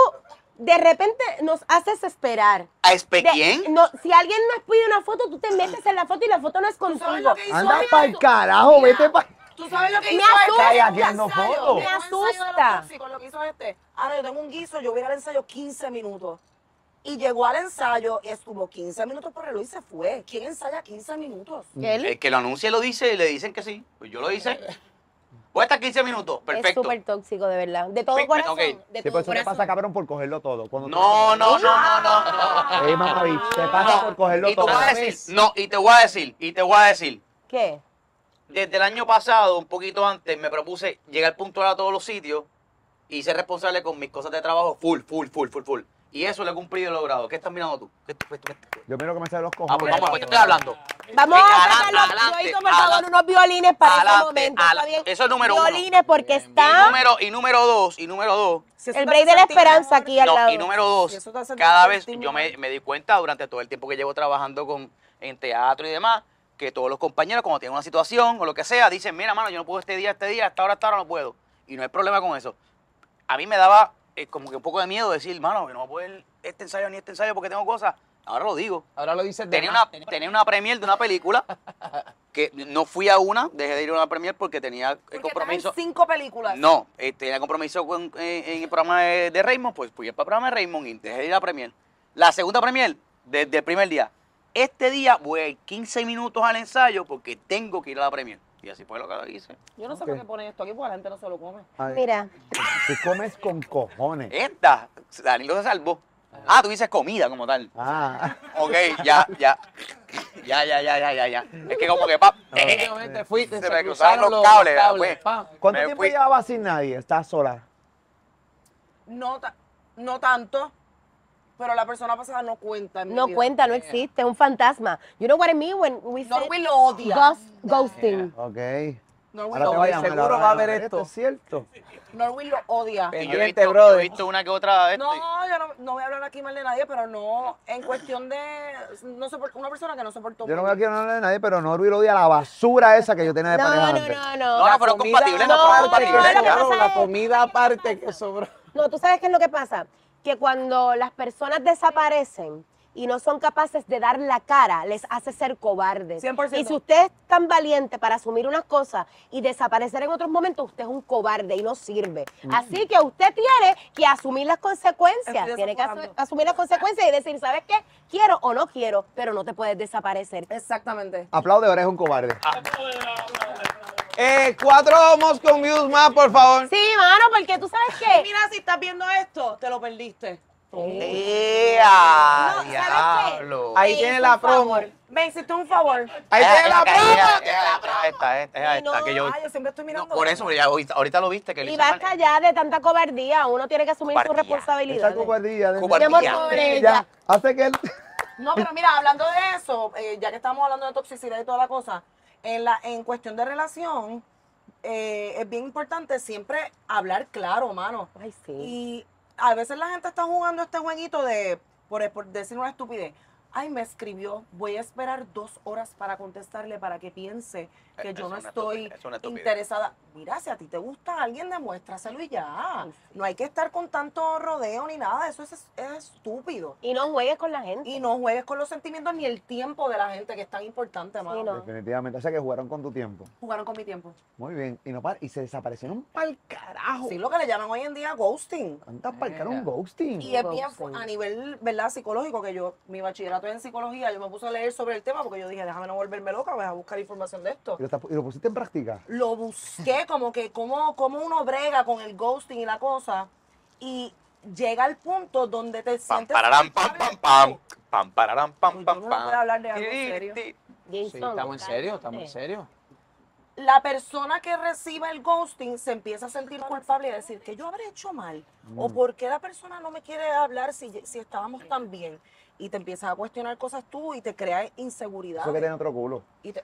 Speaker 5: de repente nos haces esperar.
Speaker 4: ¿A espe
Speaker 5: De-
Speaker 4: quién?
Speaker 5: no, si alguien nos pide una foto, tú te metes en la foto y la foto no es
Speaker 2: sabes
Speaker 5: contigo.
Speaker 2: lo que hizo?
Speaker 1: Anda
Speaker 2: Mira,
Speaker 1: para el carajo, vete para.
Speaker 2: ¿Tú sabes lo que
Speaker 5: Me
Speaker 2: hizo este?
Speaker 5: asusta. Ay,
Speaker 1: aquí ando
Speaker 2: Un ensayo,
Speaker 1: foto.
Speaker 2: un
Speaker 5: Me
Speaker 2: ensayo de los
Speaker 5: asusta.
Speaker 2: tóxicos, lo que hizo este. Ahora yo tengo un guiso, yo voy a ir al ensayo 15 minutos. Y llegó al ensayo y estuvo 15 minutos por reloj y se fue. ¿Quién ensaya 15 minutos?
Speaker 5: Mm. Él
Speaker 4: El que lo anuncia y lo dice y le dicen que sí. Pues yo lo hice. Voy a estar 15 minutos.
Speaker 5: es
Speaker 4: Perfecto.
Speaker 5: súper tóxico, de verdad. De todo
Speaker 4: Pi- pi-
Speaker 5: corazón.
Speaker 4: ok.
Speaker 5: De
Speaker 1: Sí,
Speaker 5: todo
Speaker 1: pues eso te
Speaker 5: corazón.
Speaker 1: pasa, cabrón, por cogerlo todo. Cuando
Speaker 4: No, no, no, no, no.
Speaker 1: Ey, mamabicho, te pasa por cogerlo
Speaker 4: Y te
Speaker 1: todo.
Speaker 4: voy a decir, no, y te voy a decir, y te voy a decir.
Speaker 5: ¿Qué?
Speaker 4: desde el año pasado, un poquito antes, me propuse llegar puntual a todos los sitios y ser responsable con mis cosas de trabajo full, full, full, full, full. Y eso lo he cumplido y logrado. ¿Qué estás mirando tú? ¿Qué- qué- qué- qué-
Speaker 1: Yo miro que me salen los cojones.
Speaker 4: Ah, pues vamos, pues te estoy hablando.
Speaker 5: Vamos
Speaker 4: Venga,
Speaker 5: a sacar
Speaker 4: adelante,
Speaker 5: los
Speaker 4: adelante,
Speaker 5: Joyito, por favor,
Speaker 4: adelante.
Speaker 5: unos violines para ese
Speaker 4: Adelante,
Speaker 5: momento. ¿está
Speaker 4: adelante.
Speaker 5: bien? ¿ah?
Speaker 4: Eso es número uno.
Speaker 5: Violines porque
Speaker 4: Y
Speaker 5: está
Speaker 4: número, y número dos, y número dos.
Speaker 2: Si eso
Speaker 5: el
Speaker 2: te
Speaker 5: break
Speaker 2: hace
Speaker 5: de la
Speaker 2: sentir
Speaker 5: esperanza
Speaker 2: mejor,
Speaker 5: aquí al
Speaker 4: no,
Speaker 5: lado.
Speaker 4: y número
Speaker 2: Y
Speaker 4: dos,
Speaker 2: eso te hace
Speaker 4: cada
Speaker 2: sentir
Speaker 4: vez yo me,
Speaker 2: estimulado.
Speaker 4: me di cuenta durante todo el tiempo que llevo trabajando con, en teatro y demás, que todos los compañeros cuando tienen una situación o lo que sea, dicen, mira, mano, yo no puedo este día, este día, hasta ahora, hasta ahora no puedo. Y no hay problema con eso. A mí me daba eh, como que un poco de miedo de decir, mano, que no voy a poder este ensayo ni este ensayo porque tengo cosas. Ahora lo digo.
Speaker 3: Ahora lo dices de
Speaker 4: Tenía
Speaker 3: más.
Speaker 4: una, tenía una premier de una película que no fui a una, dejé de ir a una premier porque tenía eh,
Speaker 2: Porque
Speaker 4: compromiso.
Speaker 2: compromiso. cinco películas.
Speaker 4: No, eh, tenía compromiso con, eh, en el programa de, de Raymond, pues fui al programa de Raymond y dejé de ir a la premier. La segunda premier, desde el primer día. Este día voy a ir 15 minutos al ensayo porque tengo que ir a la premier. Y así fue lo que hice.
Speaker 2: Yo no sé
Speaker 1: Ok.
Speaker 2: por qué ponen esto aquí porque la gente no se lo come.
Speaker 1: Ay,
Speaker 5: Mira,
Speaker 1: Tú comes con cojones.
Speaker 4: Eh. Esta, Danilo se salvó. Ah, tú dices comida como tal.
Speaker 1: Ah,
Speaker 4: Ok, ya, ya. Ya, ya, ya, ya, ya, ya. Es que como que pap. eh,
Speaker 3: Últimamente fuiste,
Speaker 4: Se me cruzaron los cables, pues.
Speaker 3: pa.
Speaker 1: ¿cuánto
Speaker 4: Me
Speaker 1: tiempo
Speaker 4: fui.
Speaker 1: llevabas sin nadie? ¿Estás sola?
Speaker 2: No, ta- no tanto, pero la persona pasada no cuenta. en mi
Speaker 5: no
Speaker 2: vida.
Speaker 5: cuenta, no existe, es un fantasma. You know what I mean when we
Speaker 2: No,
Speaker 5: say
Speaker 2: Will lo odia.
Speaker 5: ghost- ghosting.
Speaker 1: Ok.
Speaker 2: Norwin
Speaker 1: Ahora
Speaker 2: lo
Speaker 1: te voy a
Speaker 2: odia.
Speaker 1: llamar,
Speaker 3: seguro
Speaker 1: ahora
Speaker 3: va a
Speaker 1: voy
Speaker 3: ver
Speaker 1: ¿Esto
Speaker 3: esto.
Speaker 1: es cierto?
Speaker 2: Norwin lo odia.
Speaker 4: Y
Speaker 3: Pendiente,
Speaker 4: yo he visto, yo
Speaker 3: brother.
Speaker 4: he visto una que otra de este. esto y-
Speaker 2: No, yo no, no voy a hablar aquí mal de nadie, pero no, en cuestión de no sopor- una persona que no soportó.
Speaker 1: Yo no voy a quiero hablar de nadie, pero Norby lo odia la basura esa que yo tenía de
Speaker 5: No,
Speaker 1: pareja
Speaker 5: no,
Speaker 1: antes.
Speaker 4: No,
Speaker 5: no, no.
Speaker 4: no, fueron
Speaker 3: comida
Speaker 4: compatibles, no,
Speaker 5: no,
Speaker 4: fueron
Speaker 5: no,
Speaker 4: compatibles.
Speaker 5: no, no,
Speaker 3: Claro,
Speaker 5: no,
Speaker 3: la
Speaker 5: no.
Speaker 3: comida aparte que sobró.
Speaker 5: No, tú sabes qué es lo que pasa. Que cuando las personas desaparecen y no son capaces de dar la cara, les hace ser cobardes.
Speaker 2: 100%.
Speaker 5: Y si usted es tan valiente para asumir unas cosas y desaparecer en otros momentos, usted es un cobarde y no sirve. Así que usted tiene que asumir las consecuencias.
Speaker 2: Mm. Estoy
Speaker 5: Tiene que asu-
Speaker 2: desapogando.
Speaker 5: asumir las consecuencias y decir, ¿sabes qué? Quiero o no quiero, pero no te puedes desaparecer.
Speaker 2: Exactamente.
Speaker 1: Aplaude, ahora es un cobarde.
Speaker 3: Eh, cuatro homos con views más, por favor.
Speaker 5: Sí, mano, porque tú sabes qué.
Speaker 2: Mira, si estás viendo esto, te lo perdiste.
Speaker 4: ¡Ea!
Speaker 5: No, ¿sabes
Speaker 4: ¡Diablo!
Speaker 3: Ahí tiene la promo. Ahí
Speaker 2: Me hiciste un favor.
Speaker 3: tiene la promo.
Speaker 4: Esta, esta, esta,
Speaker 5: Y no,
Speaker 4: esta, que yo.
Speaker 2: Ay, yo siempre estoy
Speaker 4: No,
Speaker 2: mirando.
Speaker 4: por eso, ya, ahorita, ahorita lo viste que lo
Speaker 5: Y
Speaker 4: hice mal.
Speaker 5: basta ya de tanta cobardía. Uno tiene que asumir su
Speaker 4: Cobardía.
Speaker 1: Esta
Speaker 5: responsabilidad.
Speaker 1: cobardía. de-
Speaker 5: Mi
Speaker 4: Cobardía.
Speaker 5: amor,
Speaker 4: Ya.
Speaker 5: pobre
Speaker 1: Ya,
Speaker 5: ella.
Speaker 1: hace que él...
Speaker 2: No, pero mira, hablando de eso, eh, ya que estamos hablando de toxicidad y toda la cosa, en, la, en cuestión de relación, eh, es bien importante siempre hablar claro, mano.
Speaker 5: Ay, sí.
Speaker 2: Y a veces la gente está jugando este jueguito de, por, por decir una estupidez. Ay, me escribió, voy a esperar dos horas para contestarle para que piense que
Speaker 4: Eh,
Speaker 2: yo
Speaker 4: es
Speaker 2: no
Speaker 4: una
Speaker 2: estoy
Speaker 4: estupidez, es una estupidez.
Speaker 2: interesada. Mira, si a ti te gusta alguien, demuéstraselo y ya.
Speaker 5: Ay,
Speaker 2: No hay que estar con tanto rodeo ni nada, eso es, es estúpido.
Speaker 5: Y no juegues con la gente.
Speaker 2: Y no juegues con los sentimientos ni el tiempo de la gente, que es tan importante, mano.
Speaker 5: no.
Speaker 1: Definitivamente, o sea que jugaron con tu tiempo.
Speaker 2: Jugaron con mi tiempo.
Speaker 1: Muy bien. Y, no par- y se desaparecieron pa'l carajo.
Speaker 2: Sí, lo que le llaman hoy en día ghosting.
Speaker 1: ¿Cuántas parcaron
Speaker 3: Mira.
Speaker 1: ghosting?
Speaker 2: Y es bien
Speaker 5: Ghosting.
Speaker 2: fu- a nivel, ¿verdad? Psicológico, que yo, mi bachillerato es en psicología, yo me puse a leer sobre el tema porque yo dije, déjame no volverme loca, voy a buscar información de esto.
Speaker 1: ¿Y lo, estás- y lo pusiste en práctica?
Speaker 2: Lo busqué como que, cómo, cómo uno brega con el ghosting y la cosa, y llega al punto donde te
Speaker 4: Pam,
Speaker 2: sientes...
Speaker 4: pararán, pam, pam,
Speaker 2: culpable.
Speaker 4: pam. Pam, pararán, pam,
Speaker 2: Uy,
Speaker 4: pam,
Speaker 2: Pues yo no
Speaker 4: pam.
Speaker 2: puedo hablar de algo serio.
Speaker 4: Ti, ti.
Speaker 5: Jason,
Speaker 3: Sí, estamos en serio,
Speaker 5: cálmate.
Speaker 3: estamos en serio.
Speaker 2: la persona que recibe el ghosting se empieza a sentir culpable y a decir que yo habré hecho mal
Speaker 1: Mm.
Speaker 2: o por qué la persona no me quiere hablar si, si estábamos tan bien y te empiezas a cuestionar cosas tú y te crea inseguridad.
Speaker 1: Eso que tiene otro culo.
Speaker 2: Y te-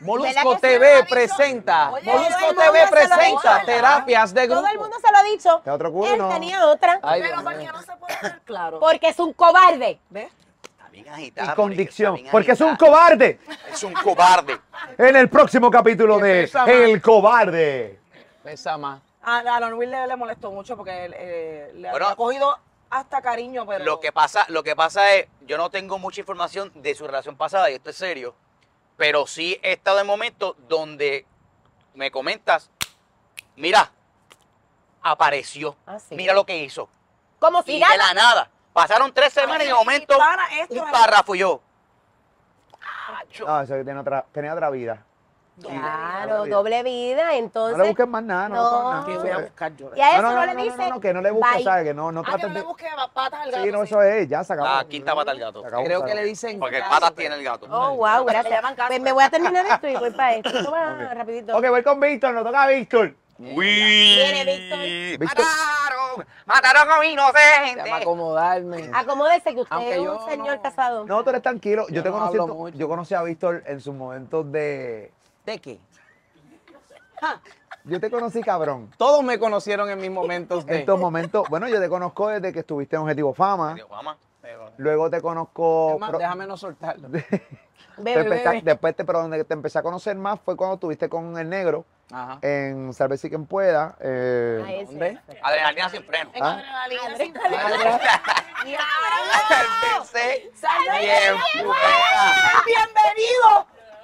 Speaker 3: Molusco
Speaker 5: que sí me lo ha
Speaker 3: TV
Speaker 5: dicho?
Speaker 3: presenta.
Speaker 2: Oye, todo
Speaker 3: Molusco
Speaker 2: el mundo
Speaker 3: TV
Speaker 2: se lo
Speaker 3: presenta
Speaker 2: dice.
Speaker 3: terapias de grupo.
Speaker 5: Todo el mundo se lo ha dicho.
Speaker 1: ¿Te da otro culo?
Speaker 5: Él
Speaker 1: No.
Speaker 5: tenía otra.
Speaker 3: Ay, Dios
Speaker 2: pero ¿por
Speaker 3: mío.
Speaker 2: qué no se puede hacer claro?
Speaker 5: Porque es un cobarde.
Speaker 2: ¿Ves?
Speaker 4: Está bien agitada.
Speaker 1: Y
Speaker 4: Mónica,
Speaker 1: con
Speaker 4: está
Speaker 1: dicción.
Speaker 4: bien
Speaker 1: Porque es un
Speaker 4: agitada.
Speaker 1: cobarde.
Speaker 4: Es un cobarde.
Speaker 1: En el próximo capítulo de
Speaker 3: Empieza mal.
Speaker 1: El Cobarde.
Speaker 3: Pesa más.
Speaker 2: A, a Lon Will le, le molestó mucho porque él, eh, le
Speaker 4: Bueno.
Speaker 2: ha cogido hasta cariño, pero...
Speaker 4: Lo que pasa, lo que pasa es, yo no tengo mucha información de su relación pasada, y esto es serio, pero sí he estado en momentos donde me comentas, mira, apareció,
Speaker 5: Ah, sí.
Speaker 4: mira lo que hizo,
Speaker 5: Como si
Speaker 4: y de
Speaker 5: nada.
Speaker 4: la nada, pasaron tres semanas y de momento
Speaker 2: Para esto
Speaker 4: un
Speaker 2: es-
Speaker 4: párrafo y yo,
Speaker 1: No, eso que tiene otra, tenía otra vida.
Speaker 5: Claro, doble vida.
Speaker 1: No le
Speaker 5: Entonces.
Speaker 1: busques más nada, no,
Speaker 5: No.
Speaker 1: busques nada.
Speaker 5: Que voy a
Speaker 3: buscar yo.
Speaker 5: Y a
Speaker 1: No, no,
Speaker 5: eso no,
Speaker 1: no,
Speaker 5: le
Speaker 1: no, no,
Speaker 5: dice.
Speaker 1: no, que no le busques,
Speaker 5: bye.
Speaker 1: ¿sabes? Que no, no
Speaker 2: Ah, que
Speaker 1: trates
Speaker 2: no le
Speaker 1: de.
Speaker 2: busque patas al gato.
Speaker 1: Sí, no,
Speaker 2: sí.
Speaker 1: eso es, ya se acabó.
Speaker 3: Ah,
Speaker 4: la quinta pata al gato.
Speaker 1: Se acabó,
Speaker 3: Creo
Speaker 1: se
Speaker 3: que le
Speaker 1: acabó.
Speaker 3: dicen.
Speaker 4: Porque
Speaker 3: caso,
Speaker 4: patas
Speaker 3: pero-
Speaker 4: tiene el gato.
Speaker 5: Oh, wow,
Speaker 2: Le
Speaker 5: gracias.
Speaker 2: llaman caso.
Speaker 5: Pues me voy a terminar esto y voy para esto. Esto va rapidito.
Speaker 1: Ok, voy con Víctor, nos toca a Víctor.
Speaker 5: Viene, Víctor.
Speaker 1: Víctor.
Speaker 8: Mataron, mataron a un inocente.
Speaker 3: Déjame acomodarme.
Speaker 5: Acomódese que usted
Speaker 3: Aunque
Speaker 5: es un
Speaker 3: yo no-
Speaker 5: señor casado.
Speaker 1: No, tú eres tranquilo. Yo,
Speaker 3: Yo
Speaker 1: te
Speaker 3: no
Speaker 1: conocí,
Speaker 3: hablo
Speaker 1: tú-
Speaker 3: mucho.
Speaker 1: yo conocí a Víctor en sus momentos de.
Speaker 3: ¿De qué?
Speaker 1: Yo te conocí, cabrón.
Speaker 3: Todos me conocieron en mis momentos
Speaker 1: En
Speaker 3: de.
Speaker 1: estos momentos, bueno, yo te conozco desde que estuviste en Objetivo Fama.
Speaker 4: Digo, mamá,
Speaker 9: Pero-
Speaker 1: Luego te conozco.
Speaker 3: Es más,
Speaker 1: pero-
Speaker 3: déjame no soltarlo.
Speaker 1: te
Speaker 5: Bebe,
Speaker 1: empecé-
Speaker 5: bebe.
Speaker 1: Después te, pero donde te empecé a conocer más fue cuando estuviste con el negro
Speaker 3: Ajá.
Speaker 1: en Salve si quien pueda. eh,
Speaker 5: Ahí sí.
Speaker 3: ¿Dónde?
Speaker 9: Adrenalina sin freno.
Speaker 6: En
Speaker 1: Ah.
Speaker 6: adrenalina sin
Speaker 9: Bien, buena.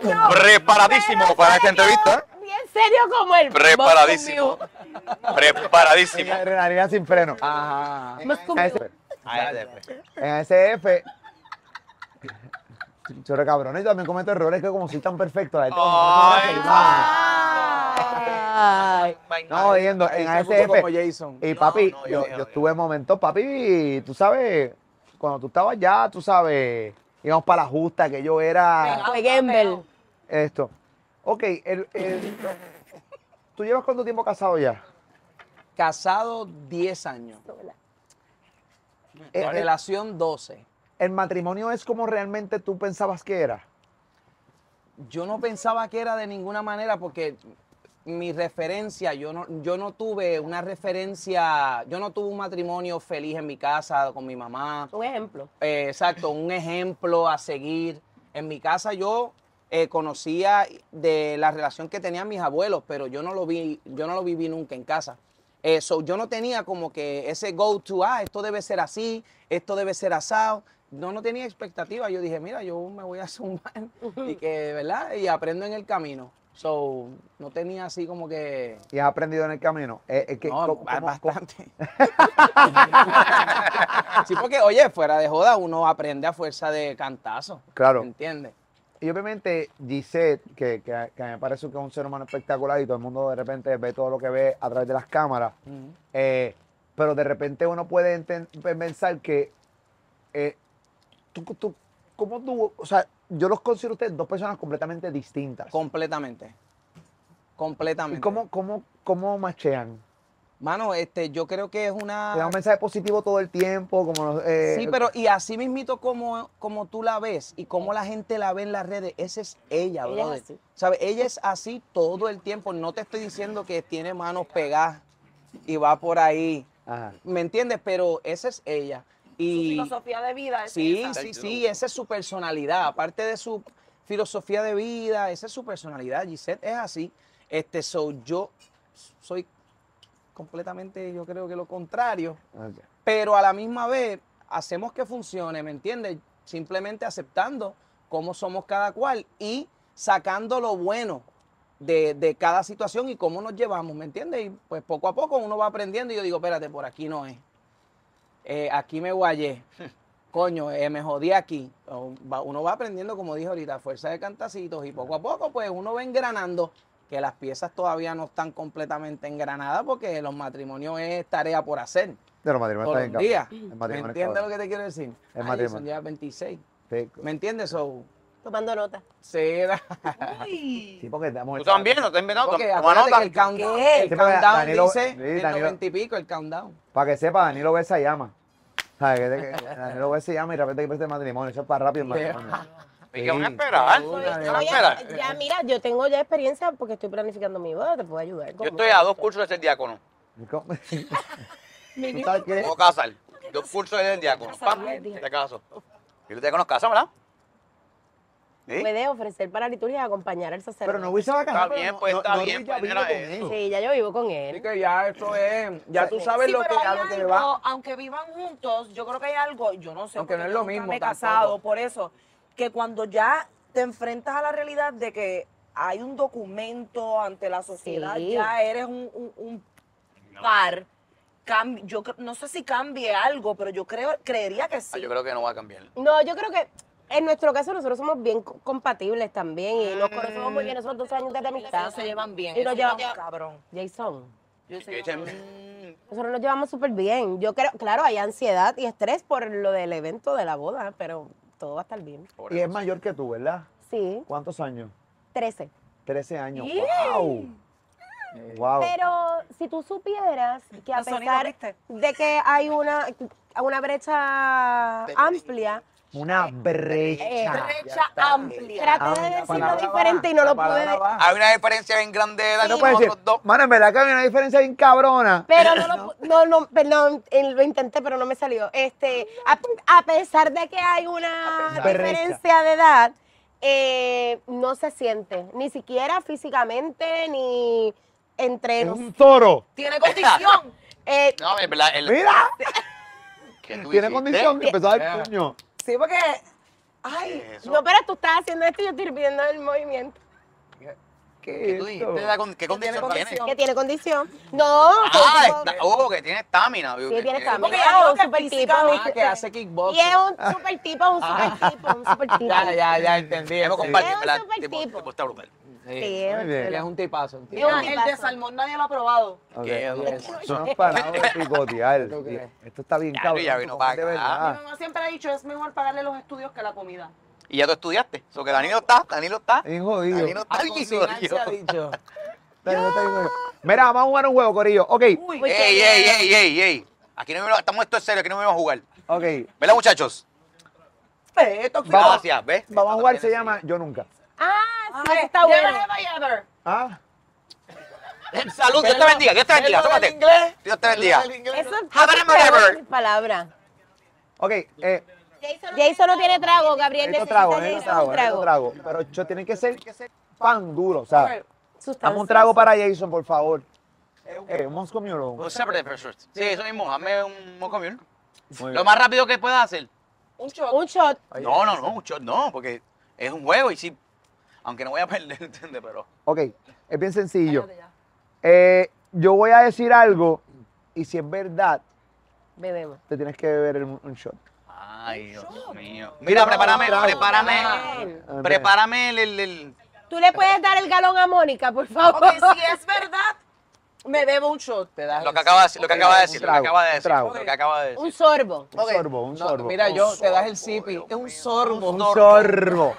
Speaker 5: ¡Bienvenido!
Speaker 10: Preparadísimo para esta entrevista.
Speaker 5: Bien serio como el
Speaker 10: Preparadísimo. Preparadísimo.
Speaker 1: Adrenalina sin freno.
Speaker 9: Ah,
Speaker 3: Ajá.
Speaker 5: Moscow
Speaker 1: En
Speaker 5: Mule.
Speaker 1: ASF.
Speaker 9: Ay, pues. de-
Speaker 1: En ASF. Chorro cabrones, yo también cometo errores que como soy tan perfecto. la gente como que no se hace
Speaker 5: Ay.
Speaker 1: nada. No, yendo, en
Speaker 3: Ahí se puso como
Speaker 1: ASF.
Speaker 3: Jason.
Speaker 1: Y papi,
Speaker 9: no,
Speaker 1: yo,
Speaker 9: yo-
Speaker 1: yo estuve en momentos, papi, tú sabes, cuando tú estabas allá, tú sabes, íbamos para la justa, que yo era
Speaker 5: Fue Gembel.
Speaker 1: esto. Ok, el- el- ¿tú llevas cuánto tiempo casado ya?
Speaker 3: Casado 10 años.
Speaker 1: Eh, eh,
Speaker 3: relación 12.
Speaker 1: ¿El matrimonio es como realmente tú pensabas que era?
Speaker 3: Yo no pensaba que era de ninguna manera porque mi referencia, yo no, yo no tuve una referencia, yo no tuve un matrimonio feliz en mi casa con mi mamá.
Speaker 5: Un ejemplo.
Speaker 3: Eh, exacto, un ejemplo a seguir. En mi casa yo eh, conocía de la relación que tenían mis abuelos, pero yo no lo vi, yo no lo viví nunca en casa. Eh, so, yo no tenía como que ese go to, ah, esto debe ser así, esto debe ser asado. No, no tenía expectativa. Yo dije, mira, yo me voy a zumbar y que, ¿verdad? Y aprendo en el camino. So, no tenía así como que.
Speaker 1: y has aprendido en el camino. Eh, eh, que-
Speaker 3: No,
Speaker 1: ¿cómo-
Speaker 3: ba-
Speaker 1: cómo-
Speaker 3: bastante. sí, porque, oye, fuera de joda, uno aprende a fuerza de cantazo.
Speaker 1: Claro.
Speaker 3: ¿Entiendes?
Speaker 1: Y obviamente Gisette, que, que, que me parece que es un ser humano espectacular y todo el mundo de repente ve todo lo que ve a través de las cámaras, eh, pero de repente uno puede enten- pensar que eh, tú, tú- ¿cómo tú? O sea, yo los considero a ustedes dos personas completamente distintas.
Speaker 3: Completamente.
Speaker 1: ¿Y
Speaker 3: Completamente.
Speaker 1: cómo, cómo, cómo machean?
Speaker 3: Mano, este, yo creo que
Speaker 1: ¿Te da
Speaker 3: es
Speaker 1: un
Speaker 3: una.
Speaker 1: mensaje positivo todo el tiempo? Como, los- eh,
Speaker 3: Sí, pero y así mismito como, como tú la ves y como la gente la ve en las redes, esa es ella,
Speaker 5: Ella es
Speaker 3: brother.
Speaker 5: así.
Speaker 3: ¿Sabes? Ella es así todo el tiempo. No te estoy diciendo que tiene manos pegadas y va por ahí.
Speaker 1: Ajá.
Speaker 3: ¿Me entiendes? Pero esa es ella.
Speaker 2: Su
Speaker 3: Y
Speaker 2: filosofía de vida es
Speaker 3: Sí,
Speaker 2: esa.
Speaker 3: sí, sí, esa es su personalidad. Aparte de su filosofía de vida, esa es su personalidad. Gisette es así. Este, so, yo soy completamente, yo creo que lo contrario,
Speaker 1: Ok.
Speaker 3: pero a la misma vez hacemos que funcione, ¿me entiendes? Simplemente aceptando cómo somos cada cual y sacando lo bueno de, de cada situación y cómo nos llevamos, ¿me entiendes? Y pues poco a poco uno va aprendiendo y yo digo, espérate, por aquí no es. Eh, aquí me guayé. Coño, eh, me jodí aquí. O va- Uno va aprendiendo, como dije ahorita, a fuerza de cantacitos y poco a poco, pues uno va engranando que las piezas todavía no están completamente engranadas porque los matrimonios es tarea por hacer.
Speaker 1: De los matrimonios
Speaker 3: Todos
Speaker 1: está bien,
Speaker 3: los
Speaker 1: cabrón.
Speaker 3: días.
Speaker 1: El
Speaker 3: ¿Me
Speaker 1: matrimonio está
Speaker 3: entiendes lo
Speaker 1: cabrón.
Speaker 3: que te quiero decir? Ay,
Speaker 1: matrimonio.
Speaker 3: Son ya 26.
Speaker 1: Sí,
Speaker 3: ¿Me entiendes? So,
Speaker 5: Tomando nota.
Speaker 3: se da.
Speaker 1: sí, porque estamos-
Speaker 9: Tú también, no estás inventando.
Speaker 3: Porque
Speaker 9: Toma
Speaker 3: acuérdate
Speaker 9: nota.
Speaker 3: que el countdown,
Speaker 5: ¿Qué?
Speaker 3: el
Speaker 1: Sí, porque
Speaker 3: countdown
Speaker 1: pues, Danilo-
Speaker 3: dice
Speaker 1: sí,
Speaker 3: el
Speaker 1: Danilo- ¿Eh?
Speaker 3: 90 y pico, el countdown.
Speaker 1: Para que sepa, Danilo Besa llama. ¿Sabes? Que, que- Danilo Besa llama y de repente que preste matrimonio. Eso es para rápido el matrimonio.
Speaker 9: ¿Y qué van a
Speaker 1: Sí.
Speaker 9: esperar?
Speaker 5: Oye,
Speaker 9: ¿Qué van a
Speaker 5: oye,
Speaker 9: esperar?
Speaker 5: ya, mira, yo tengo ya experiencia porque estoy planificando mi boda, te puedo ayudar. con
Speaker 9: Yo
Speaker 5: mucho
Speaker 9: estoy a dos
Speaker 5: gusto.
Speaker 9: cursos de ser diácono.
Speaker 1: ¿Cómo? ¿Tú sabes qué?
Speaker 9: No casar. Dos cursos de ser diácono. Pam, te caso. Y los diáconos casan, ¿verdad? ¿Sí?
Speaker 5: Puedes ofrecer para liturgia y acompañar al sacerdote.
Speaker 1: Pero no hubiese vacaciones.
Speaker 9: Está bien, pues,
Speaker 1: no,
Speaker 9: está
Speaker 1: no,
Speaker 9: bien,
Speaker 1: ya
Speaker 9: pues,
Speaker 1: vivo
Speaker 9: era
Speaker 1: con
Speaker 9: eso.
Speaker 1: él.
Speaker 5: Sí, ya yo vivo con
Speaker 3: Así
Speaker 5: él.
Speaker 3: que ya esto es, ya tú sabes
Speaker 2: Pues, eh, Sí,
Speaker 3: lo que,
Speaker 2: pero
Speaker 3: a
Speaker 2: hay
Speaker 3: lo que
Speaker 2: algo,
Speaker 3: va.
Speaker 2: Aunque vivan juntos, yo creo que hay algo, yo no sé.
Speaker 3: Aunque no
Speaker 2: porque
Speaker 3: es
Speaker 2: yo
Speaker 3: lo
Speaker 2: nunca
Speaker 3: mismo
Speaker 2: Me he
Speaker 3: tampoco.
Speaker 2: casado, por eso, que cuando ya te enfrentas a la realidad de que hay un documento ante la sociedad,
Speaker 5: Sí.
Speaker 2: ya eres un, un- un par. cam- yo cre- no sé si cambie algo, pero yo creo, creería que sí.
Speaker 9: Ah, Yo creo que no va a cambiar.
Speaker 5: No, yo creo que en nuestro caso nosotros somos bien co- compatibles también y nos conocemos muy bien, nosotros 12 años de amistad.
Speaker 2: Ellos se llevan bien.
Speaker 5: Y nos
Speaker 2: eso
Speaker 5: llevamos-
Speaker 2: llevan cabrón.
Speaker 5: Jason,
Speaker 2: Yo sé
Speaker 9: Y
Speaker 2: que-
Speaker 9: dicen,
Speaker 5: nosotros nos llevamos súper bien. Yo creo, claro, hay ansiedad y estrés por lo del evento de la boda, pero todo va a estar bien.
Speaker 9: "Mm,
Speaker 1: Y es mayor que tú, ¿verdad?
Speaker 5: Sí,
Speaker 1: ¿Cuántos años?
Speaker 5: 13.
Speaker 1: 13 años. ¡Wow! ¡Wow!
Speaker 5: Pero si tú supieras que a
Speaker 2: Los sonidos,
Speaker 5: pesar
Speaker 2: ¿viste?
Speaker 5: de que hay una, una brecha amplia,
Speaker 1: Una
Speaker 3: Ah,
Speaker 1: brecha.
Speaker 2: Brecha amplia.
Speaker 5: Traté de
Speaker 1: Anda,
Speaker 5: decirlo
Speaker 3: palabra
Speaker 5: diferente y no
Speaker 3: baja, la
Speaker 5: lo pude.
Speaker 3: palabra
Speaker 5: ver.
Speaker 3: baja.
Speaker 4: Hay una diferencia bien grande de edad
Speaker 1: No
Speaker 4: entre
Speaker 1: puedes decir,
Speaker 4: nosotros dos.
Speaker 1: mano, en verdad que hay una diferencia bien cabrona.
Speaker 5: Pero no lo pu- no, no, perdón, eh, lo intenté, pero no me salió. Este, a, a pesar de que hay una
Speaker 1: A pesar.
Speaker 5: diferencia de edad, eh, no se siente, ni siquiera físicamente, ni entre
Speaker 1: Es
Speaker 5: nos-
Speaker 1: un toro.
Speaker 2: Tiene condición.
Speaker 5: eh,
Speaker 4: No, en verdad. el-
Speaker 1: Mira,
Speaker 4: ¿qué tú
Speaker 1: tiene
Speaker 4: hiciste?
Speaker 1: condición. Empezaba el puño.
Speaker 2: Sí, porque.
Speaker 4: ¿Qué es eso?
Speaker 5: no, pero tú estás haciendo esto y yo estoy viendo el movimiento.
Speaker 1: ¿Qué
Speaker 4: ¿Qué,
Speaker 1: es
Speaker 4: tú dijiste?
Speaker 1: esto?
Speaker 4: La con- ¿Qué condición tiene?
Speaker 5: Que tiene condición. No, que
Speaker 4: Ah,
Speaker 5: como-
Speaker 4: está- oh, que tiene estamina.
Speaker 5: Sí, tiene
Speaker 2: Porque
Speaker 5: estamina.
Speaker 2: ya
Speaker 5: Ah,
Speaker 2: digo
Speaker 5: un
Speaker 2: que
Speaker 5: super tipo.
Speaker 2: físicamente-
Speaker 3: Ah, que hace kickboxing.
Speaker 5: y es un super tipo, un super tipo, un super tipo.
Speaker 3: Ya, ya, ya, entendí.
Speaker 4: Hemos compartido,
Speaker 5: Es un
Speaker 4: ¿verdad?
Speaker 5: super
Speaker 4: Tipo,
Speaker 5: tipo.
Speaker 4: tipo está brutal.
Speaker 3: Sí.
Speaker 5: Sí, es
Speaker 1: Muy bien.
Speaker 3: eh, Él es un tipazo. un
Speaker 2: Es un-
Speaker 3: tipazo.
Speaker 2: el de salmón nadie lo ha probado.
Speaker 1: Ok,
Speaker 4: ¿Qué?
Speaker 1: No han parado de picotear.
Speaker 3: ¿Tú crees?
Speaker 1: Esto está bien
Speaker 4: Ya,
Speaker 1: cabrón.
Speaker 4: ya vino pa'
Speaker 1: de
Speaker 4: acá.
Speaker 2: Mi
Speaker 1: verdad.
Speaker 2: mamá siempre ha dicho, es mejor pagarle los estudios que la comida.
Speaker 4: Y ya tú estudiaste. O sea, que Danilo está, Danilo está.
Speaker 1: Bien jodido.
Speaker 4: Danilo está
Speaker 3: A
Speaker 4: bien
Speaker 3: cocinar se ha
Speaker 4: jodido.
Speaker 3: dicho.
Speaker 1: Danilo está bien jodido. Mira, vamos a jugar un juego, Corillo. Ok,
Speaker 2: Uy,
Speaker 4: Ey, ey, ey, ey, ey. Aquí no venimos- estamos esto en serio, aquí no venimos a jugar.
Speaker 1: ok.
Speaker 4: ¿Verdad, muchachos?
Speaker 2: respeto.
Speaker 4: Gracias, ¿ves?
Speaker 1: Vamos a
Speaker 4: Esto
Speaker 1: jugar,
Speaker 4: también
Speaker 1: se
Speaker 4: es
Speaker 1: llama Yo Nunca.
Speaker 5: Ah, sí,
Speaker 2: Ay,
Speaker 5: está bueno.
Speaker 2: never have I ever.
Speaker 1: ¿Ah?
Speaker 4: serio. Eh, Salud, Dios te bendiga, Dios te bendiga. Tómate. Dios te bendiga.
Speaker 5: Eso es
Speaker 4: Have it and whatever.
Speaker 5: palabra.
Speaker 1: Ok, eh,
Speaker 5: Jason no tiene trago, Gabriel
Speaker 1: esto
Speaker 5: necesita
Speaker 1: trago, eh,
Speaker 5: Jason
Speaker 1: esto
Speaker 5: un
Speaker 1: trago, esto
Speaker 5: trago.
Speaker 1: trago. Pero yo tiene que ser pan duro, o sea. Dame
Speaker 5: Sustancioso.
Speaker 1: un trago para Jason, por favor. Eh, Moscow Mule. o un-
Speaker 9: Los separate first. Sí, eso mismo. Dame un moco mule.
Speaker 1: Muy
Speaker 9: Lo
Speaker 1: bien.
Speaker 9: más rápido que puedas hacer.
Speaker 2: Un shot.
Speaker 5: Un shot.
Speaker 9: No, no, no, mucho, no, porque es un juego y sí. Aunque no voy a perder, ¿entiendes? Pero.
Speaker 1: Ok, es bien sencillo. Eh, yo voy a decir algo y si es verdad,
Speaker 5: Bebemos.
Speaker 1: te tienes que beber el- un shot.
Speaker 9: Ay, Dios mío. Mira, prepárame, prepárame.
Speaker 5: Bien.
Speaker 1: Andrés.
Speaker 9: Prepárame el. el, el-
Speaker 5: ¿Tú le puedes dar el galón a Mónica, por favor?
Speaker 2: Ok, si es verdad, me bebo un shot.
Speaker 3: Te das
Speaker 9: lo que
Speaker 3: el
Speaker 9: acaba de
Speaker 3: sí.
Speaker 9: decir, lo que acaba de decir, lo que
Speaker 1: trago,
Speaker 9: acaba de
Speaker 1: un
Speaker 9: decir.
Speaker 1: trago.
Speaker 9: Lo que acaba de decir.
Speaker 5: Un sorbo.
Speaker 1: Un sorbo, un
Speaker 3: No,
Speaker 1: sorbo.
Speaker 3: mira, yo, te das el sipi. Es un sorbo.
Speaker 1: un sorbo.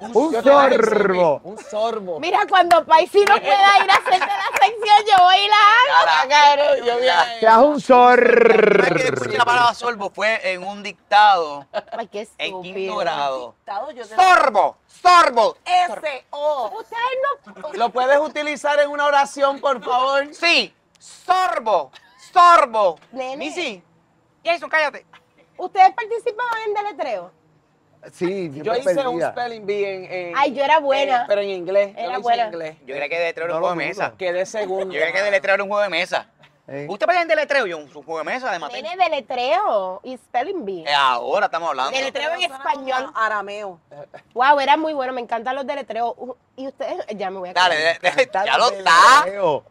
Speaker 1: Un
Speaker 3: Yo te das el sipi,
Speaker 1: sorbo.
Speaker 3: Un sorbo.
Speaker 5: Mira, cuando Paisy no pueda ir a hacerte la sección, yo voy y la hago.
Speaker 9: Cara,
Speaker 3: Claro, yo vi a-
Speaker 1: Te das un
Speaker 9: ¿Sabes que después que la
Speaker 1: sorbo.
Speaker 9: palabra sorbo fue en un dictado
Speaker 5: Ay, qué
Speaker 9: en
Speaker 5: estúpido.
Speaker 9: quinto grado.
Speaker 2: Dictado, yo te-
Speaker 4: Sorbo, sorbo.
Speaker 2: S.O.
Speaker 5: Ustedes no...
Speaker 3: ¿Lo puedes utilizar en una oración, por favor?
Speaker 4: Sí, sorbo, sorbo.
Speaker 5: Nene.
Speaker 4: Missy, Jason, cállate.
Speaker 5: ¿Ustedes participaban en deletreo?
Speaker 1: Sí,
Speaker 3: Yo
Speaker 1: siempre
Speaker 3: hice un
Speaker 1: perdía.
Speaker 3: spelling bee en, en-
Speaker 5: Ay, yo era buena.
Speaker 3: en- pero en inglés. yo
Speaker 5: Era
Speaker 3: lo hice
Speaker 5: buena.
Speaker 3: en inglés.
Speaker 4: Yo creía que deletreo era
Speaker 1: No
Speaker 4: un
Speaker 1: lo
Speaker 4: juego de
Speaker 1: dudo.
Speaker 4: mesa.
Speaker 3: Quedé segundo.
Speaker 4: Yo creía que deletreo era un juego de mesa.
Speaker 1: Eh.
Speaker 4: ¿Usted para en deletreo? Yo, un juego de mesa de Mateo.
Speaker 5: Nene, deletreo y spelling bee.
Speaker 4: Eh, ahora estamos hablando.
Speaker 5: Deletreo en español.
Speaker 2: Arameo.
Speaker 5: Wow, era muy bueno. Me encantan los deletreos. Uh, Y ustedes... Ya me voy a...
Speaker 4: Dale, de- de- ya lo está.
Speaker 1: Leo.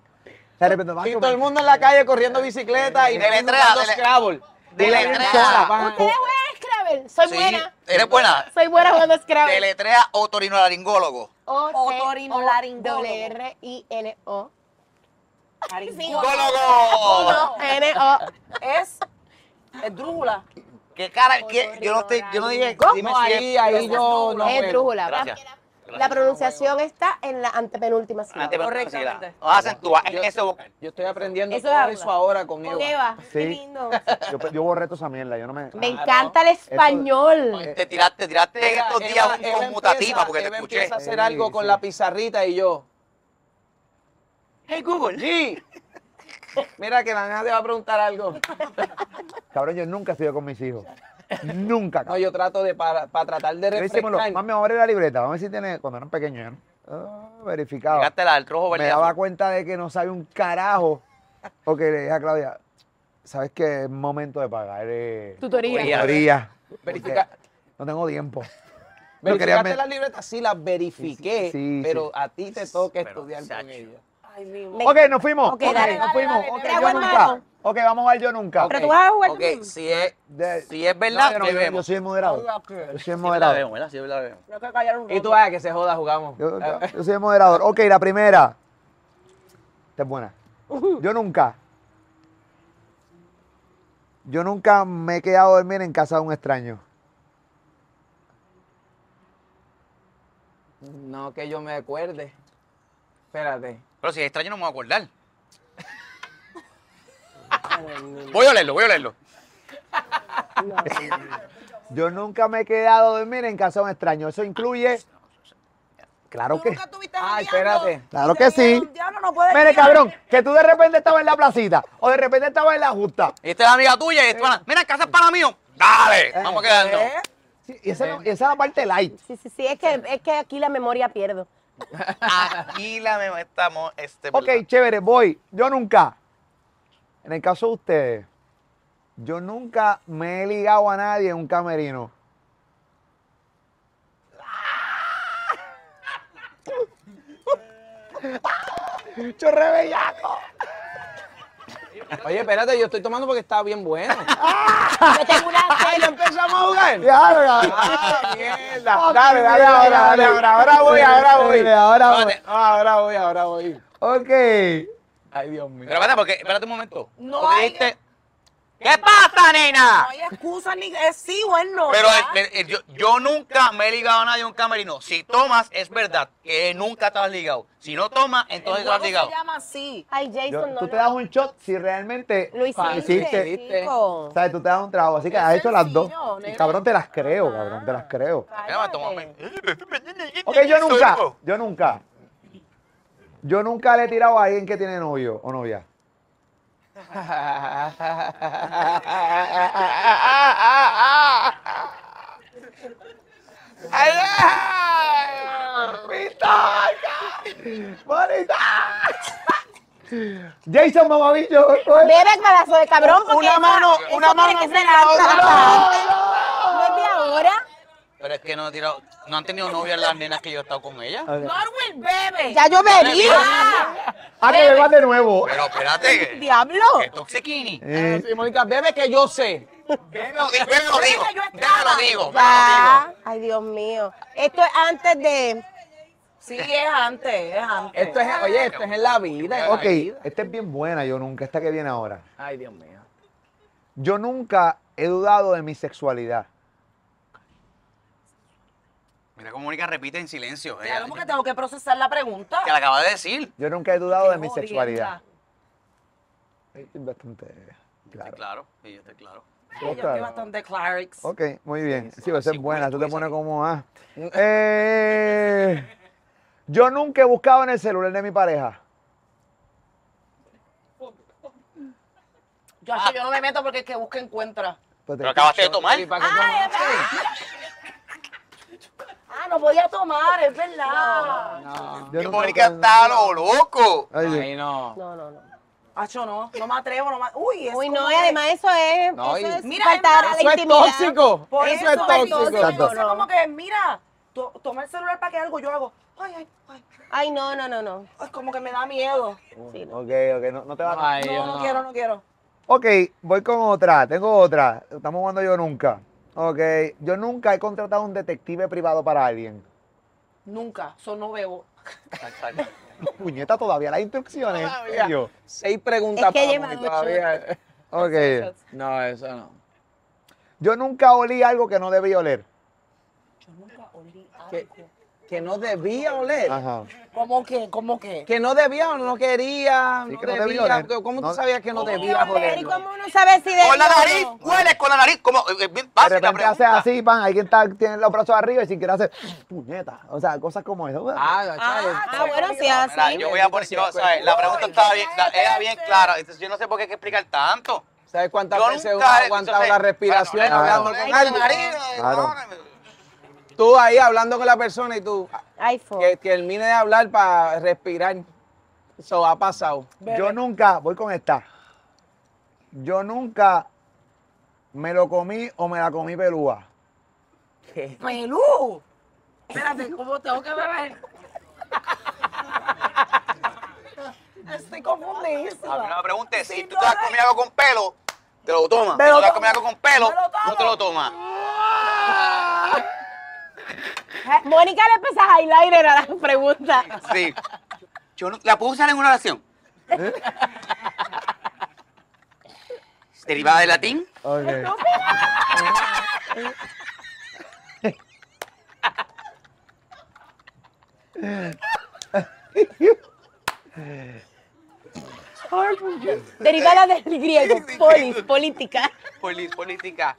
Speaker 1: De repente vas
Speaker 3: Y todo el mundo en la calle corriendo bicicleta y
Speaker 4: Deletrea,
Speaker 3: jugando
Speaker 4: dele-
Speaker 3: Scrabble.
Speaker 4: Deletrea.
Speaker 3: Sola,
Speaker 5: Ustedes
Speaker 3: pan.
Speaker 5: juegan a Scrabble. Soy
Speaker 4: Sí,
Speaker 5: buena.
Speaker 4: eres buena.
Speaker 5: Soy buena jugando Scrabble.
Speaker 4: Deletrea otorinolaringólogo.
Speaker 5: O
Speaker 2: Otorinolaringólogo.
Speaker 5: W R I N O
Speaker 4: ¡Gologo!
Speaker 5: N O
Speaker 2: Es. Es drújula.
Speaker 4: ¿Qué cara? qué- Yo no, te, yo no dije. Dime
Speaker 3: No,
Speaker 4: si es-
Speaker 3: ahí, ahí yo no
Speaker 5: es
Speaker 3: juego.
Speaker 5: drújula.
Speaker 4: Gracias.
Speaker 5: La pronunciación está en la antepenúltima sílaba.
Speaker 4: Antes-
Speaker 2: Correctamente.
Speaker 4: No acentúa, es ese vocal.
Speaker 3: Yo estoy aprendiendo
Speaker 5: Eso
Speaker 3: todo
Speaker 5: habla.
Speaker 3: eso ahora con
Speaker 5: Con
Speaker 3: Eva.
Speaker 5: Eva, qué
Speaker 1: Sí.
Speaker 5: lindo.
Speaker 1: Yo, yo borré toda esa mierda, yo no me...
Speaker 5: Me encanta el español.
Speaker 4: Te tiraste, te tiraste en
Speaker 3: Mira,
Speaker 4: estos
Speaker 3: Eva-
Speaker 4: días un
Speaker 3: Eva
Speaker 4: conmutativa
Speaker 3: empieza-
Speaker 4: porque te
Speaker 3: Eva
Speaker 4: escuché.
Speaker 3: empieza a hacer
Speaker 1: Sí,
Speaker 3: algo con
Speaker 1: sí.
Speaker 3: la pizarrita y yo.
Speaker 4: Hey Google.
Speaker 3: Sí. Mira que la nena te va a preguntar algo.
Speaker 1: Cabrón, yo nunca estudié con mis hijos. Nunca,
Speaker 3: No,
Speaker 1: cabrón.
Speaker 3: yo trato de para, para tratar de
Speaker 1: Yo hice con los-
Speaker 3: refrescar.
Speaker 1: Mami, vamos a abrir la libreta. Vamos a ver si tiene... Cuando eran pequeños, ¿no? Ah, verificado.
Speaker 4: Llegaste al rojo,
Speaker 1: me
Speaker 4: verde.
Speaker 1: daba
Speaker 4: azul.
Speaker 1: cuenta de que no sabe un carajo. Porque le dije a Claudia, ¿sabes qué? Es momento de pagar eh,
Speaker 5: Tutoría.
Speaker 1: tutoría,
Speaker 3: Verifica-
Speaker 1: porque No tengo tiempo. No quería
Speaker 3: ¿Verificaste
Speaker 1: me-
Speaker 3: las libretas? Sí, las
Speaker 1: Sí, sí,
Speaker 3: verifiqué,
Speaker 1: sí.
Speaker 3: pero a ti te toca
Speaker 9: Pero,
Speaker 3: estudiar con
Speaker 9: chacho.
Speaker 3: ellas.
Speaker 2: Ay, mi
Speaker 5: Me-
Speaker 1: Ok, nos fuimos.
Speaker 5: Ok, dale,
Speaker 1: nos
Speaker 5: dale,
Speaker 1: fuimos.
Speaker 5: dale,
Speaker 1: ok,
Speaker 5: dale.
Speaker 1: yo
Speaker 5: Trago en
Speaker 1: nunca.
Speaker 5: mano.
Speaker 1: Ok, vamos a ver yo nunca.
Speaker 5: Pero tú vas a jugar también.
Speaker 9: Ok, si es,
Speaker 3: eh.
Speaker 1: De-
Speaker 9: si es verdad,
Speaker 1: No, yo, no, yo- yo
Speaker 9: bebemos.
Speaker 1: soy el moderador. Yo soy el
Speaker 9: Sí, la
Speaker 1: moderador.
Speaker 9: bebemos, ¿verdad? Sí, la bebemos.
Speaker 2: Creo que callaron
Speaker 3: Y tú, ah, que se joda, jugamos. Ah,
Speaker 1: Yo, yo- yo soy el moderador. Ok, la primera. Esta es buena. Yo nunca. Yo nunca me he quedado a dormir en casa de un extraño.
Speaker 3: No que yo me acuerde. Espérate.
Speaker 9: Pero si es extraño, no me voy a acordar. voy a olerlo, voy a olerlo.
Speaker 1: Yo nunca me he quedado a dormir en casa de un extraño. Eso incluye. Claro que.
Speaker 3: Ah, espérate.
Speaker 1: Claro que sí.
Speaker 2: Diablo, no puede
Speaker 1: Mire,
Speaker 2: ser.
Speaker 1: cabrón, que tú de repente estabas en la placita o de repente estabas en la justa.
Speaker 9: Y esta es amiga tuya y esta pana- Mira, casa es para mío. Dale, vamos quedando.
Speaker 2: Eh.
Speaker 1: Sí, y esa, es la- esa es la parte light.
Speaker 5: Sí, sí, sí, es que, es que aquí la memoria pierdo.
Speaker 4: Aquí la me estamos. Este,
Speaker 1: Ok, chévere, voy. Yo nunca. En el caso de ustedes, yo nunca me he ligado a nadie en un camerino. ¡Chorre bellaco!
Speaker 3: Oye, espérate, yo estoy tomando porque está bien bueno.
Speaker 5: Yo tengo una
Speaker 3: ¡Ay, ya empezamos a jugar!
Speaker 1: Claro, cabrón.
Speaker 3: ¡Ah, mierda!
Speaker 1: Dale, dale, dale, ahora, dale, ahora, ahora voy, ahora voy, ahora voy.
Speaker 3: Ahora voy, ahora voy.
Speaker 1: Ok.
Speaker 3: Ay, Dios mío.
Speaker 9: Pero espérate, porque, espérate un momento.
Speaker 2: No
Speaker 9: Porque
Speaker 2: hay-
Speaker 9: dijiste, ¿Qué pasa, nena?
Speaker 2: No hay excusa ni es sí o es no.
Speaker 9: Pero
Speaker 2: ya.
Speaker 4: eh,
Speaker 9: el- el- el- yo, yo nunca me he ligado a nadie a un camerino. Si tomas, es verdad que nunca te has ligado. Si no tomas, entonces te has
Speaker 2: juego
Speaker 9: ligado.
Speaker 2: se llama así.
Speaker 5: Ay, Jason,
Speaker 1: Yo-
Speaker 5: no
Speaker 1: tú
Speaker 5: lo-
Speaker 1: te das un shot si realmente
Speaker 5: lo hiciste,
Speaker 1: hiciste.
Speaker 5: chico.
Speaker 1: ¿Sabes? Tú te das un trago, así que
Speaker 2: Es
Speaker 1: has hecho las dos.
Speaker 2: sencillo,
Speaker 1: Y,
Speaker 2: nena.
Speaker 1: cabrón, te las creo, cabrón, te las creo.
Speaker 9: Mira, me tomo- me-
Speaker 1: Ok, yo nunca, yo nunca. Yo nunca le he tirado a alguien que tiene novio o novia. ¡Bonita! Jason, mamabicho. coge-
Speaker 5: Bebe pedazo de cabrón porque
Speaker 3: Una
Speaker 5: esa-
Speaker 3: mano-
Speaker 5: eso
Speaker 3: una
Speaker 5: tiene
Speaker 3: mano
Speaker 5: que ser
Speaker 3: arriba,
Speaker 5: alta,
Speaker 3: otra.
Speaker 5: alta. ¿No es de ahora?
Speaker 9: Pero es que no he tirado. No han tenido novia las nenas que yo he estado con ellas.
Speaker 2: Norwell bebe.
Speaker 5: Ya yo venía.
Speaker 1: Ah, que bebas de nuevo.
Speaker 9: Pero espérate. que-
Speaker 5: Diablo.
Speaker 9: que Toxiquini.
Speaker 1: Eh,
Speaker 3: Sí, Mónica, bebe que yo sé.
Speaker 9: Ve, lo digo. Ve, lo digo. Ve, lo digo.
Speaker 5: Ya. Ay, Dios mío. Esto es antes de.
Speaker 2: Sí, es antes, es antes.
Speaker 3: Esto es, oye, esto es en la vida. en la
Speaker 1: ok,
Speaker 3: vida.
Speaker 1: esta es bien buena, yo nunca, esta que viene ahora.
Speaker 3: Ay, Dios mío.
Speaker 1: Yo nunca he dudado de mi sexualidad.
Speaker 9: Mira cómo Mónica repite en silencio. Ella-
Speaker 2: Claro, porque tengo que procesar la pregunta.
Speaker 9: Que la acaba de decir.
Speaker 1: Yo nunca he dudado de mi
Speaker 2: Jodienda.
Speaker 1: sexualidad. Eh, Bastante claro.
Speaker 9: Claro, sí, yo estoy claro.
Speaker 2: Yo estoy bastante clarix.
Speaker 1: Ok, muy bien. Sí, va a
Speaker 9: sí,
Speaker 1: ser
Speaker 9: muy
Speaker 1: buena. Tú te
Speaker 9: buena,
Speaker 1: pones
Speaker 9: sí.
Speaker 1: como ah. Eh, yo nunca he buscado en el celular de mi pareja.
Speaker 2: Yo, yo no me meto porque el que busca encuentra.
Speaker 1: Pues te-
Speaker 10: Pero acabaste de tomar.
Speaker 3: ¿Y para qué toma?
Speaker 2: Ah, no podía tomar, es verdad.
Speaker 3: No.
Speaker 1: yo
Speaker 10: Que
Speaker 1: nunca he
Speaker 10: Mónica está
Speaker 1: buscado-
Speaker 10: lo loco.
Speaker 1: Ay, Dios.
Speaker 3: Ay, no.
Speaker 5: No, no, no.
Speaker 2: Acho, no, no me atrevo, no me Uy, es
Speaker 5: Uy,
Speaker 2: como
Speaker 5: no, y
Speaker 2: que-
Speaker 5: además eso es.
Speaker 3: No,
Speaker 5: eso
Speaker 3: y-
Speaker 5: es
Speaker 2: Mira,
Speaker 5: faltar a la
Speaker 3: Eso es
Speaker 5: intimidad.
Speaker 3: tóxico.
Speaker 2: Por
Speaker 3: Eso es tóxico.
Speaker 2: Entonces,
Speaker 5: Exacto.
Speaker 2: como que, mira, to- toma el celular para que algo yo hago. Ay, ay, ay,
Speaker 5: Ay, no, no, no, no.
Speaker 2: ay, como que me da miedo.
Speaker 5: Sí, no.
Speaker 1: Ok, ok, no, no te va a...
Speaker 3: Ay,
Speaker 2: no,
Speaker 3: Dios,
Speaker 2: no,
Speaker 3: no.
Speaker 2: quiero, no quiero.
Speaker 1: Ok, voy con otra. Tengo otra. Estamos jugando yo nunca. Ok, yo nunca he contratado un detective privado para alguien.
Speaker 2: Nunca, eso no bebo.
Speaker 1: Puñeta, todavía las instrucciones.
Speaker 3: Todavía.
Speaker 1: Yo.
Speaker 3: Seis preguntas
Speaker 5: Es que
Speaker 3: para
Speaker 5: lleva
Speaker 3: Mónica
Speaker 5: ocho.
Speaker 3: todavía.
Speaker 1: Ok.
Speaker 3: No, eso no.
Speaker 1: Yo nunca olí algo que no debí oler.
Speaker 2: Yo nunca olí
Speaker 3: Que,
Speaker 2: algo.
Speaker 3: que no debía oler.
Speaker 1: Ajá.
Speaker 2: ¿Cómo que? ¿Cómo que?
Speaker 3: Que no debía o no quería.
Speaker 1: Sí,
Speaker 3: no
Speaker 1: que no debía
Speaker 3: debía.
Speaker 1: oler.
Speaker 3: ¿Cómo
Speaker 1: No-
Speaker 3: tú sabías que no debía
Speaker 5: Pero, ¿Y
Speaker 3: oler?
Speaker 5: cómo uno sabe si de
Speaker 4: Con la nariz,
Speaker 5: no?
Speaker 4: huele con la nariz. Como, eh, eh, bien
Speaker 1: de
Speaker 4: fácil la
Speaker 1: repente hace
Speaker 4: pregunta.
Speaker 1: así, pan, alguien está, tiene los brazos arriba y sin querer hace puñeta. O sea, cosas como eso.
Speaker 3: Ah, no,
Speaker 5: Ah, bueno, sí,
Speaker 4: Mira,
Speaker 5: así.
Speaker 4: yo voy a poner, yo, ¿sabes? la pregunta estaba bien, la- era bien clara, entonces yo no sé por qué hay que explicar tanto.
Speaker 3: ¿Sabes cuántas
Speaker 4: Yo
Speaker 3: veces
Speaker 4: nunca
Speaker 3: uno ha
Speaker 4: he-
Speaker 3: aguantado
Speaker 4: entonces,
Speaker 3: la respiración
Speaker 4: bueno,
Speaker 1: claro.
Speaker 3: hablando
Speaker 4: Ay,
Speaker 3: con
Speaker 4: con la
Speaker 3: alguien?
Speaker 4: nariz, ay,
Speaker 1: Claro.
Speaker 4: no,
Speaker 3: Tú ahí hablando con la persona y tú,
Speaker 5: iPhone.
Speaker 3: que, que termine de hablar para respirar. Eso ha pasado.
Speaker 1: Yo nunca, voy con esta. Yo nunca me lo comí o me la comí pelúa.
Speaker 2: ¡Pelú! Espérate, ¿cómo tengo que beber? Estoy
Speaker 4: A mí no
Speaker 2: confundidísima.
Speaker 4: me preguntes, si
Speaker 2: Sí,
Speaker 4: tú
Speaker 2: no,
Speaker 4: te has
Speaker 2: no.
Speaker 4: comido algo con pelo, te lo tomas.
Speaker 2: Me
Speaker 4: Si
Speaker 2: lo
Speaker 4: tú te
Speaker 2: tomo.
Speaker 4: has comido algo con pelo,
Speaker 2: Me lo tomo.
Speaker 4: no te lo tomas.
Speaker 5: Eh, Mónica le empieza a highlighter a las preguntas.
Speaker 4: Sí. Yo no- ¿La puedo usar en una oración? ¿Derivada del latín?
Speaker 1: Okay.
Speaker 5: Derivada del griego, polis, política.
Speaker 4: Poli- política.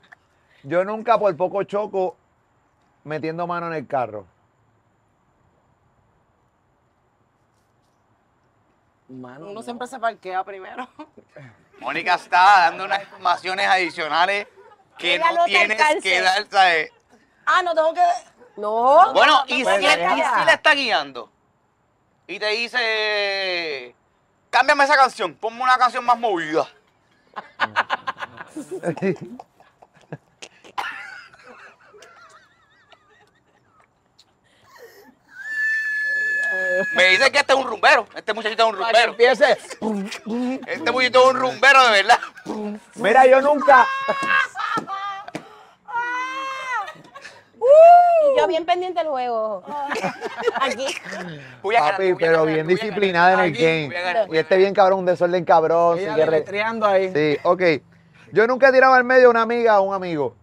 Speaker 1: Yo nunca por poco choco metiendo mano en el carro.
Speaker 3: Mano,
Speaker 2: Uno
Speaker 3: no.
Speaker 2: siempre se parquea primero.
Speaker 4: Mónica está dando unas informaciones adicionales que
Speaker 5: Ella
Speaker 4: no
Speaker 5: no te
Speaker 4: tienes
Speaker 5: alcance.
Speaker 4: que dar, ¿sabes?
Speaker 2: Ah, no tengo que.
Speaker 5: No.
Speaker 4: Bueno, y si,
Speaker 5: puedes
Speaker 4: y
Speaker 5: dejar.
Speaker 4: si la está guiando y te dice, cámbiame esa canción, ponme una canción más movida. Me dice que este es un rumbero, este muchachito es un
Speaker 3: Para que
Speaker 4: rumbero.
Speaker 3: empiece.
Speaker 4: Este muchachito es un rumbero de verdad.
Speaker 1: Mira, yo nunca.
Speaker 5: Y yo bien pendiente del juego. Aquí.
Speaker 4: Voy a ganar,
Speaker 1: Papi,
Speaker 4: voy a
Speaker 1: pero bien
Speaker 4: ganar, voy a ganar.
Speaker 1: disciplinada en el
Speaker 4: Aquí, voy a ganar,
Speaker 1: game.
Speaker 4: voy
Speaker 1: Y
Speaker 4: a
Speaker 1: este
Speaker 4: ganar.
Speaker 1: bien cabrón, un desorden cabrón.
Speaker 3: Ella
Speaker 1: sin que re-
Speaker 3: deletreando ahí.
Speaker 1: Sí, ok. Yo nunca he tirado al medio a una amiga o un amigo.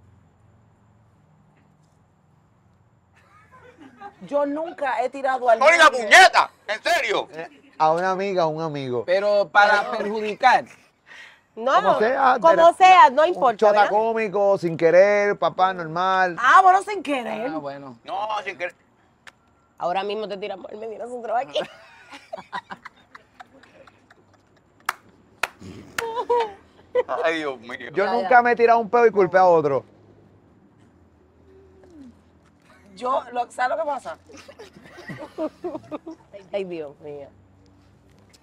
Speaker 2: Yo nunca he tirado al.
Speaker 4: Mónica,
Speaker 2: medio.
Speaker 4: puñeta, en serio.
Speaker 1: A una amiga o un amigo.
Speaker 3: Pero para perjudicar.
Speaker 5: No,
Speaker 1: Como sea,
Speaker 5: como
Speaker 1: pero-
Speaker 5: sea, no
Speaker 1: Un
Speaker 5: importa.
Speaker 1: chota
Speaker 5: ¿verdad?
Speaker 1: cómico, sin querer, papá normal.
Speaker 2: Ah, bueno, sin querer.
Speaker 3: Ah, bueno.
Speaker 4: No, sin querer.
Speaker 5: Ahora mismo te tiramos el medio nosotros aquí.
Speaker 4: Ay, Dios mío.
Speaker 1: Yo
Speaker 5: Ya, ya.
Speaker 1: nunca me he tirado un pedo y culpé a otro.
Speaker 2: Yo, lo, ¿sabes lo que pasa?
Speaker 5: Ay, Dios mío.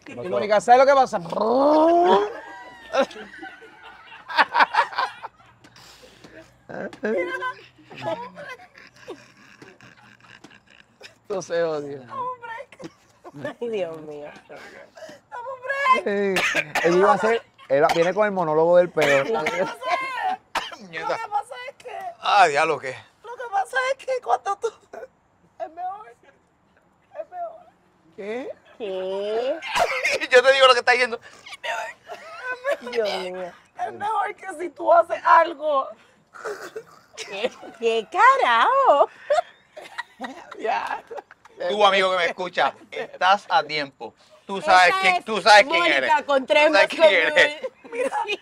Speaker 3: Y Mónica, ¿sabes lo que pasa? Esto se odia.
Speaker 5: Ay, Dios mío.
Speaker 1: Eh, Él iba a hacer. Él viene con el monólogo del pedo.
Speaker 10: Puñeta.
Speaker 2: Lo que pasa es que.
Speaker 10: Ah, diablo, ¿qué?
Speaker 2: Lo que pasa es que cuando tú. Es mejor. Es mejor.
Speaker 3: ¿Qué?
Speaker 5: ¿Qué?
Speaker 4: Yo te digo lo que está yendo.
Speaker 5: Dios mío.
Speaker 2: Es mejor que si tú haces algo.
Speaker 5: ¿Qué carajo?
Speaker 3: Ya.
Speaker 4: Tú, amigo que me escucha, estás a tiempo. Tú sabes
Speaker 5: Esa
Speaker 4: quién,
Speaker 5: es
Speaker 4: tú sabes quién
Speaker 5: Mónica
Speaker 4: eres.
Speaker 5: con tres
Speaker 4: Tú sabes
Speaker 5: más
Speaker 4: quién
Speaker 5: como
Speaker 4: eres.
Speaker 5: él.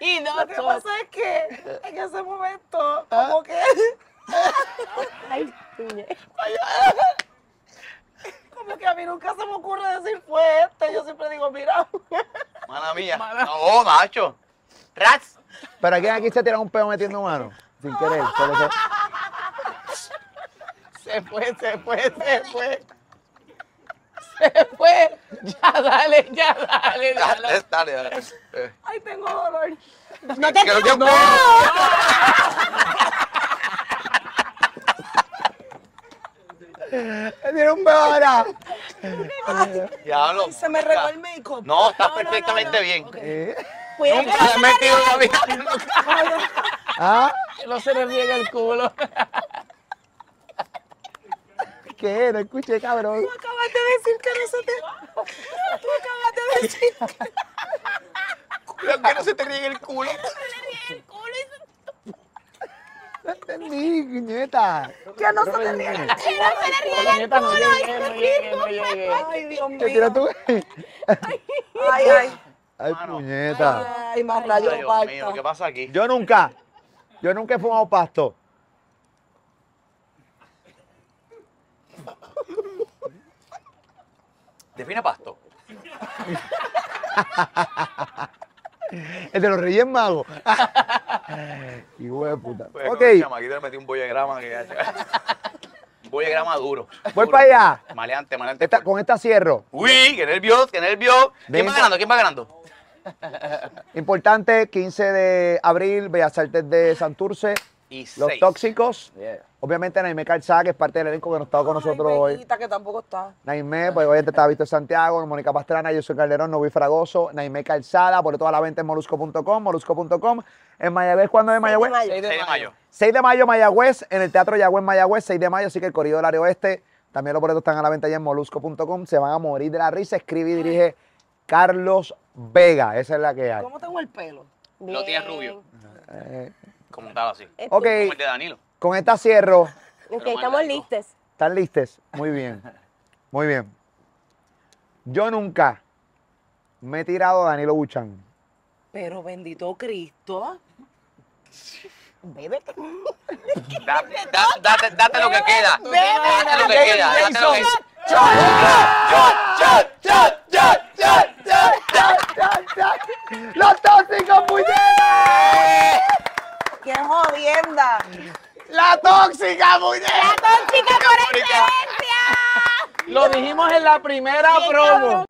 Speaker 5: Y dos
Speaker 2: Lo que
Speaker 5: otros.
Speaker 2: pasa es que en ese momento,
Speaker 3: Ah.
Speaker 2: como que.
Speaker 5: Ay, puñe-
Speaker 2: Como que a mí nunca se me ocurre decir fue este. Yo siempre digo, mira.
Speaker 4: Mala mía. No, macho. Rats.
Speaker 1: Pero alguien aquí se tira un pedo metiendo mano. Sin querer. solo se-
Speaker 3: Se fue, se fue, se fue. Se
Speaker 2: pues,
Speaker 3: fue. Ya dale, ya dale, dale.
Speaker 4: Dale, dale, dale. Eh,
Speaker 2: Ay, tengo dolor.
Speaker 5: No te
Speaker 4: Creo que no.
Speaker 1: Él tiene un pedo ahora.
Speaker 4: Diablo.
Speaker 2: Se me regó el make-up.
Speaker 4: No, estás perfectamente bien.
Speaker 1: Eh,
Speaker 5: Cuidado.
Speaker 4: Nunca te he metido la vida.
Speaker 1: ¿Ah?
Speaker 3: No se le riega el culo.
Speaker 1: ¿Qué? No escuché, cabrón.
Speaker 2: Acabas de decir que no se te. Tú acabas de decir.
Speaker 4: Cuidado que no se te riegue el culo.
Speaker 1: No entendí, puñeta.
Speaker 2: Que no se te ríe.
Speaker 3: Puñeta, no llegué, no llegué, no llegué.
Speaker 2: Ay, Dios mío.
Speaker 1: ¿Qué tira tú?
Speaker 2: Ay, ay.
Speaker 1: Ay,
Speaker 4: Mano.
Speaker 1: puñeta.
Speaker 2: Ay, más
Speaker 4: Ay,
Speaker 2: rayo
Speaker 4: Dios mío, ¿qué pasa aquí?
Speaker 1: Yo nunca. Yo nunca he fumado pasto.
Speaker 4: Define pasto.
Speaker 1: El de los Reyes Magos. Hijo de puta.
Speaker 10: Pues,
Speaker 1: Ok,
Speaker 10: con el chamaquito le metí un boyagrama que
Speaker 4: Un boyagrama duro.
Speaker 1: voy
Speaker 4: Duro.
Speaker 1: para allá.
Speaker 4: Maleante, maleante.
Speaker 1: Esta- con esta cierro.
Speaker 4: Uy, qué nervios, qué nervios. ¿Quién
Speaker 1: Venga.
Speaker 4: va ganando? ¿Quién va ganando?
Speaker 1: Importante, 15 de abril, Bellas Artes de Santurce.
Speaker 4: Y
Speaker 1: Los
Speaker 4: seis.
Speaker 1: Tóxicos. Obviamente Naime Calzá, que es parte del elenco que no estaba con nosotros hoy.
Speaker 2: Bequita, que tampoco está.
Speaker 1: Naime, pues obviamente estaba Víctor Santiago, Mónica Pastrana, yo soy Calderón, Novi Fragoso, Naime Calzada, por toda la venta en molusco.com, molusco.com. En Mayagüez, ¿cuándo es Mayagüez?
Speaker 3: 6
Speaker 4: 6 de mayo.
Speaker 1: 6 de mayo Mayagüez, en el Teatro Yagüez Mayagüez, 6 de mayo, así que el corrido del área oeste, también los boletos están a la venta ya en molusco.com, se van a morir de la risa, escribe y dirige Carlos Vega, esa es la que hay.
Speaker 2: ¿Cómo tengo el pelo?
Speaker 4: Lo tienes rubio.
Speaker 1: Eh,
Speaker 4: Como estaba así.
Speaker 5: Este-
Speaker 1: ok,
Speaker 4: Como el de Danilo.
Speaker 1: con esta cierro,
Speaker 5: Ok,
Speaker 4: Pero
Speaker 5: estamos
Speaker 4: maldito.
Speaker 5: listos.
Speaker 1: ¿están listos? Muy bien, muy bien. Yo nunca me he tirado a Danilo Buchan.
Speaker 2: Pero bendito Cristo.
Speaker 5: Bébete.
Speaker 4: Da- da- date, date lo que queda. Date lo que
Speaker 11: Bebe,
Speaker 4: queda. Date lo que
Speaker 11: Jason.
Speaker 1: ¡Los tóxicos, puñetas!
Speaker 5: ¡Qué jodienda!
Speaker 1: ¡La tóxica, puñetas!
Speaker 5: ¡Tóxica por excelencia!
Speaker 3: Lo dijimos en la primera promo.